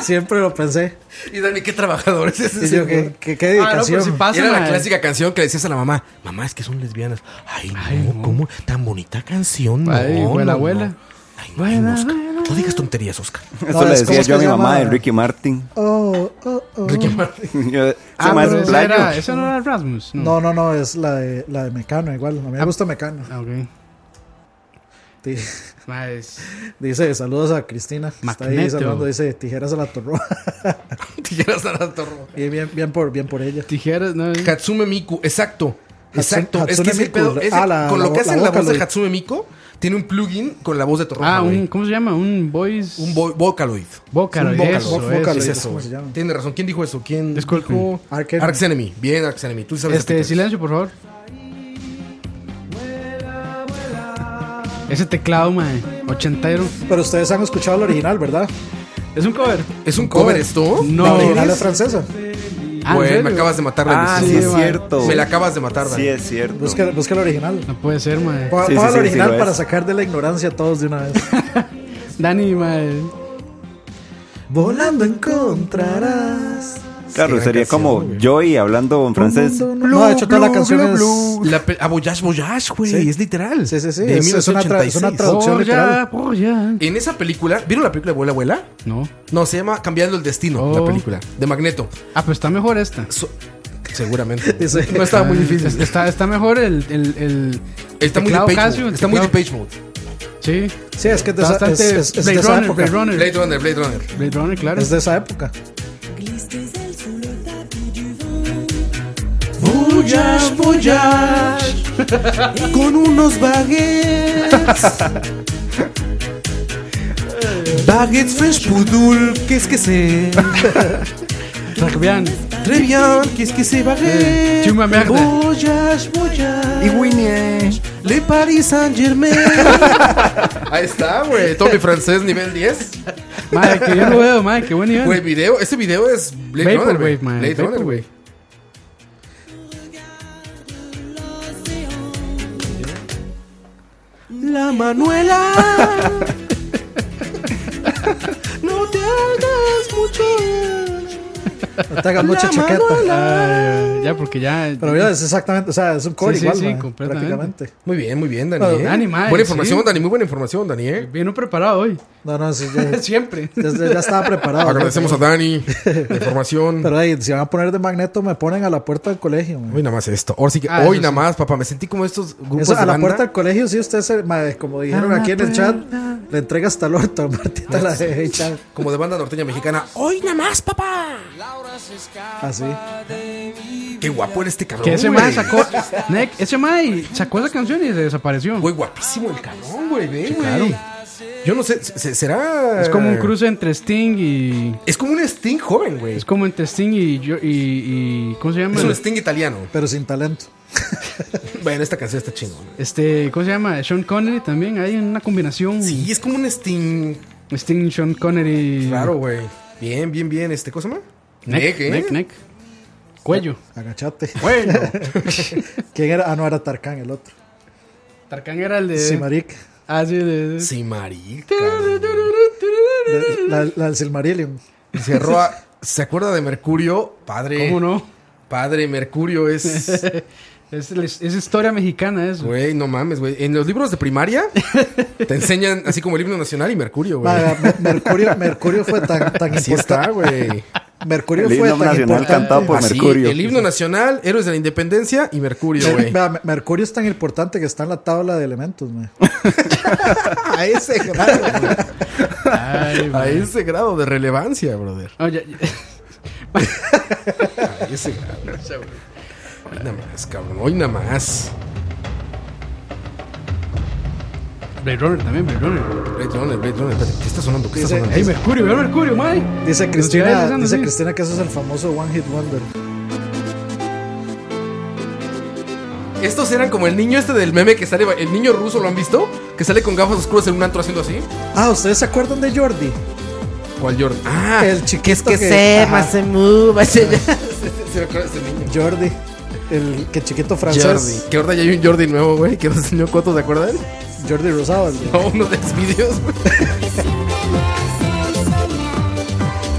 S5: siempre lo pensé.
S3: Y Dani, qué trabajador es ese
S5: Y yo,
S3: señor?
S5: qué, qué, qué
S4: Ah, no,
S5: dedicación.
S4: pero si
S3: Y
S4: pasa,
S3: era la
S4: mae.
S3: clásica canción que le decías a la mamá, mamá, es que son lesbianas. Ay, no, ¿cómo? Tan bonita canción, no,
S4: Ay,
S3: no,
S4: abuela,
S3: no.
S4: abuela.
S3: Ay, no, ay, no, Oscar. No digas tonterías, Oscar.
S6: Esto
S5: No,
S6: le
S5: es
S6: decía
S5: como es
S6: yo a
S5: que
S6: mi
S5: se
S6: mamá,
S5: llama-
S6: Enrique Martin.
S5: Oh, oh, oh.
S3: Ricky Martin.
S6: Yo- ese
S5: Ah,
S6: mae es
S4: Pero
S5: pero
S6: un
S4: esa,
S6: playo.
S4: era, esa no era Rasmus. No.
S5: No, no, no, es la de, la de Mecano igual. A mí me gusta Mecano.
S4: Mm. Ah, ok.
S5: Di-
S4: Mae, es-
S5: Dice, saludos a Cristina. que Está ahí
S4: Magneto.
S5: saludando, dice, tijeras a la torroja.
S3: Tijeras a la torre.
S5: y bien, bien, por, bien por ella.
S4: Tijeras, no. es-
S3: Hatsume Miku, exacto. Exacto, es
S5: Hatsune
S3: que ese
S5: Miku.
S3: pedo- ese-
S5: Ah, la-
S3: con lo
S5: la
S3: que
S5: vo-
S3: hacen
S5: la
S3: la
S5: boca
S3: voz de
S5: lo-
S3: Hatsume Miku, tiene un plugin con la voz de Torroja.
S4: Ah, un,
S3: un,
S4: ¿cómo se llama? Un voice.
S3: un vo- vocaloid.
S4: Vocaloid.
S5: un
S4: eso,
S5: vocal-
S4: eso.
S5: vocaloid.
S3: Es
S5: ¿cómo
S3: eso.
S5: se llama?
S3: Tiene razón. ¿Quién dijo eso? ¿Quién
S4: Disculpen.
S3: dijo?
S5: Arc Enemy.
S3: Arc Enemy. Bien, Arx Enemy. Tú sabes de
S4: Este,
S3: qué te-
S4: silencio, por favor. Ese teclado, mae, ochentero.
S5: Pero ustedes han escuchado el original, ¿verdad?
S4: Es un cover.
S3: ¿Es un cover esto?
S4: No.
S5: La
S4: ¿Tienes?
S5: original es francesa.
S4: Ah, ¿en
S3: Güey, me
S4: serio?
S3: acabas de matar la
S6: Ah,
S3: ilusión.
S6: sí, es
S4: mae.
S6: cierto.
S3: Me la acabas de matar, Dani.
S6: Sí, es cierto.
S5: Busca, busca el original.
S4: No puede ser, mae.
S5: Ponga
S6: Sí,
S5: ponga
S6: sí,
S5: el
S6: sí, sí,
S5: original
S6: lo
S5: para
S6: es.
S5: sacar de la ignorancia a todos de una vez.
S4: Dani, mae.
S5: Volando encontrarás.
S6: Claro,
S3: Sí,
S6: sería
S3: canción,
S6: como Joy hablando en francés.
S5: No, de hecho, toda la canción es.
S3: La pe- a Voyage Voyage, güey.
S5: Sí.
S3: Es literal.
S5: Sí, sí, sí,
S3: De
S5: es- es una tra- es una
S3: 1986.
S5: traducción. Opción
S4: Por ya,
S5: literal.
S4: por ya.
S3: En esa película, ¿vieron la película de Abuela Abuela?
S4: No.
S3: No, se llama Cambiando el Destino,
S4: Oh.
S3: la película. De Magneto.
S4: Ah, pero está mejor esta.
S3: So- seguramente.
S5: Dice-
S3: No estaba muy
S4: Ah,
S3: difícil.
S4: Está, está mejor el, el, el
S3: Está muy de
S4: teclado
S3: page
S4: Casio,
S3: mode.
S4: el
S3: Está muy de
S4: teclado.
S3: page mode.
S4: Sí.
S5: Sí, es que es de,
S4: Está
S5: esa, es,
S4: bastante
S5: es- es de
S4: Blade
S5: esa
S4: Runner,
S5: época.
S4: Blade Runner.
S3: Blade Runner, Blade Runner.
S4: Blade Runner, claro.
S5: Es de esa época.
S9: Glisse tes ailes sous le tapis du vent.
S7: Voyage, voyage, con unos baguettes. Baguettes fresh poudul, qu'est-ce que c'est?
S4: Rugbyán.
S7: Très bien, qu'est-ce que c'est baguette?
S4: Tu m'as merde.
S7: Voyage, voyage. Le Paris Saint-Germain.
S3: Ahí está, güey. Tommy francés nivel 10.
S4: Mae, que yo lo veo, mae, qué buen nivel.
S3: Güey, video. Ese video es Blade
S4: Vaporwave,
S3: Runner, güey.
S4: man.
S3: Blade Runner, güey.
S7: La Manuela. No te hagas mucho.
S5: No te hagas mucha chaqueta.
S4: Ay, ya, porque ya.
S5: Pero mira, es exactamente, o sea, es un core
S4: Sí, sí,
S5: igual,
S4: sí,
S5: man,
S4: completamente.
S5: prácticamente.
S3: Muy bien, muy bien, Dani.
S5: Pero,
S3: ¿eh?
S4: Dani, madre,
S3: buena información,
S4: sí.
S3: Dani. Muy buena información, Dani. ¿eh?
S4: Vino preparado hoy.
S5: No, no, sí, ya,
S4: Siempre.
S5: ya- ya estaba preparado.
S3: Agradecemos a Dani la información.
S5: Pero ahí, si van a poner de magneto, me ponen a la puerta del colegio. man.
S3: Hoy nada más esto. Ahora sí que,
S4: Ah,
S3: hoy
S4: eso
S3: nada
S4: sí.
S3: más, papá. Me sentí como estos grupos
S5: Eso,
S3: de
S5: a la
S3: banda.
S5: puerta del colegio, sí, usted, se, ma, como dijeron aquí en el chat, le entrega hasta el orto a Martita la de chat.
S3: Como de banda norteña mexicana.
S7: Hoy nada más, papá.
S5: Así.
S3: Qué guapo era este cabrón.
S4: Que ese
S3: güey.
S4: mae sacó. Nick, ese mae sacó esa canción y se desapareció.
S3: Güey, guapísimo el cabrón, güey. Ve, güey.
S4: claro.
S3: Yo no sé, se- se- será.
S4: Es como un cruce entre Sting y.
S3: Es como un Sting joven, güey.
S4: Es como entre Sting y. yo- y, y- ¿Cómo se llama?
S3: Es un Sting italiano.
S5: Pero sin talento.
S3: Bueno, esta canción está chingona.
S4: Este, ¿cómo se llama? Sean Connery también. Hay una combinación.
S3: Sí, es como un Sting.
S4: Sting, Sean Connery.
S3: Claro, güey. Bien, bien, bien. Este, ¿Cómo se llama?
S4: Neck,
S3: Nick, ¿eh?
S4: neck, neck. Cuello.
S5: Agachate.
S4: Bueno.
S5: ¿Quién era? Ah, no, era Tarkan, el otro.
S4: Tarkan era
S3: Eh.
S4: el de.
S5: Simaric.
S4: Ah, sí, de.
S3: Sí, marica.
S5: de- La, la del Silmarillion.
S3: Cerró a- ¿Se acuerda de Mercurio? Padre.
S4: ¿Cómo no?
S3: Padre, Mercurio es.
S4: Es, es- es historia mexicana eso.
S3: Güey, no mames, güey. En los libros de primaria te enseñan así como el himno nacional y Mercurio, güey.
S5: Ma, me- Mercurio, Mercurio fue tan, tan
S3: Así está,
S5: importante.
S3: güey.
S5: Mercurio
S6: El
S5: fue
S6: himno
S5: tan
S6: nacional
S5: importante.
S6: cantado por
S3: Así,
S6: Mercurio.
S3: el himno nacional, héroes de la independencia y Mercurio,
S5: Mer-
S3: güey.
S5: vea, me- Mercurio es tan importante que está en la tabla de elementos, man.
S3: A ese grado, güey.
S4: Ay,
S3: A
S4: güey.
S3: ese grado de relevancia, brother.
S4: No, ya- ya-
S3: A ese grado. Hoy nada más, cabrón. Hoy nada más.
S4: Blade Runner también, Blade Runner.
S3: Blade Runner, Blade Runner. espérate, ¿Qué está sonando? ¿Qué está
S5: Dice-
S3: sonando?
S4: Ey, Mercurio, veo Mercurio, Mike.
S5: Dice
S4: Estoy
S5: Cristina,
S4: analizando,
S5: dice
S4: sí.
S5: Cristina que eso es el famoso One Hit Wonder.
S3: estos eran como el niño este del meme que sale, el niño ruso, ¿lo han visto? Que sale con gafas oscuras en un antro haciendo así.
S5: Ah, ¿ustedes se acuerdan de Jordi?
S3: ¿Cuál Jordi? Ah,
S5: el chiquito
S7: Es que se,
S5: ajá,
S7: más se move, más se-
S3: se me acuerda ese niño.
S5: Jordi, el que chiquito francés.
S3: Jordi.
S5: Jordi.
S3: Que ahorita ya hay un Jordi nuevo, güey, que nos enseñó cuánto, ¿te acuerdan?
S5: Rosado. el de-
S3: No, uno de los videos, güey.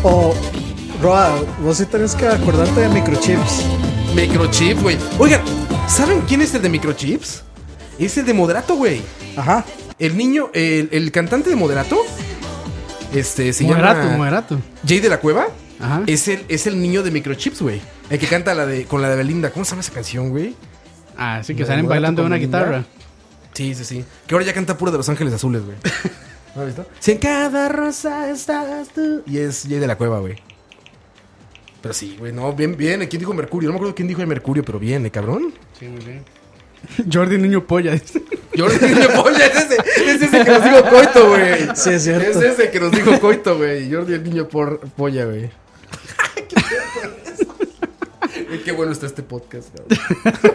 S5: O, Roa, vos sí tenés que acordarte de microchips.
S3: Microchip, güey. Oigan, ¿saben quién es el de Microchips? Es el de Moderato, güey.
S5: Ajá.
S3: El niño, el, el cantante de Moderato. Este, se
S4: moderato,
S3: llama...
S4: moderato.
S3: Jay de la Cueva.
S4: Ajá.
S3: Es el, es el niño de Microchips, güey. El que canta la de, con la de Belinda. ¿Cómo se llama esa canción, güey?
S4: Ah, sí, que
S3: Moderato
S4: salen bailando
S3: con
S4: una
S3: Belinda.
S4: guitarra.
S3: Sí, sí, sí. Que ahora ya canta pura de Los Ángeles Azules, güey. ¿No has visto? Si en cada rosa estás tú. Y es Jay de la Cueva, güey. Pero sí, güey, no, bien, bien. ¿Quién dijo Mercurio? No me acuerdo quién dijo de Mercurio, pero bien, ¿eh, cabrón.
S4: Sí, muy bien. Jordi Niño Polla. dice.
S3: Jordi Niño Polla es ese, es ese que nos dijo Coito, güey.
S5: Sí, es cierto.
S3: Es ese que nos dijo Coito, güey. Jordi el Niño por, Polla, güey. Qué bueno Qué bueno está este podcast, cabrón.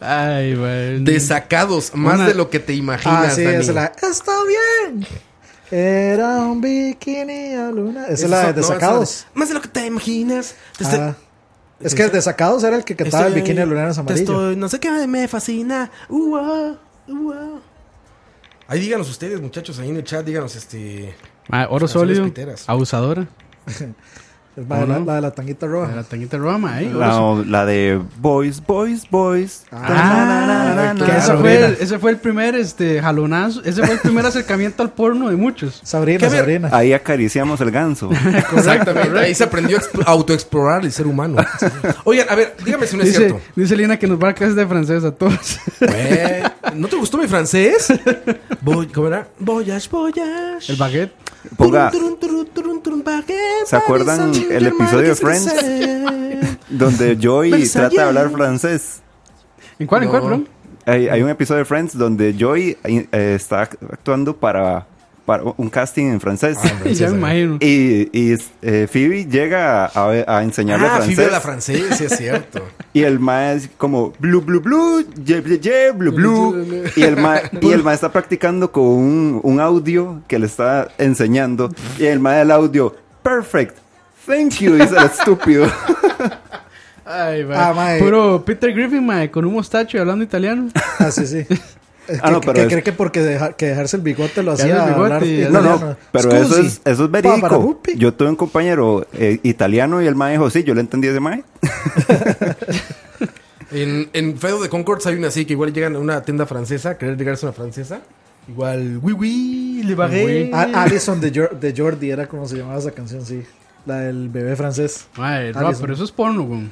S4: Ay, güey.
S3: De sacados, más
S4: Una-
S3: de lo que te imaginas,
S5: Ah, sí,
S3: Dani.
S5: esa es la. ¡Está bien! Era un bikini a luna. Esa es la de
S3: no, esa
S5: Desacados.
S3: es la Este- de- más de lo que te imaginas. Te estoy-
S5: Ah, es que el Desacados era el que cantaba el
S3: estoy-
S5: bikini a lunares
S3: te
S5: amarillo.
S3: estoy- no sé qué me fascina. Uh, ah, uh, ah. Ahí díganos ustedes, muchachos, ahí en el chat, díganos este.
S4: Ah, oro
S3: Canciones
S4: sólido.
S3: piteras.
S4: Abusadora.
S5: Es más, la,
S4: Ah, ¿no?
S5: la de la tanguita
S4: De
S5: roja.
S4: la tanguita Roma, ahí. oro sólido.
S6: La, la de Boys, Boys, Boys.
S4: Ah, que
S5: claro,
S4: ese, fue
S5: mira.
S4: el, ese fue el primer este, jalonazo. Ese fue el primer acercamiento al porno de muchos.
S5: Sabrina, Sabrina.
S6: Ahí acariciamos el ganso.
S3: Exactamente. Ahí se aprendió a exp- autoexplorar el ser humano. Oigan, a ver, dígame si no es
S4: Dice,
S3: cierto.
S4: dice Lina que nos va a clases de francés a todos.
S3: Güey, ¿No te gustó mi francés? Voy, ¿Cómo era? Voyage, voyage.
S4: El baguette.
S6: Ponga,
S3: Turun, turun, turun, turun, baguette,
S6: ¿Se acuerdan
S3: Paris,
S6: el episodio de Friends?
S3: Saint-Germain?
S6: donde Joey
S3: Versalles.
S6: trata de hablar francés.
S4: ¿En cuál? ¿En cuál,
S3: No.
S4: bro?
S6: Hay, hay un episodio de Friends donde Joey eh, está actuando para, para un casting en francés.
S4: ya me imagino.
S6: Y, y, eh, Phoebe llega a, a enseñarle
S3: Ah,
S6: francés.
S3: Fibra la francés, sí es cierto.
S6: Y el ma es como blu blu blu, ye ye ye, blu blu. Y el ma, y el ma está practicando con un, un audio que le está enseñando. Y el ma del audio, perfect, thank you, dice el estúpido.
S4: Ay, mae.
S5: Ah, mae.
S4: Puro Peter Griffin, mae, con un mostacho y hablando italiano.
S5: Ah, sí, sí. Es
S6: Ah,
S5: que-
S6: no, pero
S5: que
S6: es-
S5: cree que porque deja- que dejarse el bigote lo
S4: Ya
S5: hacía
S4: el bigote
S5: hablar
S4: y-
S6: No,
S5: italiano.
S6: no, pero eso
S5: Scusi,
S6: es, eso es
S5: papara
S6: verídico.
S5: pupi.
S6: Yo tuve un compañero eh, italiano y el ma dijo, sí, yo le entendí a ese ma.
S3: En, en Fedo de Concords hay una así que igual llegan a una tienda francesa, querer llegarse a una francesa. Igual, oui, oui, le barré.
S5: A- Alison de, Jor- de Jordi era como se llamaba esa canción, sí. La del bebé francés.
S4: Mae, Rob,
S5: Alison.
S4: pero eso es porno, güey.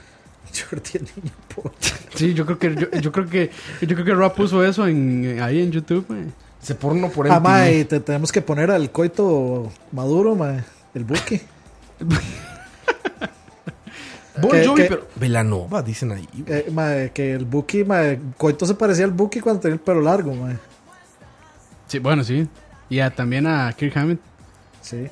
S5: Jordi el niño pobre.
S4: Sí, yo creo que yo, yo creo que yo creo que Rob puso eso en, eh, ahí en YouTube, mae.
S3: Se porno por
S5: Ah,
S3: MTV.
S5: mae, te tenemos que poner al coito maduro, mae. El buque.
S3: Bon
S5: que-
S3: Jovi,
S5: que-
S3: pero... Velanova, dicen ahí. güey.
S5: Eh, mae, que el buki, mae. Coito se parecía al buki cuando tenía el pelo largo, mae.
S4: Sí, bueno, sí. Y a- también a Kirk Hammett.
S5: Sí.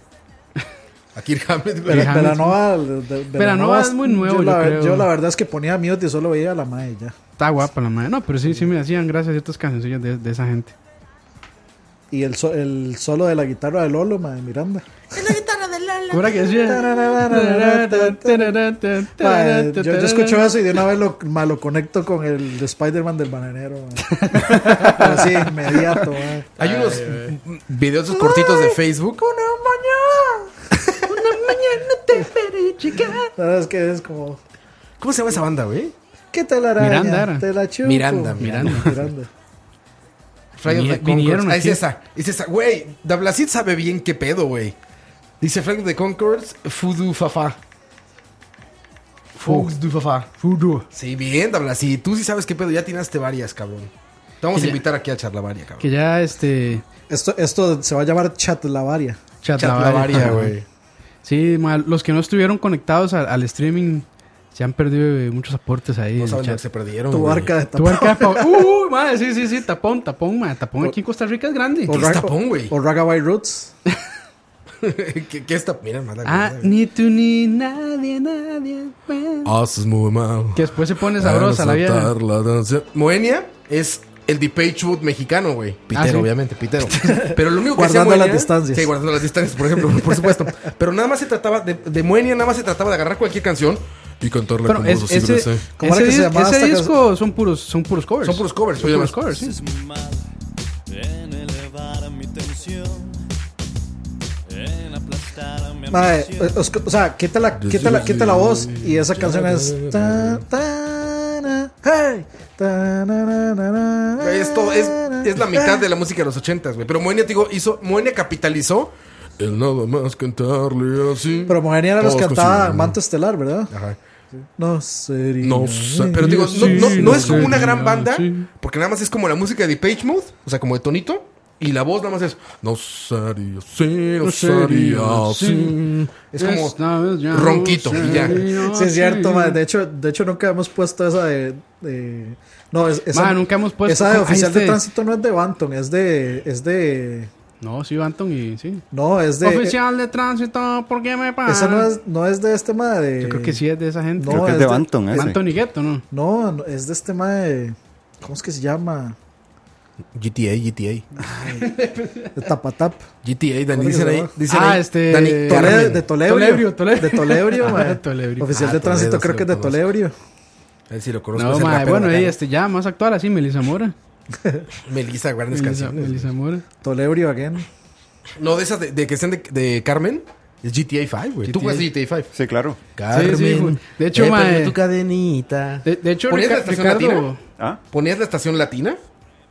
S3: Aquí el Hammett, güey.
S5: Pero
S4: Hammett,
S5: Velanova, de- de- Velanova
S4: es muy nuevo, yo
S5: la, ver-
S4: creo.
S5: yo la verdad es que ponía mute y solo veía a la mae ya.
S4: Está guapa la madre. No, pero sí, sí me hacían gracias ciertas cancioncillas de, de esa gente.
S5: Y el, so- el solo de la guitarra de Lolo, mae, Miranda.
S4: ¿Cómo era que
S5: Mae,
S4: decía?
S5: yo, yo escucho eso y de una vez lo, mae, lo conecto con el de Spider-Man del bananero, mae. Pero sí, inmediato, mae.
S3: Hay unos mm, videos esos cortitos de Facebook.
S5: La verdad es que es como.
S3: ¿Cómo se llama esa banda, güey?
S5: ¿Qué tal araña?
S4: Miranda era.
S5: Te la chupo.
S3: Miranda,
S4: Miranda.
S5: Miranda.
S3: Flight of
S4: Vini-
S3: the Conchords.
S4: vinieron
S3: Ah, es
S4: aquí.
S3: esa. Es esa. Güey, Dablacid sabe bien qué pedo, güey. Dice Flight of the Concords, Fudu Fafa. Fudu Fafa.
S4: Fudo.
S3: Sí, bien, Dablacid. Tú sí sabes qué pedo. Ya tienes varias, cabrón. Te vamos a
S4: Ya.
S3: invitar aquí a charlar varias,
S4: Que
S3: cabrón.
S4: ya, este.
S5: Esto, esto se va a llamar Chatlavaria.
S3: Charlavaria,
S4: Chatlavaria,
S3: güey.
S4: Sí, ma, los que no estuvieron conectados al, al streaming se han perdido eh, muchos aportes ahí.
S3: No
S4: en el
S3: saben lo que
S4: chat.
S3: se perdieron.
S5: Tu
S3: güey.
S5: barca de
S4: Tu
S5: tapón.
S4: arca, pa- uh, uh, madre, sí, sí, sí, tapón, tapón, ma, tapón aquí en Costa Rica es grande.
S3: ¿Qué es tapón, güey?
S5: O Ragabay Roots.
S3: ¿Qué, qué está? Mira, mala.
S4: Ah, ni tú ni nadie, nadie. bueno.
S3: Haces Ah, muy mal.
S4: Que después se pone
S5: Ah,
S4: sabrosa la vieja.
S3: Moenia es el The Pagewood mexicano, güey. Pitero,
S4: sí.
S3: obviamente, pitero. Ah, Pero lo único que
S5: Guardando
S3: hacía Moenia-
S5: las distancias.
S3: Sí, guardando las distancias, por ejemplo, por supuesto. Pero nada más se trataba de, de Moenia, nada más se trataba de agarrar cualquier canción y cantarla
S4: Bueno,
S3: con
S4: es-
S3: voz así
S4: ese,
S3: gruesa.
S5: ¿Cómo era
S4: ese
S5: que se
S4: dis-
S5: llamaba
S4: ese
S5: esta
S4: disco son puros, son puros covers.
S3: Son puros covers,
S4: Son
S3: oye,
S4: puros
S3: más.
S4: covers, sí.
S5: Mae, os- o sea, quita la, quita la, quita la voz y esa canción es. ta, ta, na, hey, ta, na, na, na, na,
S3: Güey, Esto es, es la mitad de la música de los ochentas, güey. Pero Moenia, te digo, hizo, Moenia capitalizó el nada más cantarle así.
S5: Pero Moenia era los que
S3: Todos
S5: cantaba
S3: consumían.
S5: Manto Estelar, ¿verdad?
S3: Ajá.
S5: No sería.
S3: No sé, pero digo, no, no, no es como una gran banda, porque nada más es como la música de Page Mode, o sea, como de tonito, y la voz nada más es. No sería así, no sería así. Es como.
S4: Esta vez ya
S3: ronquito,
S4: no
S3: y ya.
S4: sé,
S5: Sí, es cierto,
S4: sí.
S5: mae. De hecho, de hecho, nunca hemos puesto esa de. de- no, es, esa,
S4: Mae, nunca hemos puesto-
S5: Esa de
S4: ¿cómo?
S5: oficial
S4: Ah,
S5: de
S4: este-
S5: tránsito no es de Banton, es de. Es de.
S4: No, sí, Anton y sí.
S5: No, es de.
S4: Oficial de tránsito, ¿por qué me pasa?
S5: Esa no es, no es de este mae de.
S4: Yo creo que sí es de esa gente.
S5: No,
S6: Creo que es
S5: es
S6: de
S5: de-
S6: Banton, ese.
S4: Anton y Gueto, ¿no?
S5: No, no, es de este mae de. ¿Cómo es que se llama?
S3: GTA, GTA.
S5: De Tapatap.
S3: GTA, Dani, dicen ahí. Dicen
S4: Ah,
S3: ahí,
S4: este-
S3: Dani,
S4: Tole-
S5: Tole-
S3: Carmen.
S5: de Tolebrio.
S4: Tolebrio, Tolebrio.
S5: De Tolebrio, mae.
S4: Ah, Tolebrio.
S5: Oficial
S3: Ah,
S5: de tránsito,
S3: Toledo,
S5: creo
S3: sí,
S5: que es de
S3: lo conozco.
S5: Tolebrio.
S3: A ver si lo conozco.
S4: No,
S3: es el
S4: mae,
S3: rapero
S4: bueno,
S3: de
S4: ahí
S3: acá.
S4: este, ya más actual así, Melissa Mora.
S3: Melissa, grandes
S4: Melissa,
S3: canciones.
S4: Melissa Mora.
S5: Tolebrio again.
S3: No, de esas de, de que sean de, de Carmen. Es GTA 5, güey. Tú
S4: GTA.
S3: juegas GTA 5.
S6: Sí, claro.
S3: Ah,
S4: Sí, sí, güey. De hecho,
S3: eh,
S4: mae-
S3: prende tu cadenita.
S4: De, de hecho,
S3: ¿Ponías la
S4: Rica-
S3: estación
S4: Ricardo.
S3: latina?
S6: ¿Ah,
S3: ¿Ponías la estación latina?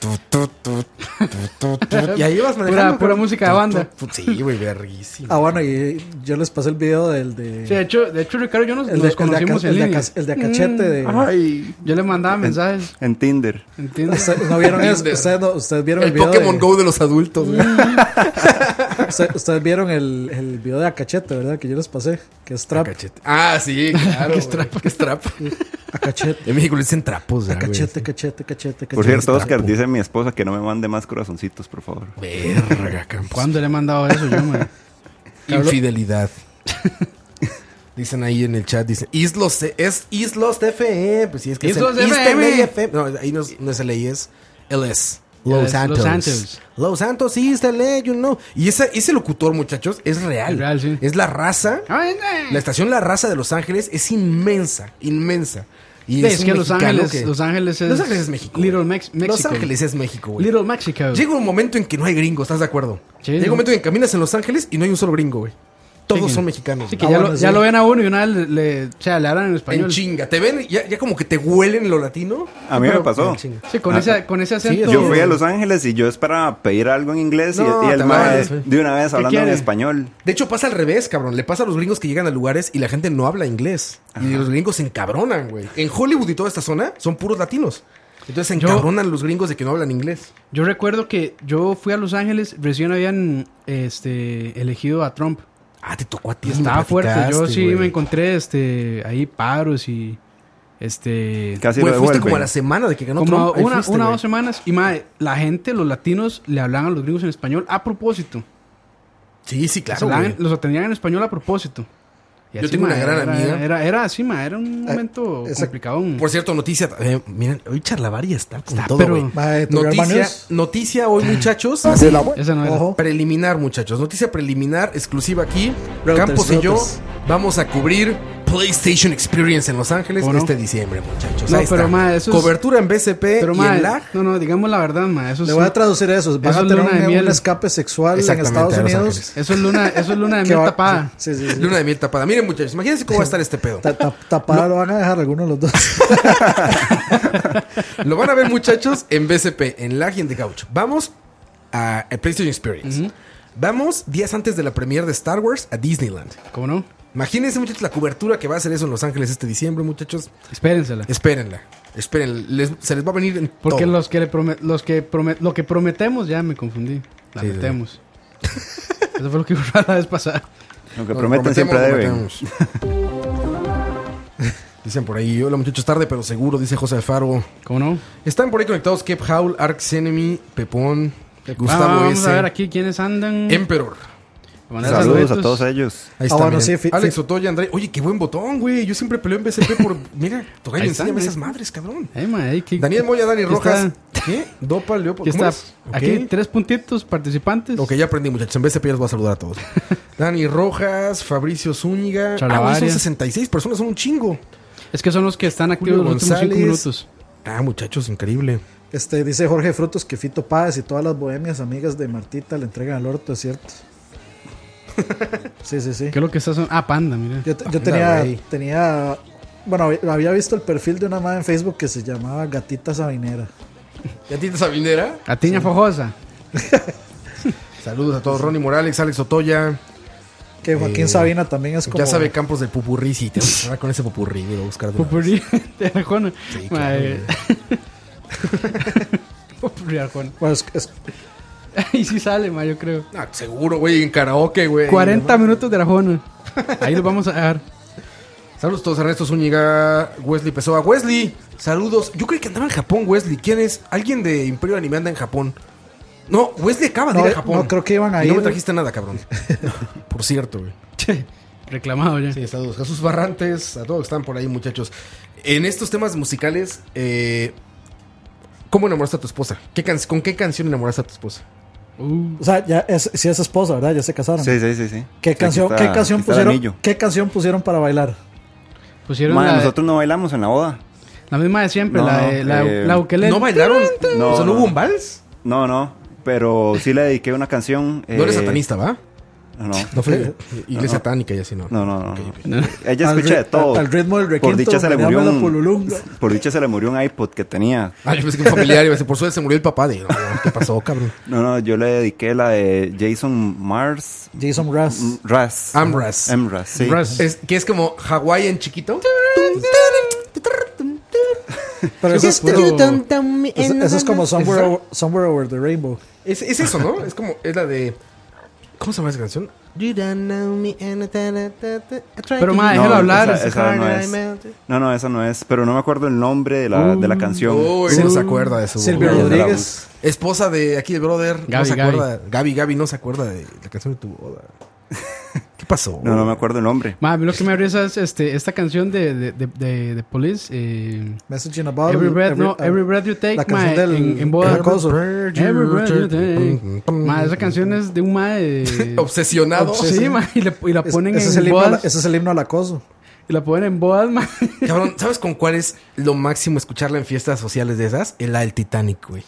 S3: tut, tut, tut, tut. Y ahí ibas
S4: Pura-
S3: manejando.
S4: pura
S3: cabrón.
S4: música de
S3: Tut,
S4: banda.
S3: tut, tut. Sí, güey, verguísima.
S5: Ah, bueno, y yo les pasé el video del de.
S4: Sí, de hecho, de hecho, Ricardo, y yo nos,
S5: el, de,
S4: nos
S5: el, de,
S4: conocimos
S5: Aca-
S4: en
S5: el de
S4: línea. Mm,
S5: Aca- el de Acachete. de-
S6: Ay.
S4: Yo le mandaba ah, mensajes,
S6: En Tinder.
S4: ¿entiendes?
S5: Ustedes no vieron eso.
S3: Tinder.
S5: Ustedes, no- ustedes vieron el,
S3: El
S5: video.
S3: Pokémon
S5: de,
S3: Go de los adultos, güey.
S5: usted- ustedes vieron el, el video de Acachete, ¿verdad? Que yo les pasé. Que es trap.
S3: Cachete. Ah, sí, claro. Qué trap. Qué trap.
S5: Acachete.
S3: En México le dicen trapos,
S4: Ah,
S3: ya, güey.
S5: Acachete, cachete, cachete, cachete.
S6: Por cierto, Oscar, dice mi esposa que no me mande más corazoncitos, por favor.
S3: Verga, campos.
S4: ¿Cuándo le he mandado eso yo, man?
S3: Infidelidad. Dicen ahí en el chat, dicen, Islos, C- es Islos FM. Pues sí, es que
S4: Islos
S3: es el
S4: FM.
S3: East LA FM. No, ahí no es, no es LA, es LS.
S4: Los
S3: Los Santos. Los Santos.
S4: Santos.
S3: Los Santos, East LA, you know. Y ese, ese locutor, muchachos, es real.
S4: Es real, sí. Ah,
S3: Es la raza.
S4: Ay,
S3: La
S4: ay.
S3: estación La Raza de Los Ángeles es inmensa, inmensa. Y
S4: Sí, es
S3: un
S4: que Los
S3: mexicano
S4: Ángeles,
S3: que-
S4: Los Ángeles es...
S3: Los Ángeles es México.
S4: Little
S3: güey.
S4: Mex- Mexico.
S3: Los Ángeles es México, güey.
S4: Little Mexico.
S3: Llega un momento en que no hay gringo, ¿estás de acuerdo?
S4: Sí,
S3: Llega un
S4: ¿no?
S3: momento en que caminas en Los Ángeles y no hay un solo gringo, güey. Todos
S4: Sí,
S3: son
S4: que-
S3: mexicanos.
S4: Sí,
S3: güey.
S4: que
S5: Ah,
S4: ya,
S5: bueno,
S4: lo,
S5: sí.
S4: ya lo ven a uno y una vez le, le- o sea, le hablan en español.
S3: En chinga. Te ven, ya, ya como que te huelen lo latino.
S6: A mí me
S3: pero-
S6: pasó.
S3: En chinga.
S4: Sí, con,
S6: Ah,
S4: ese, con ese acento.
S6: Yo fui a Los Ángeles y yo esperaba pedir algo en inglés y-
S3: No,
S6: y,
S3: te
S6: el mae
S3: vayas, güey.
S6: de una vez hablando en
S4: quiere?
S6: español.
S3: De hecho, pasa al revés, cabrón. Le pasa a los gringos que llegan a lugares y la gente no habla inglés. Y los gringos se encabronan, güey. En Hollywood y toda esta zona son puros latinos. Entonces se
S4: Yo-
S3: encabronan los gringos de que no hablan inglés.
S4: Yo recuerdo que yo fui a Los Ángeles, recién habían este, elegido a Trump.
S3: Ah, te tocó a ti.
S4: Estaba
S3: me
S4: fuerte, yo
S3: platicaste,
S4: sí
S3: güey.
S4: me encontré este, ahí paros y... Este,
S6: Casi
S3: Güey,
S6: lo
S3: fuiste como a
S6: devuelven.
S3: la semana de que ganó
S4: como
S3: Trump. Ahí
S4: una,
S3: fuiste,
S4: una o
S3: güey.
S4: dos semanas. Y madre, la gente, los latinos, le hablaban a los gringos en español a propósito.
S3: Sí, sí,
S4: Les
S3: claro.
S4: hablaban-
S3: güey.
S4: los atendían en español a propósito. Y
S3: Yo tengo
S4: ma,
S3: una gran
S4: era-
S3: amiga. Eh,
S4: Era, era así, ma, era un momento
S5: esa-
S4: complicado.
S3: Por cierto, noticia. eh, miren, hoy Charlavaria está con
S4: Está,
S3: todo,
S4: pero-
S3: güey.
S5: Mae, tu hermano
S3: Noticia,
S5: es-
S3: noticia hoy, muchachos.
S5: Ah,
S3: así,
S4: Esa no era.
S5: Ojo.
S3: preliminar, muchachos. Noticia preliminar, exclusiva aquí.
S5: Reuters,
S3: Campos y yo
S5: Reuters.
S3: vamos a cubrir PlayStation Experience en Los Ángeles
S4: ¿Cómo no?
S3: este diciembre, muchachos.
S4: No,
S3: Ahí
S4: pero,
S3: está.
S4: ma, eso es-
S3: Cobertura en BCP
S4: Pero
S3: y
S4: ma,
S3: en LAG.
S4: no, no, digamos la verdad, ma, eso,
S5: Le
S4: es,
S5: voy a traducir eso. Van
S4: Eso
S5: a
S4: es
S5: tener
S4: luna de
S5: un,
S4: miel.
S5: un escape sexual en
S3: Exactamente,
S5: Estados
S3: a Los
S5: Unidos.
S3: Ángeles.
S4: eso es luna, eso es luna de
S5: que
S4: miel
S5: va-
S4: tapada.
S5: Sí, sí, sí.
S3: Luna de miel tapada. Miren, muchachos, imagínense cómo va a estar este pedo.
S5: Ta- ta- Tapada lo van a dejar alguno de los dos.
S3: Lo van a ver, muchachos, en BCP, en Lag y en The Couch. Vamos a, a PlayStation Experience. Vamos días antes de la premiere de Star Wars a Disneyland.
S4: ¿Cómo no?
S3: Imagínense, muchachos, la cobertura que va a hacer eso en Los Ángeles este diciembre, muchachos.
S4: Espérensela.
S3: Espérenla. Espérenla. Les- se les va a venir en
S4: Porque
S3: todo.
S4: los que, le prome- los que prome- lo que prometemos, ya me confundí. La
S3: Sí, sí.
S4: metemos. Eso fue lo que dijo la vez pasada.
S6: Lo que
S3: Nos
S6: prometen
S3: prometemos,
S6: siempre
S3: lo
S6: deben.
S3: prometemos. Dicen por ahí, hola muchachos, tarde pero seguro, dice José Alfaro.
S4: ¿Cómo no?
S3: Están por ahí conectados Kep Howl, Arx Enemy, Pepón,
S4: Ah,
S3: Gustavo Em,
S4: vamos
S3: S.
S4: a ver aquí quiénes andan.
S3: Emperor.
S4: Mandar
S6: Saludos a
S4: saluditos.
S6: todos ellos.
S3: Ahí
S5: Ah,
S3: está.
S5: bueno,
S3: miren.
S5: sí, fi-
S3: Alex
S5: fi-
S3: Otoya, André. Oye, qué buen botón, güey. Yo siempre peleo en BCP por. Mira, tocayo,
S4: Ahí está,
S3: enséñame
S4: güey.
S3: esas madres, cabrón.
S4: Ey, ma, ey, qué-
S3: Daniel Moya, Dani
S4: aquí
S3: Rojas.
S4: está-
S3: ¿Qué? Dopa, Leopoldo.
S4: Aquí
S3: ¿Cómo
S4: está.
S3: es? Ok.
S4: Aquí tres puntitos participantes.
S3: Ok, ya aprendí, muchachos. En BCP ya los voy a saludar a todos. Dani Rojas, Fabricio Zúñiga. Ah, güey, son
S4: Chalabaria.
S3: 66 personas, son un chingo.
S4: Es que son los que están activos
S3: Julio
S4: los últimos cinco
S3: González.
S4: minutos.
S3: Ah, muchachos, increíble.
S5: Este, dice Jorge Frutos que Fito Páez y todas las bohemias amigas de Martita le entregan al orto, es cierto. Sí, sí, sí.
S3: Eh.
S4: ¿Qué es lo que está son? Ah, panda, mira.
S5: Yo, te- yo
S3: Ah,
S5: tenía,
S3: güey.
S5: tenía, bueno, hab- había visto el perfil de una madre en Facebook que se llamaba Gatita Sabinera.
S3: ¿Ya tienes Sabinera?
S4: Gatiña Fojosa.
S3: Saludos a todos. Ronnie Morales, Alex Otoya.
S5: Que Joaquín
S3: Eh,
S5: Sabina también es como...
S3: Ya sabe Campos del Pupurrí. Sí, te voy a agarrar con ese Pupurrí. Lo voy a buscar de una vez.
S4: Popurrí de Arjona.
S3: Sí,
S4: Ma,
S3: claro,
S4: eh. Popurrí de Arjona.
S5: Bueno, es- es-
S4: Ahí sí sale, ma, yo creo.
S3: Ah, seguro, güey, en karaoke, güey.
S4: 40 minutos de Arjona. Ahí los vamos a dejar.
S3: Saludos todos, Ernesto Zúñiga, Wesley Pessoa. Wesley, saludos. Yo creí que andaba en Japón, Wesley. ¿Quién es? Alguien de Imperio Anime anda en Japón. No, Wesley acaba de
S5: No, eh,
S3: ir a Japón.
S5: no, creo que iban a
S3: Y No
S5: ir.
S3: me trajiste nada, cabrón. Por cierto, güey.
S4: Che, Reclamado ya.
S3: Sí, saludos. Jesús Barrantes, a todos que están por ahí, muchachos. En estos temas musicales, eh, ¿cómo enamoraste a tu esposa? ¿Qué can- ¿Con qué canción enamoraste a tu esposa?
S4: Uh,
S5: o sea, ya es, sí es esposa, ¿verdad? Ya se casaron.
S6: Sí, sí, sí, sí.
S5: ¿Qué,
S6: Sí,
S5: canción,
S6: aquí está-
S5: ¿qué, canción
S6: aquí está el anillo.
S5: pusieron, ¿Qué canción pusieron para bailar?
S4: pusieron
S6: Madre,
S4: la,
S6: nosotros no bailamos en la boda.
S4: la misma de siempre,
S6: No,
S4: la, de, la,
S6: eh,
S4: la ukelele.
S3: ¿No bailaron?
S6: No,
S3: o sea, ¿no
S6: no.
S3: hubo un vals?
S6: No, no. Pero sí le dediqué una canción.
S3: No eres
S6: eh,
S3: satanista, ¿va?
S6: No, no.
S3: No fue iglesia satánica y así, ¿no?
S6: No, no, no. no. Ella
S5: Al
S6: escucha
S5: ri-
S6: de todo.
S5: al ritmo del
S6: Por
S5: requinto,
S6: dicha se le
S5: meneame
S6: murió
S5: la
S6: un,
S5: pululunga.
S6: Por dicha se le murió un iPod que tenía.
S3: Ah, yo pensé que un familiar iba a decir, por suerte se murió el papá de... no, no, ¿Qué pasó, cabrón?
S6: No, no, yo le dediqué la de Jason Mars.
S5: Jason Russ.
S6: M- Ras.
S3: Amras.
S5: Em-
S6: Amras, sí.
S4: Ras.
S3: Es, que es como Hawái en chiquito.
S5: Pero eso es,
S6: este
S4: puro-
S5: eso- eso es como Somewhere, Over- Somewhere Over the Rainbow.
S3: Es, es eso, ¿no? Es como, es la de... ¿Cómo se llama esa canción? You don't know me and I ta- ta- ta- I try
S4: Pero,
S3: to-
S4: ma, déjalo
S6: No,
S4: hablar.
S6: esa- esa no es. No, no, esa no es. Pero no me acuerdo el nombre de la, de la canción.
S3: Uy, no se acuerda de su...
S5: Silvio
S6: ya la
S5: Rodríguez.
S3: Esposa de aquí de brother. no
S4: Gaby,
S3: se
S4: Gaby.
S3: acuerda. Gaby, Gaby no se acuerda de la canción de tu boda. ¿Qué pasó?
S6: No, no me acuerdo el nombre.
S4: Ma, a mí lo que me arriesga es este, esta canción de, de, de, de, de Police. Eh,
S5: Messaging about
S4: every,
S5: it,
S4: breath, no,
S5: ah,
S4: every breath you take,
S5: la
S4: ma,
S5: canción del
S4: en, en boda.
S5: acoso.
S4: Every breath you take. Ma, esa canción es de un ma de...
S3: Obsesionado.
S4: Sí, ma, y, le- y la
S5: Es-
S4: ponen
S5: ese, es
S4: en
S5: el himno, al-
S4: bodas.
S5: ese es el himno al acoso.
S4: Y la ponen en bodas, ma.
S3: Cabrón, ¿sabes con cuál es lo máximo escucharla en fiestas sociales de esas? El al Titanic, güey.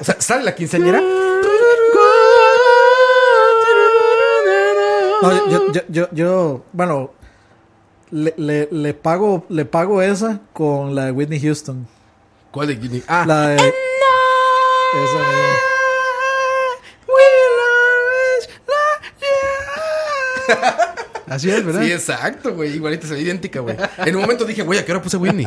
S3: O sea, sale la quinceañera.
S5: No, yo, yo, yo, yo- bueno, le, le, le pago, le pago esa con la de Whitney Houston.
S3: ¿Cuál de Guinea? Ah,
S5: La de. Esa misma.
S4: Así es, ¿verdad?
S3: sí, exacto, güey. Igualita, se ve idéntica, güey. En un momento dije, güey, ¿a qué hora puse Whitney?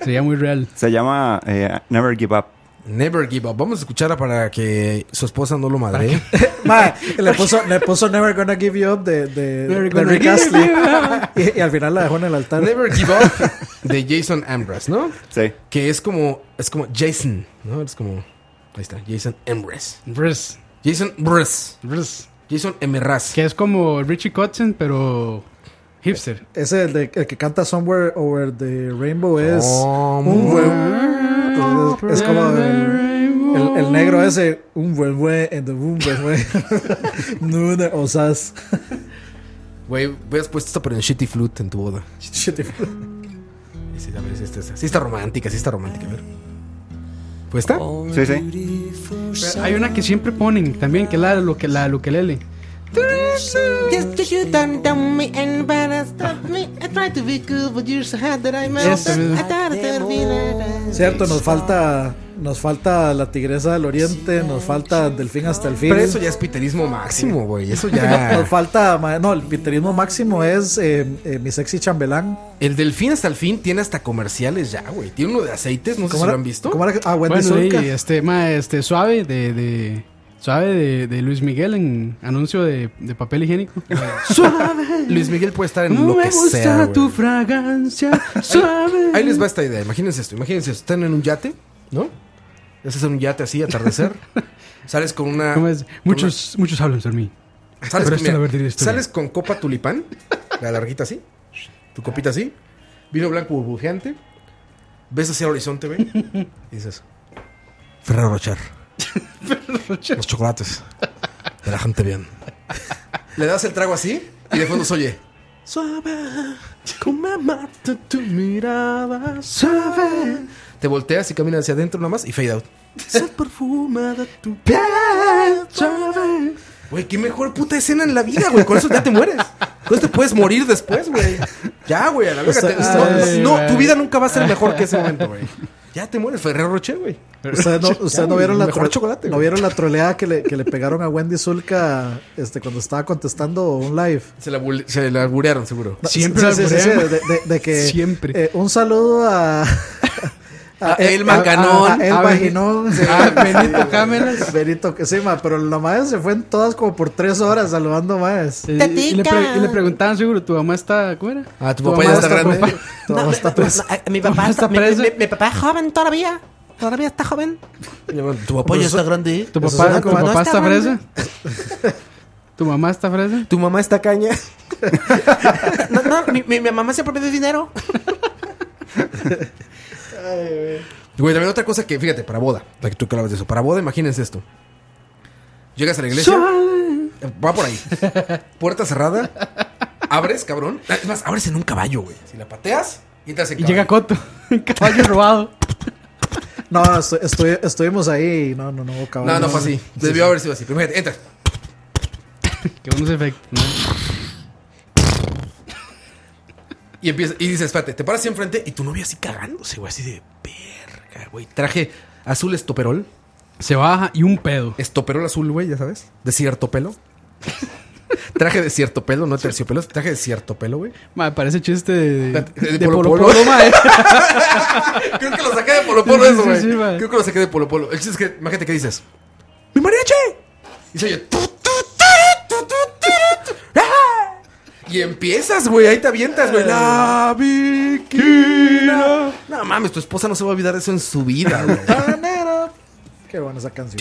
S4: Sería muy real.
S6: Se llama eh, Never Give Up.
S3: Never give up. Vamos a escucharla para que su esposa no lo madre.
S5: Mae, le puso, le puso Never Gonna Give You Up de, de,
S4: Never
S5: de
S4: gonna
S5: Rick
S4: give
S5: Astley.
S4: you
S5: Y, y al final la dejó en el altar.
S3: Never give up de Jason Ambrose, ¿no?
S6: Sí.
S3: Que es como, es como Jason, ¿no? Es como, ahí está, Jason Ambrose.
S4: Bris,
S3: Jason Bruce.
S4: bris.
S3: Jason Emerraz.
S4: Que es como Richie Kotzen, pero hipster.
S5: Ese el, de- el que canta Somewhere Over the Rainbow es un
S3: Somewhere
S5: buen. Es, es como el, el- el negro ese. Un buen güey en the boom, buen güey. Nuna osas.
S3: Güey, hubieras puesto esta por en Shitty Flute en tu boda. Y Sí, a ver, sí está, sí está romántica, sí está romántica. A ver. ¿Pues está?
S4: Oh.
S6: Sí, sí.
S4: Hay una que siempre ponen también, que es la de lo que la de lo que lele.
S7: Just 'cause you don't tell me and better stop me at Try to be good, but you're so hot that I
S5: Eso mismo. Cierto, nos falta nos falta la tigresa del oriente, nos falta delfín hasta el fin.
S3: Pero eso ya es piterismo máximo, güey. Eso
S5: Nos
S3: ya.
S5: falta, ma- no, el piterismo máximo es eh, eh, mi sexy chambelán.
S3: El delfín hasta el fin tiene hasta comerciales ya, güey. Tiene uno de aceites, no sé si
S5: ¿Cómo era?
S3: lo han visto.
S5: ¿Cómo era? que- Ah, Wendy
S4: Bueno, y
S5: Zulka.
S4: este, ma, este, suave de, de- suave de, de Luis Miguel en anuncio de, de papel higiénico. suave.
S3: Luis Miguel puede estar en
S4: No
S3: lo
S4: me
S3: que
S4: gusta
S3: sea. güey.
S4: tu fragancia. suave.
S3: Ahí les va esta idea. Imagínense esto. Imagínense esto. Están en un yate, ¿no? Estás en un yate así, atardecer. sales con una.
S4: ¿Cómo es? Muchos, muchos hablan sobre mí.
S3: Sales,
S4: Pero
S3: con,
S4: esto la
S3: mira,
S4: verdad es tuya.
S3: sales con copa tulipán, la larguita así, tu copita así, vino blanco burbujeante, ves hacia el horizonte, ve, y dices, Ferrero Rocher, los chocolates, relajante bien. Le das el trago así y de fondo se oye, suave, como mata tu mirada, suave. Te volteas y caminas hacia adentro nomás y fade out. Sal perfumada tu piel, suave. Güey, qué mejor puta escena en la vida, güey. Con eso ya te mueres. Con eso te puedes morir después, güey. Ya, güey, a la verga. te-
S5: ay,
S3: no, no,
S4: güey.
S3: tu vida nunca va a ser mejor que ese momento, güey. Ya te mueres, Ferrero Rocher, güey.
S5: Ustedes no, ustedes
S3: Ya,
S5: no vieron la
S3: mejor
S5: tro-
S3: chocolate,
S5: no
S3: güey.
S5: vieron la troleada que le, que le pegaron a Wendy Zulka este, cuando estaba contestando un live.
S3: Se la, bul- se la alburearon, seguro.
S5: No,
S4: Siempre
S5: sí, sí, sí, sí,
S4: alburean.
S5: de, de- de que
S4: Siempre.
S5: eh, un saludo a
S3: A El Manganón,
S5: a, a El
S4: a
S5: Vaginón, sí.
S4: a Benito Cámaras.
S5: Benito que sí, ma, pero la madre se fue en todas como por tres horas saludando más.
S4: Eh, Y, le pre- y le preguntaban seguro, tu mamá está, ¿cómo era?
S3: Ah, tu papá ya está grande.
S5: Todo está preso.
S7: Mi
S4: papá
S7: papá
S4: está
S7: está mi,
S4: preso.
S7: mi- mi papá es joven todavía. Todavía está joven.
S3: Tu papá ya está grande. ¿eh?
S4: Tu
S5: Eso
S4: papá,
S5: suena
S4: tu
S5: como-
S4: papá
S7: no
S4: está
S7: está
S4: fresa. Tu mamá está fresa.
S7: ¿Tu mamá está caña? no, no, mi, mi- mi mamá siempre me dio dinero.
S3: Güey, también otra cosa que, fíjate, para boda, para que tú que hablabas de eso, para boda, imagínense esto. Llegas a la iglesia, eh, va por ahí, puerta cerrada, abres, cabrón. Es más, abres en un caballo, güey. Si la pateas, y entras en
S4: Y
S3: caballo.
S4: llega Coto, un caballo robado.
S5: No, estu- estu- estuvimos ahí. y No, no, no, cabrón.
S3: No, no fue así.
S5: Sí,
S3: Debió haber sido así. Pero fíjate, entras.
S4: Qué buenos efectos, ¿no?
S3: Y, empieza, y dices, espérate, te paras así enfrente y tu novia así cagándose, güey, así de verga, güey. Traje azul estoperol,
S4: Se baja y un pedo.
S3: estoperol azul, güey, ya sabes, de cierto pelo. Traje de cierto pelo, no terciopelo, traje de cierto pelo, güey.
S4: Ma, parece chiste de,
S3: De- de
S4: de
S3: Polo
S4: Polo
S3: Polo.
S4: Polo, ma, eh.
S3: Creo que lo saqué de Polo Polo eso,
S4: Sí,
S3: güey.
S4: sí, güey.
S3: Creo que lo saqué de Polo Polo. El chiste es que, imagínate que dices, ¡Mi mariachi! Y se oye, "Tu, tu, tu, tu, tu, tu, tu". ¡Ah! Y empiezas, güey, ahí te avientas, güey. La viquina. No mames, tu esposa no se va a olvidar de eso en su vida, güey.
S5: Habanero. Qué buena esa canción.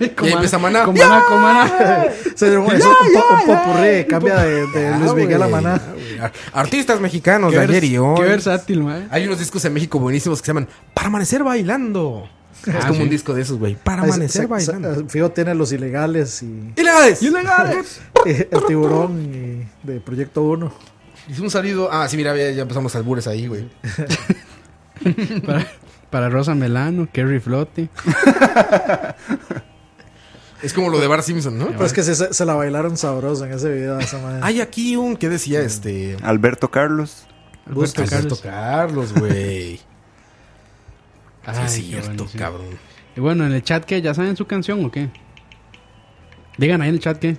S3: Y ahí empieza Maná.
S4: Comana, comana.
S5: Sí, es un, es un po- un popurrí, Cambia de, de
S4: Ah,
S3: Ya,
S5: Luis Miguel a
S3: güey,
S5: Maná.
S3: ya, güey. Ar- Artistas mexicanos
S4: Qué
S3: de ayer y
S4: vers-
S3: hoy.
S4: Qué versátil, ma. eh.
S3: Hay unos discos en México buenísimos que se llaman Para Amanecer Bailando. es como
S4: Ah, sí.
S3: un disco de esos, güey. Para
S5: Ahí se-
S3: Amanecer
S5: se-
S3: Bailando.
S5: se- Fijo tiene los ilegales y
S3: ¡Ilegales!
S5: eh, el tiburón y de Proyecto 1.
S3: Hice un saludo. Ah, sí, mira, ya ya empezamos albures ahí, güey.
S4: Para, para Rosa Melano, Kerry Flotte.
S3: Es como lo de Bar Simpson, ¿no?
S5: Pero es que sí se, se la bailaron sabroso en ese video. Esa madre.
S3: Hay aquí un que decía este.
S6: Alberto Carlos.
S4: Alberto
S3: Alberto
S4: Carlos.
S3: Carlos, güey. Sí,
S4: Ay,
S3: es
S4: Ah, qué
S3: cierto,
S4: bueno, sí.
S3: cabrón.
S4: Y bueno, en el chat, que ¿Ya saben su canción o qué? Digan ahí en el chat, ¿qué?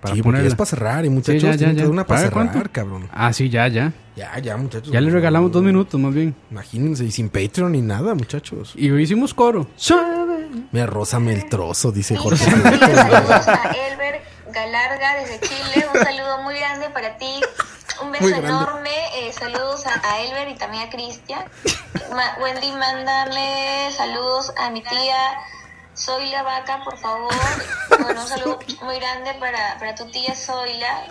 S4: Para
S3: sí, porque
S4: ponerla.
S3: es para cerrar, y muchachos.
S4: ya, ya,
S3: tienen que
S4: ya.
S3: dar Una
S4: A
S3: para
S4: ver,
S3: cerrar,
S4: ¿cuánto?
S3: cabrón.
S4: Ah, sí, ya, ya.
S3: Ya, ya, muchachos.
S4: Ya les regalamos dos minutos, más bien.
S3: Imagínense, y sin Patreon ni nada, muchachos.
S4: Y hoy hicimos coro.
S3: Mira, rózame el trozo, dice Jorge.
S11: Saludos a Elber Galarga desde Chile. Un saludo muy grande para ti. Un beso
S3: Muy grande.
S11: enorme. Eh, saludos a, a Elber y también a Cristian. Ma- Wendy, mándame saludos a mi tía. Soy la vaca, por favor. Bueno, un saludo muy grande para, para tu tía Zoila.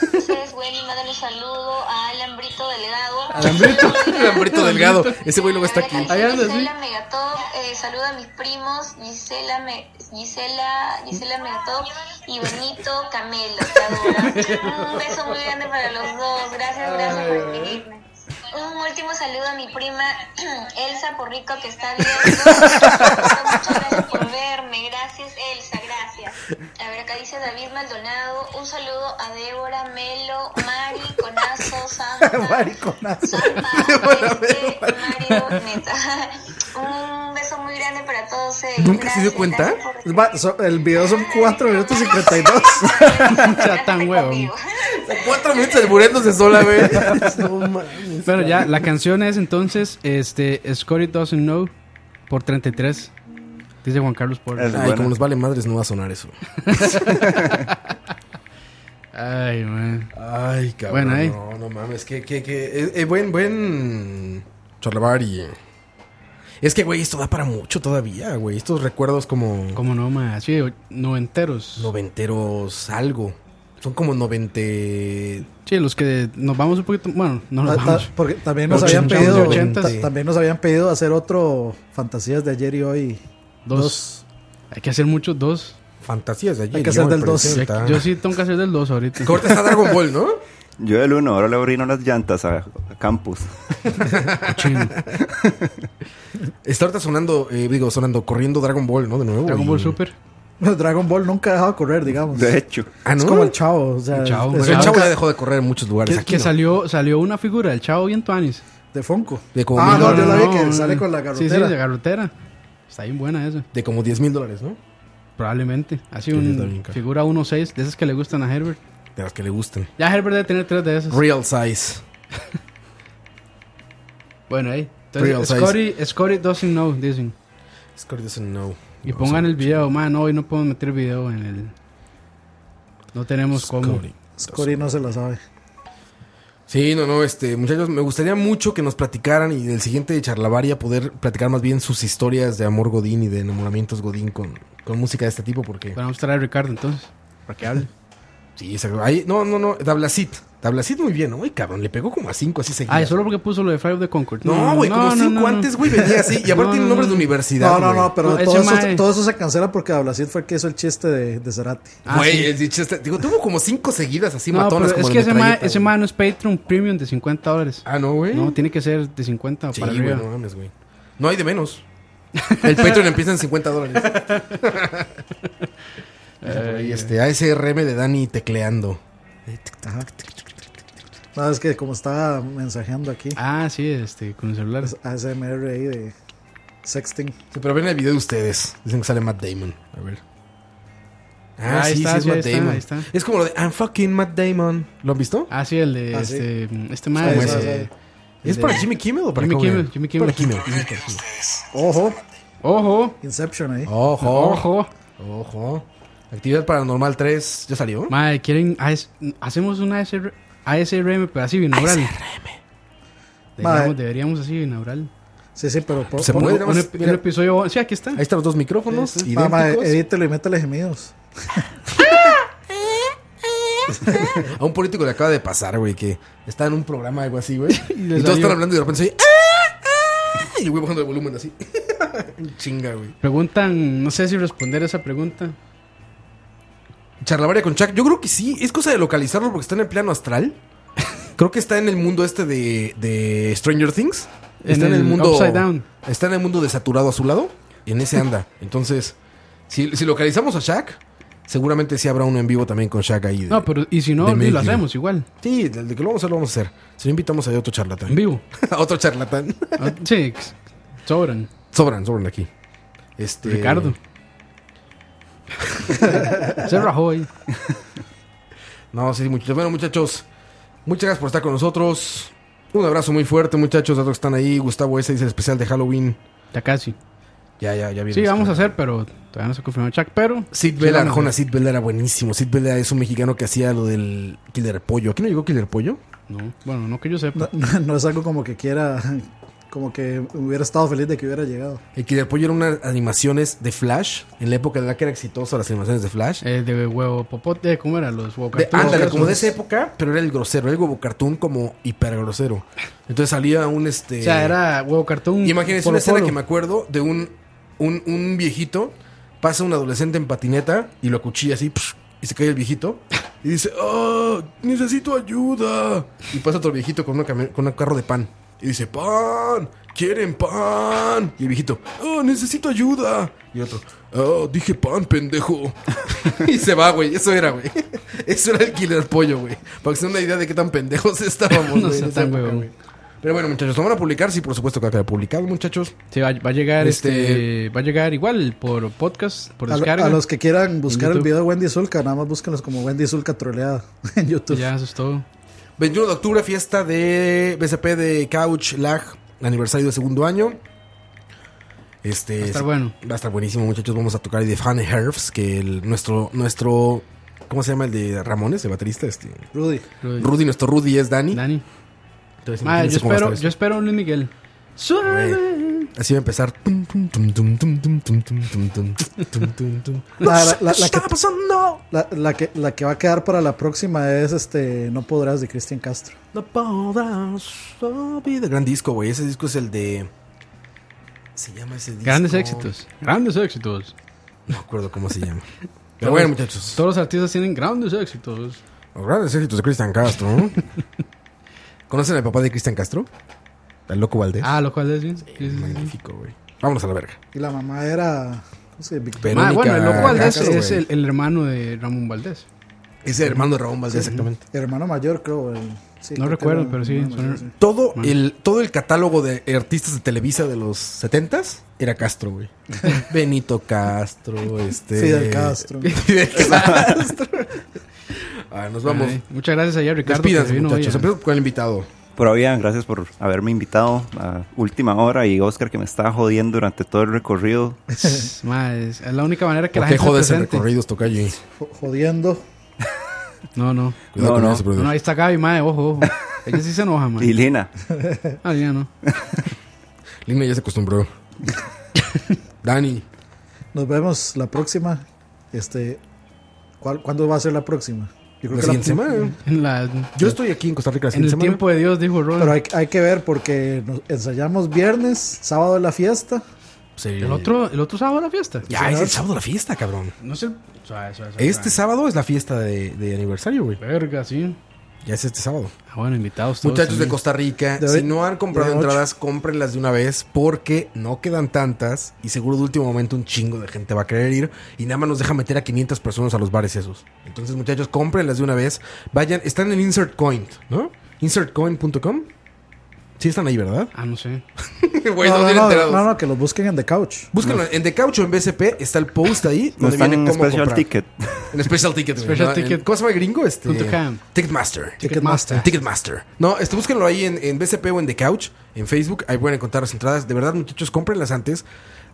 S11: Entonces, Wendy, mándale un saludo a Alambrito Delgado.
S3: Alambrito, Alambrito Delgado. Ese güey luego está aquí.
S11: Ahí
S4: anda, sí.
S11: Gisela Megatop, eh, saluda a mis primos, Gisela, Me- Gisela, Gisela Megatop y Benito Camelo, te adoro. Un beso muy grande para los dos, gracias, gracias por escribirme. Un último saludo a mi prima Elsa Porrico que está viendo. Muchas gracias por verme, gracias Elsa, gracias. A ver, acá dice David Maldonado. Un saludo a Débora, Melo, Mari, Conazo, Santa,
S6: Mariconazo.
S11: Vente, Mario, neta. Un beso muy grande para todos ellos.
S3: ¿Nunca se dio
S11: Gracias,
S3: cuenta?
S11: gracias por-
S5: Va, so- el video son 4 minutos 52.
S4: Ya tan huevo.
S3: Cuatro minutos de sola, güey.
S4: Pero ya, la canción es entonces este, Scotty Doesn't Know por 33. Dice Juan Carlos por
S6: Es
S3: Ay,
S6: buena.
S3: como nos vale madres, no va a sonar eso.
S4: Ay, man.
S3: Ay, cabrón.
S4: Bueno, ¿eh?
S3: No, no mames. Que, que, que, eh, eh, buen, buen. Charlavari. eh. Es que, güey, esto da para mucho todavía, güey. Estos recuerdos como
S4: ¿Cómo no, más? Sí, noventeros.
S3: noventeros algo. Son como novente.
S4: Sí, los que nos vamos un poquito. Bueno, no
S5: Ta-
S4: nos
S5: ta-
S4: vamos.
S5: porque también nos
S4: Ochenta,
S5: habían pedido
S4: ochenta.
S5: ta- también nos habían pedido hacer otro fantasías de ayer y hoy.
S4: Dos.
S5: ah, Dos.
S4: Hay que hacer muchos dos.
S3: Fantasías de ayer.
S5: Hay que hacer
S3: yo,
S5: del dos.
S4: Yo,
S3: presenta.
S4: yo sí tengo que hacer del dos ahorita.
S3: Corta está Dragon Ball, ¿no?
S6: Yo el uno, ahora le orino las llantas a, a Campus.
S4: Cochino.
S3: Está ahorita sonando, eh, digo, sonando, corriendo Dragon Ball, ¿no? De nuevo.
S4: Dragon
S3: y-
S4: Ball Super.
S5: Dragon Ball nunca ha dejado correr, digamos.
S6: De hecho.
S3: Ah, ¿no?
S5: Es como el chavo, o sea,
S4: El Chavo,
S5: es
S3: El
S5: un
S3: chavo
S5: ca-
S3: ya dejó de correr en muchos lugares.
S4: Que,
S3: Aquí
S4: que
S3: no.
S4: salió, salió una figura del chavo bien tuanis.
S5: de Fonco.
S3: De como,
S5: Ah,
S3: mil
S5: no,
S3: dólares,
S5: yo la vi que
S4: no.
S5: sale con la
S4: Sí, sí,
S5: carrotera.
S4: la garrotera. Está bien buena esa.
S3: de como 10 mil dólares, ¿no?
S4: Probablemente. Ha sido
S3: Sí, está bien
S4: una
S3: cara.
S4: figura 1.6 de esas que le gustan a Herbert.
S3: De las que le gusten.
S4: Ya Herbert debe tener tres de esas.
S3: Real size.
S4: Bueno, ahí.
S3: Real
S4: Entonces,
S3: size.
S4: Scotty, Scotty doesn't know, dicen.
S3: Scotty doesn't know.
S4: Y
S3: No,
S4: pongan
S3: sí.
S4: el video. Man, no, hoy no podemos meter video en el. No tenemos cómo.
S3: Scotty.
S5: Cory Pues, no se la sabe.
S3: Sí, no, no, este, muchachos, me gustaría mucho que nos platicaran y del siguiente de Charlavaria poder platicar más bien sus historias de amor Godín y de enamoramientos Godín con, con música de este tipo, porque
S4: Bueno, vamos a traer a Ricardo entonces. Para que hable.
S3: sí, exacto. Ahí- no, no, no, Dablacit, Dablacit muy bien, ¿no? Uy, cabrón, le pegó como a cinco así seguidas.
S4: Ah, ¿y solo porque puso lo de Fire of the Concord.
S3: No, güey, como cinco antes, güey, venía así. Y aparte
S4: No,
S3: tiene
S4: no,
S3: nombres
S4: no.
S3: de universidad.
S5: No, no,
S3: güey.
S5: no, pero
S4: No, ese
S5: todo,
S4: mae.
S5: eso, todo eso se cancela porque Ablacid fue el que hizo el chiste de, de Cerati.
S4: Ah,
S3: Güey,
S4: sí.
S3: el dicho está- digo, tuvo como cinco seguidas así
S4: no,
S3: matonas
S4: pero
S3: como
S4: es
S3: de
S4: que ese man,
S3: metralleta,
S4: ese
S3: güey.
S4: man no es Patreon Premium de 50 dólares.
S3: Ah, no, güey.
S4: No, tiene que ser de 50 o
S3: Sí,
S4: para
S3: güey,
S4: arriba.
S3: no mames, güey. No hay de menos. El Patreon empieza en 50 dólares. Y este ASRM de Dani tecleando.
S5: No, es que como estaba mensajeando aquí, pues,
S4: Ah, sí, este, con el celular.
S5: es ASMR ahí de sexting.
S3: Sí, pero ven el video de ustedes. Dicen que sale Matt Damon. A ver. Ah,
S4: Ahí
S3: sí,
S4: está,
S3: sí, es
S4: sí,
S3: Matt
S4: ahí está,
S3: Damon.
S4: ahí está.
S3: Es como lo de I'm fucking Matt Damon. ¿Lo han visto?
S4: Ah, sí, el de
S5: Ah, sí.
S4: este, este
S5: Sí,
S4: man.
S5: sí,
S4: eh,
S3: ¿Es
S4: de-
S3: para Jimmy Kimmel o para
S4: Jimmy
S3: Conan?
S4: Kimmel, Jimmy Kimmel.
S3: Para Kimmel.
S5: Ojo,
S4: Ojo,
S5: Inception ahí.
S3: Ojo, ojo,
S4: ojo.
S3: ojo. Actividad Paranormal 3. ¿Ya salió?
S4: Madre, quieren. AS hacemos una ASR ASRM, pero así binaural. Deberíamos,
S5: Madre.
S4: deberíamos así binaural.
S5: Sí, sí, pero po-
S3: Se
S5: pon-
S3: puede,
S5: pon-
S3: nada
S4: Un,
S3: más,
S4: ep-
S3: mira.
S4: un episodio. Sí, aquí está.
S3: Ahí están los dos micrófonos.
S5: Ah, mae,
S3: idénticos.
S4: eh.
S5: edítelo y métele gemidos.
S3: A un político le acaba de pasar, güey, que está en un programa algo así, güey. y
S4: le
S3: todos
S4: salió.
S3: están hablando y de repente soy. "Ah, ah", Y el güey bajando el volumen así. Chinga, güey.
S4: Preguntan, no sé si responder esa pregunta.
S3: Charlavaria con Chuck. Yo creo que sí. Es cosa de localizarlo porque está en el plano astral. Creo que está en el mundo este de, de Stranger Things.
S4: En
S3: Está en, el
S4: el
S3: mundo.
S4: Upside Down.
S3: Está en el mundo de saturado a su lado. En ese anda. Entonces, si, si localizamos a Shaq, seguramente sí habrá uno en vivo también con Shaq ahí. de-
S4: No, pero y si no,
S3: de
S4: lo
S3: Mayhew.
S4: hacemos igual,
S3: Sí, de de que lo vamos a hacer, lo vamos a hacer. Si no invitamos a otro charlatán.
S4: en vivo.
S3: a otro charlatán.
S4: Ah, sí, ex- sobran.
S3: Sobran, sobran aquí. Este,
S4: Ricardo. Se rajó ahí.
S3: No, sí, muchachos. Bueno, muchachos, muchas gracias por estar con nosotros. Un abrazo muy fuerte, muchachos. Datos que están ahí. Gustavo S. dice el especial de Halloween.
S4: Ya casi.
S3: Ya, ya, ya viene.
S4: Sí, vamos a
S3: Este.
S4: hacer, pero todavía no se confirmó Chuck, pero.
S3: Sid
S4: sí
S3: Vela,
S4: vamos a
S3: Arjona,
S4: hacer.
S3: Sid Vela era buenísimo. Sid Vela es un mexicano que hacía lo del Killer Pollo. ¿Aquí no llegó Killer Pollo?
S4: No, bueno, no que yo sepa.
S5: No, no es algo como que quiera, como que hubiera estado feliz de que hubiera llegado.
S3: El Killer Pollo era unas animaciones de Flash. En la época de la que era exitoso las animaciones de Flash.
S4: Eh, de huevo popote, ¿cómo era? Los huevo
S3: De-
S4: cartoons.
S3: ándale, como de esa época, pero era el grosero. Era el huevo cartoon como hiper grosero. Entonces salía un este.
S4: O sea, era huevo cartoon.
S3: Y imagínense
S4: polo,
S3: una escena
S4: polo.
S3: que me acuerdo de un, un, un viejito, pasa un adolescente en patineta y lo acuchilla así, psh, y se cae el viejito. Y dice, ¡ah! necesito ayuda. Y pasa otro viejito con, una cami- con un carro de pan. y dice, pan, quieren pan. Y el viejito, oh, necesito ayuda. Y otro, oh, dije pan, pendejo. y se va, güey. Eso era, güey. Eso era el killer pollo, güey. Para que se den una idea de qué tan pendejos estábamos,
S4: No
S3: güey,
S4: sea
S3: en esa
S4: tan
S3: época,
S4: huevón.
S3: güey. Pero bueno, muchachos, lo van a publicar, sí, por supuesto que acaba de publicado, muchachos.
S4: Sí, va, va a llegar
S3: Este-
S4: este... va a llegar igual por podcast, por
S5: A, lo-
S4: descarga.
S5: a los que quieran buscar el
S4: YouTube.
S5: video de Wendy Zulka, nada más búsquenlos como Wendy Zulka troleada en YouTube.
S4: Ya, eso es todo.
S3: 21 de octubre, fiesta de BCP de Couch Lag, aniversario de segundo año. Este,
S4: Va a estar
S3: sí,
S4: bueno.
S3: Va a estar buenísimo, muchachos. Vamos a tocar de Fan Herbs, que el, nuestro, nuestro, ¿cómo se llama el de Ramones, el baterista? Este,
S5: Rudy.
S4: Rudy.
S3: Rudy, nuestro Rudy es Dani.
S4: Dani.
S3: Entonces,
S4: Ma, yo
S3: imagínense cómo va a
S4: espero, yo
S3: estar
S4: espero un Luis Miguel.
S3: Güey. eso. Así va a empezar. Tum, tum, tum, tum, tum, tum, tum, tum, tum, tum, tum, tum, tum.
S5: La- la- la- la
S3: ¿Qué está
S5: que-
S3: pasando?
S5: La, la que, la que va a quedar para la próxima es este No Podrás de Cristian Castro.
S3: No podrás olvidar. Gran disco, güey. Ese disco es el de. Se llama ese disco.
S4: Grandes éxitos. Grandes éxitos.
S3: No me acuerdo cómo se llama. Pero bueno, muchachos.
S4: Todos los artistas tienen grandes éxitos.
S3: Los grandes éxitos de Cristian Castro. ¿no? ¿Conocen al papá de Cristian Castro? Al loco Valdés.
S4: Ah, lo cual es bien. Sí, sí, sí.
S3: Magnífico, güey. Vámonos a la verga.
S5: Y la mamá era. ¿Cómo se llama?
S3: Pero-
S4: Ma, bueno, el loco
S3: Verónica
S4: Valdés
S3: Castro,
S4: es
S3: güey.
S4: el, el hermano de Ramón Valdés.
S3: Es el hermano de Raúl Valdés. Exactamente.
S5: Hermano mayor, creo. el- sí,
S4: No
S5: creo que
S4: recuerdo,
S5: era
S4: pero sí,
S5: hermano
S4: son-
S5: mayor, sí.
S3: Todo el, todo el catálogo de artistas de Televisa de los 70s era Castro, güey. Benito Castro, este.
S5: Fidel Castro.
S3: Fidel Castro. Ah, nos vamos.
S4: Ay, muchas gracias ayer, Ricardo.
S3: Despídanse,
S4: que vino hoy
S3: muchachos.
S4: a-
S3: Empezamos con el invitado.
S6: Provian, gracias por haberme invitado a última hora y Oscar que me estaba jodiendo durante todo el recorrido.
S4: Ma, es, es la única manera que la
S3: ¿Por qué
S4: gente se
S3: jodes en
S4: presente.
S3: recorridos, Tocayo?
S5: Jo- Jodiendo.
S4: No, no.
S3: Cuidado
S6: No,
S3: con
S6: no.
S3: eso, brother.
S4: No, ahí está Gaby, madre, ojo, ojo. Ella sí se enoja,
S6: Y
S4: madre.
S6: Lina,
S4: Ah, ya no.
S3: Lina ya se acostumbró. Dani,
S5: Nos vemos la próxima. Este, ¿cuál- ¿Cuándo va a ser la próxima? Yo creo
S3: la
S5: que
S3: siguiente semana.
S4: En, la-
S3: Yo estoy aquí en Costa Rica la
S4: en
S3: siguiente
S4: el
S3: semana.
S4: tiempo de Dios, dijo Ron.
S5: Pero hay, hay que ver porque nos ensayamos viernes, sábado de la fiesta.
S3: Sí.
S4: el, otro, el otro sábado la fiesta.
S3: Ya, es el sábado la fiesta, cabrón.
S4: No sé. el- suave, suave, suave,
S3: Este
S4: suave.
S3: sábado es la fiesta de, de aniversario, güey.
S4: Verga, sí.
S3: Ya es este sábado.
S4: Ah, bueno, invitados todos.
S3: Muchachos de
S4: también.
S3: Costa Rica,
S5: De
S3: si
S5: hoy-
S3: no han comprado
S5: de ocho.
S3: entradas, cómprenlas de una vez porque no quedan tantas y seguro de último momento un chingo de gente va a querer ir y nada más nos deja meter a 500 personas a los bares esos. Entonces, muchachos, cómprenlas de una vez. Vayan, están en InsertCoin, ¿no? InsertCoin.com. Sí están ahí, ¿verdad?
S4: Ah, no sé.
S3: Güey, no,
S5: no,
S3: tienen
S5: no,
S3: enterados.
S5: no, no, que los busquen en The Couch.
S3: Búsquenlo en The Couch o en BCP, está el post ahí
S6: no
S3: donde
S6: están
S3: viene
S6: en
S3: cómo
S6: Special
S3: comprar.
S6: Ticket.
S3: En Special Ticket. güey,
S4: Special
S3: ¿no? En-
S4: Ticket.
S3: ¿Cómo se llama el gringo? Este,
S4: Punto com.
S3: Ticketmaster.
S5: Ticketmaster.
S3: Ticketmaster. No, este, búsquenlo ahí en, en BCP o en The Couch, en Facebook. Ahí pueden encontrar las entradas. De verdad, muchachos, cómprenlas antes.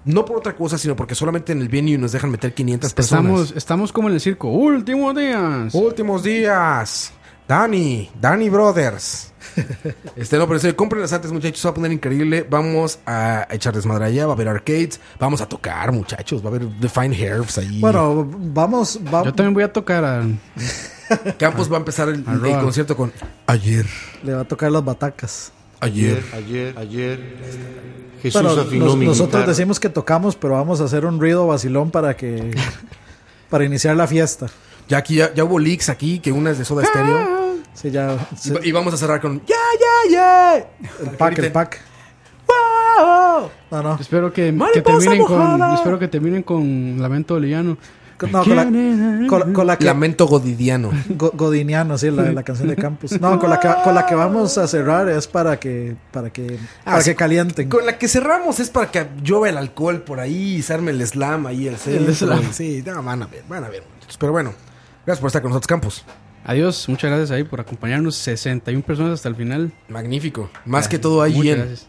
S3: No por otra cosa, sino porque solamente en el venue nos dejan meter 500 personas. Oh,
S4: Estamos, estamos como en el circo. Últimos días.
S3: Últimos días. Dani, Dani Brothers. Este, no, pero en serio, cómprenlas antes, muchachos. Se va a poner increíble. Vamos a echar desmadre allá. Va a haber arcades. Vamos a tocar, muchachos. Va a haber Define Herbs ahí.
S5: Bueno, vamos,
S3: ah.
S5: va-
S4: Yo también voy a tocar a.
S3: Campos va a empezar el, el
S4: rock.
S3: concierto con Ayer.
S5: le va a tocar las batacas.
S3: Ayer.
S10: ayer, ayer. Jesús
S5: Bueno,
S10: afinó
S5: nos-
S10: mi
S5: nosotros
S10: guitarra.
S5: decimos que tocamos, pero vamos a hacer un ruido vacilón para que para iniciar la fiesta.
S3: Ya aquí ya, ya hubo leaks aquí, que una es de soda estéreo.
S5: Sí, ya sí,
S3: Y vamos a cerrar con Ah. Ya, ya, ya.
S5: el pack, el
S3: griten.
S5: pack. No, no.
S4: Espero que, que
S3: Mariposa
S4: terminen con.
S3: mojada.
S4: Espero que terminen con Lamento Boliviano.
S5: Con, no, con la, con- con la que-
S3: Lamento godidiano.
S5: Go- Godiniano, sí, la, la canción de Campus. No, con la, que, con la que vamos a cerrar es para que para que para
S3: Ah, sí.
S5: que calienten.
S3: Con la que cerramos es para que llueva el alcohol por ahí y se arme el slam ahí, el centro.
S4: slam.
S3: Sí, no, van a ver, van a ver. muchachos. Pero bueno, gracias por estar con nosotros, Campos.
S4: Adiós, muchas gracias ahí por acompañarnos. 61 personas hasta el final.
S3: Magnífico. Más que todo ahí
S4: Muchas
S3: en.
S4: gracias.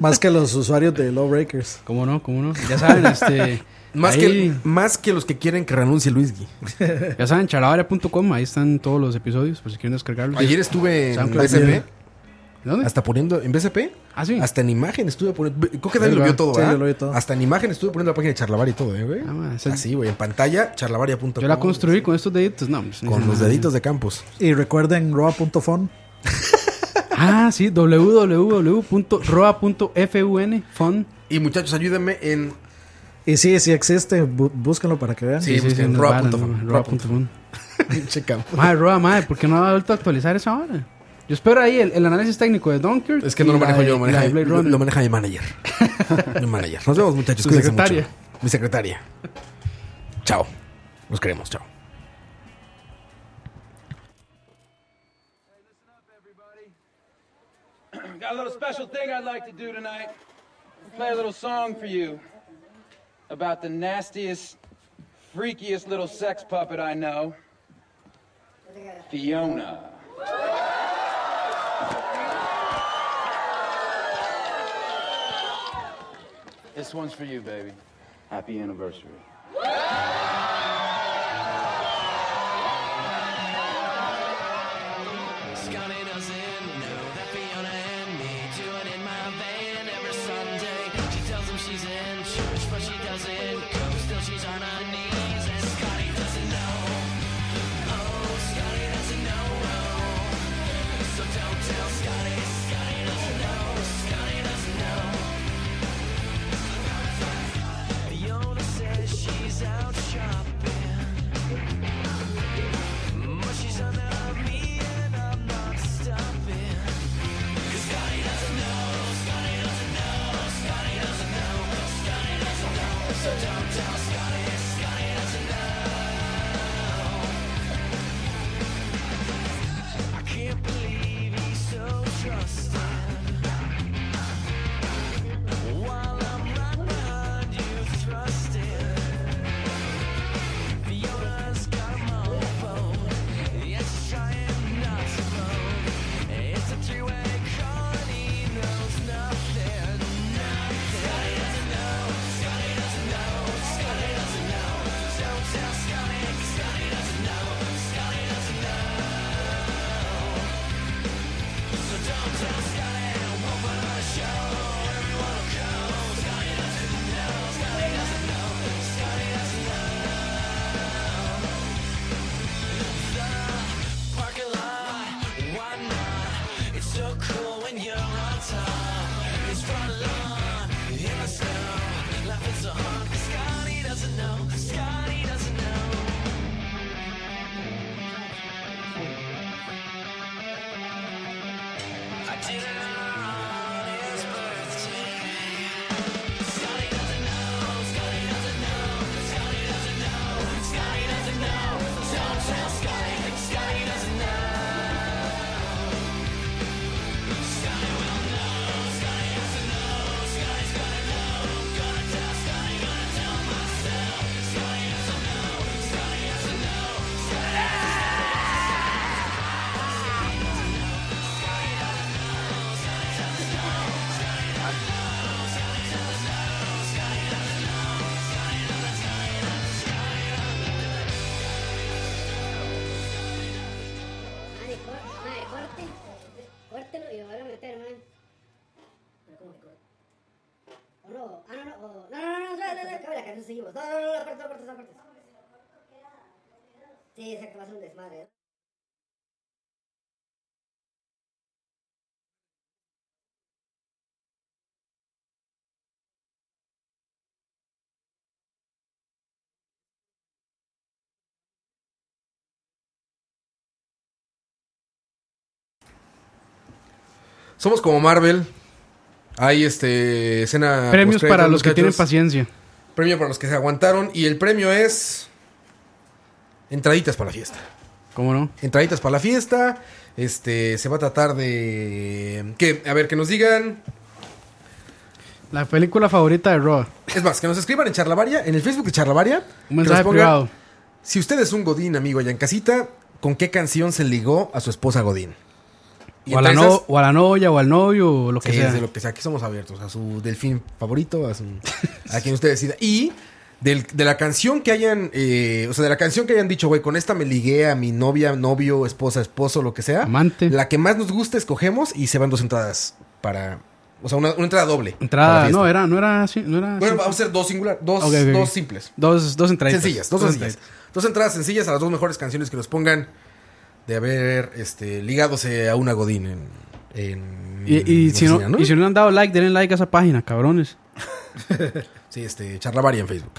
S5: Más que los usuarios de Lawbreakers.
S4: ¿Cómo no? ¿Cómo no? Ya saben, este.
S3: Más
S4: ahí-
S3: que, más que los que quieren que renuncie Luis Gui.
S4: Ya saben, charlavaria.com, ahí están todos los episodios, por si quieren descargarlos.
S3: Ayer estuve en
S4: SoundCloud.
S3: BCP,
S4: ¿Dónde?
S3: hasta poniendo. En BCP,
S4: ah, sí.
S3: Hasta en imagen estuve poniendo. Creo que Dani
S5: Ahí
S3: lo
S5: va.
S3: vio todo,
S5: Sí,
S3: ¿verdad?
S5: yo lo vi todo.
S3: Hasta en imagen estuve poniendo la página de Charlavaria y todo, ¿eh, güey?
S4: Ah, man, esa-
S3: Así, güey. En pantalla, charlavaria.com.
S4: Yo la construí con estos deditos, no. pues,
S3: Con
S4: no,
S3: los
S4: no, no.
S3: deditos de Campos.
S5: Y recuerden roa.fon.
S4: Ah, sí, www.roa.fun, fun.
S3: Y muchachos, ayúdenme en.
S5: Y sí, sí existe, bu- búsquenlo para que vean.
S3: Sí, busquen
S4: nos
S3: roa punto
S4: van,
S3: fun,
S4: ¿no?
S3: roa punto
S4: roa.fun.
S3: Che, Campos.
S4: Madre, Roa, madre, ¿por qué no ha vuelto a actualizar esa hora? Yo espero ahí el, el análisis técnico de Dunkirk.
S3: Es que no
S4: y
S3: lo
S4: la
S3: manejo
S4: de-
S3: yo, lo
S4: y la
S3: maneja,
S4: de Blade
S3: lo,
S4: Runner.
S3: lo maneja mi manager. mi manager. Nos vemos, muchachos.
S4: Tu
S3: cuídense
S4: secretaria.
S3: mucho. Mi secretaria. Chao. Los queremos, chao.
S12: Got a little special thing I'd like to do tonight. Play a little song for you about the nastiest, freakiest little sex puppet I know, Fiona. This one's for you, baby. Happy anniversary.
S9: Scotty doesn't know that Fiona and me do it in my van every Sunday. She tells him she's in church, but she doesn't go. Still, she's on her knees, and Scotty doesn't know. Oh, Scotty doesn't know. So don't tell Scotty. Scotty doesn't know. Scotty doesn't know. Fiona says she's out shopping. Mushies on the me and I'm not stopping. 'Cause Scotty doesn't know, Scotty doesn't know, Scotty doesn't know, Scotty doesn't know. So don't tell Scotty, Scotty doesn't know. I can't believe he's so trusting. While I'm right behind you thrusting. Fiona's got my own phone. Yes, she's trying not to moan. It's a three-way call and he knows nothing. Nothing. Scotty doesn't know. Scotty doesn't know. Scotty doesn't know. Don't tell Scotty. Scotty doesn't know. Scotty doesn't know. So don't tell Scotty. We'll put on a show. Everyone will come. Scotty doesn't know. Scotty doesn't know. Scotty doesn't know. Parking lot, why not? It's so cool when you're on top. It's front lawn in the snow. Laughing so hard, 'cause Scotty doesn't know. Scotty doesn't know. I did it on his birthday. Scotty doesn't know. Scotty doesn't know. Scotty doesn't know. Scotty doesn't know. Don't tell Scotty. Scotty doesn't know. Scotty will know. Scotty doesn't know. Scotty's gonna know. Gonna tell Scotty. Gonna tell myself. Scotty doesn't know. Scotty doesn't know. Scotty doesn't know. Scotty doesn't know. Scotty doesn't know. Scotty doesn't know. Scotty doesn't know. Scotty doesn't know. Scotty doesn't know. Scotty
S13: Madre, cor- madre, corte. Córtelo y lo vuelvo a meter, man. Pero ¿cómo que corte? O no, ah, no, no, o- no, no, no, no, no, no, no, acabe la canción, seguimos. No, no, no, no, cortes, no, cortes, no, cortes. Sí, exacto, va a ser un desmadre, ¿no?
S3: Somos como Marvel. Hay este escena.
S4: Premios
S3: postcréditos,
S4: para pues los que tienen
S3: muchachos.
S4: paciencia.
S3: Premio para los que se aguantaron. Y el premio es. Entraditas para la fiesta.
S4: ¿Cómo no?
S3: Entraditas para la fiesta. Este. Se va a tratar de. Que, a ver, que nos digan.
S4: La película favorita de Roa.
S3: Es más, que nos escriban en Charlavaria, en el Facebook de Charlavaria. que
S4: mensaje
S3: nos
S4: privado.
S3: Si usted es un Godín, amigo allá en casita, ¿con qué canción se ligó a su esposa Godín?
S4: O a, la
S3: entre
S4: no-
S3: esas-
S4: o a la novia, o al novio, o lo que
S3: Sí,
S4: sea.
S3: de lo que sea. Aquí somos abiertos a su delfín favorito, a, su- a quien usted decida. Y del- de la canción que hayan, eh, o sea, de la canción que hayan dicho, güey, con esta me ligué a mi novia, novio, esposa, esposo, lo que sea. Amante. La que más nos gusta, escogemos y se van dos entradas para. O sea, una, una entrada doble. para la
S4: Entrada,
S3: fiesta.
S4: no, era, no era así, no era
S3: Bueno,
S4: así.
S3: vamos a hacer dos singular, dos,
S4: Ok, ok, ok.
S3: dos simples.
S4: Dos, dos entraditas.
S3: Sencillas, dos sencillas. Dos entradas sencillas a las dos mejores canciones que nos pongan de haber este, ligadose a una Godín en. en-
S4: Y, y
S3: en
S4: si no,
S3: oficina, ¿no?
S4: y si no le han dado like, denle like a esa página, cabrones.
S3: sí, este, Charlavaria en Facebook.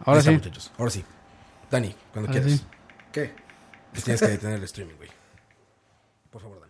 S4: Ahora
S3: Ahí está,
S4: sí.
S3: muchachos. Ahora sí. Dani, cuando
S4: Ahora
S3: quieras.
S4: sí.
S3: ¿Qué? Pues tienes que detener el streaming, güey. Por favor, Dani.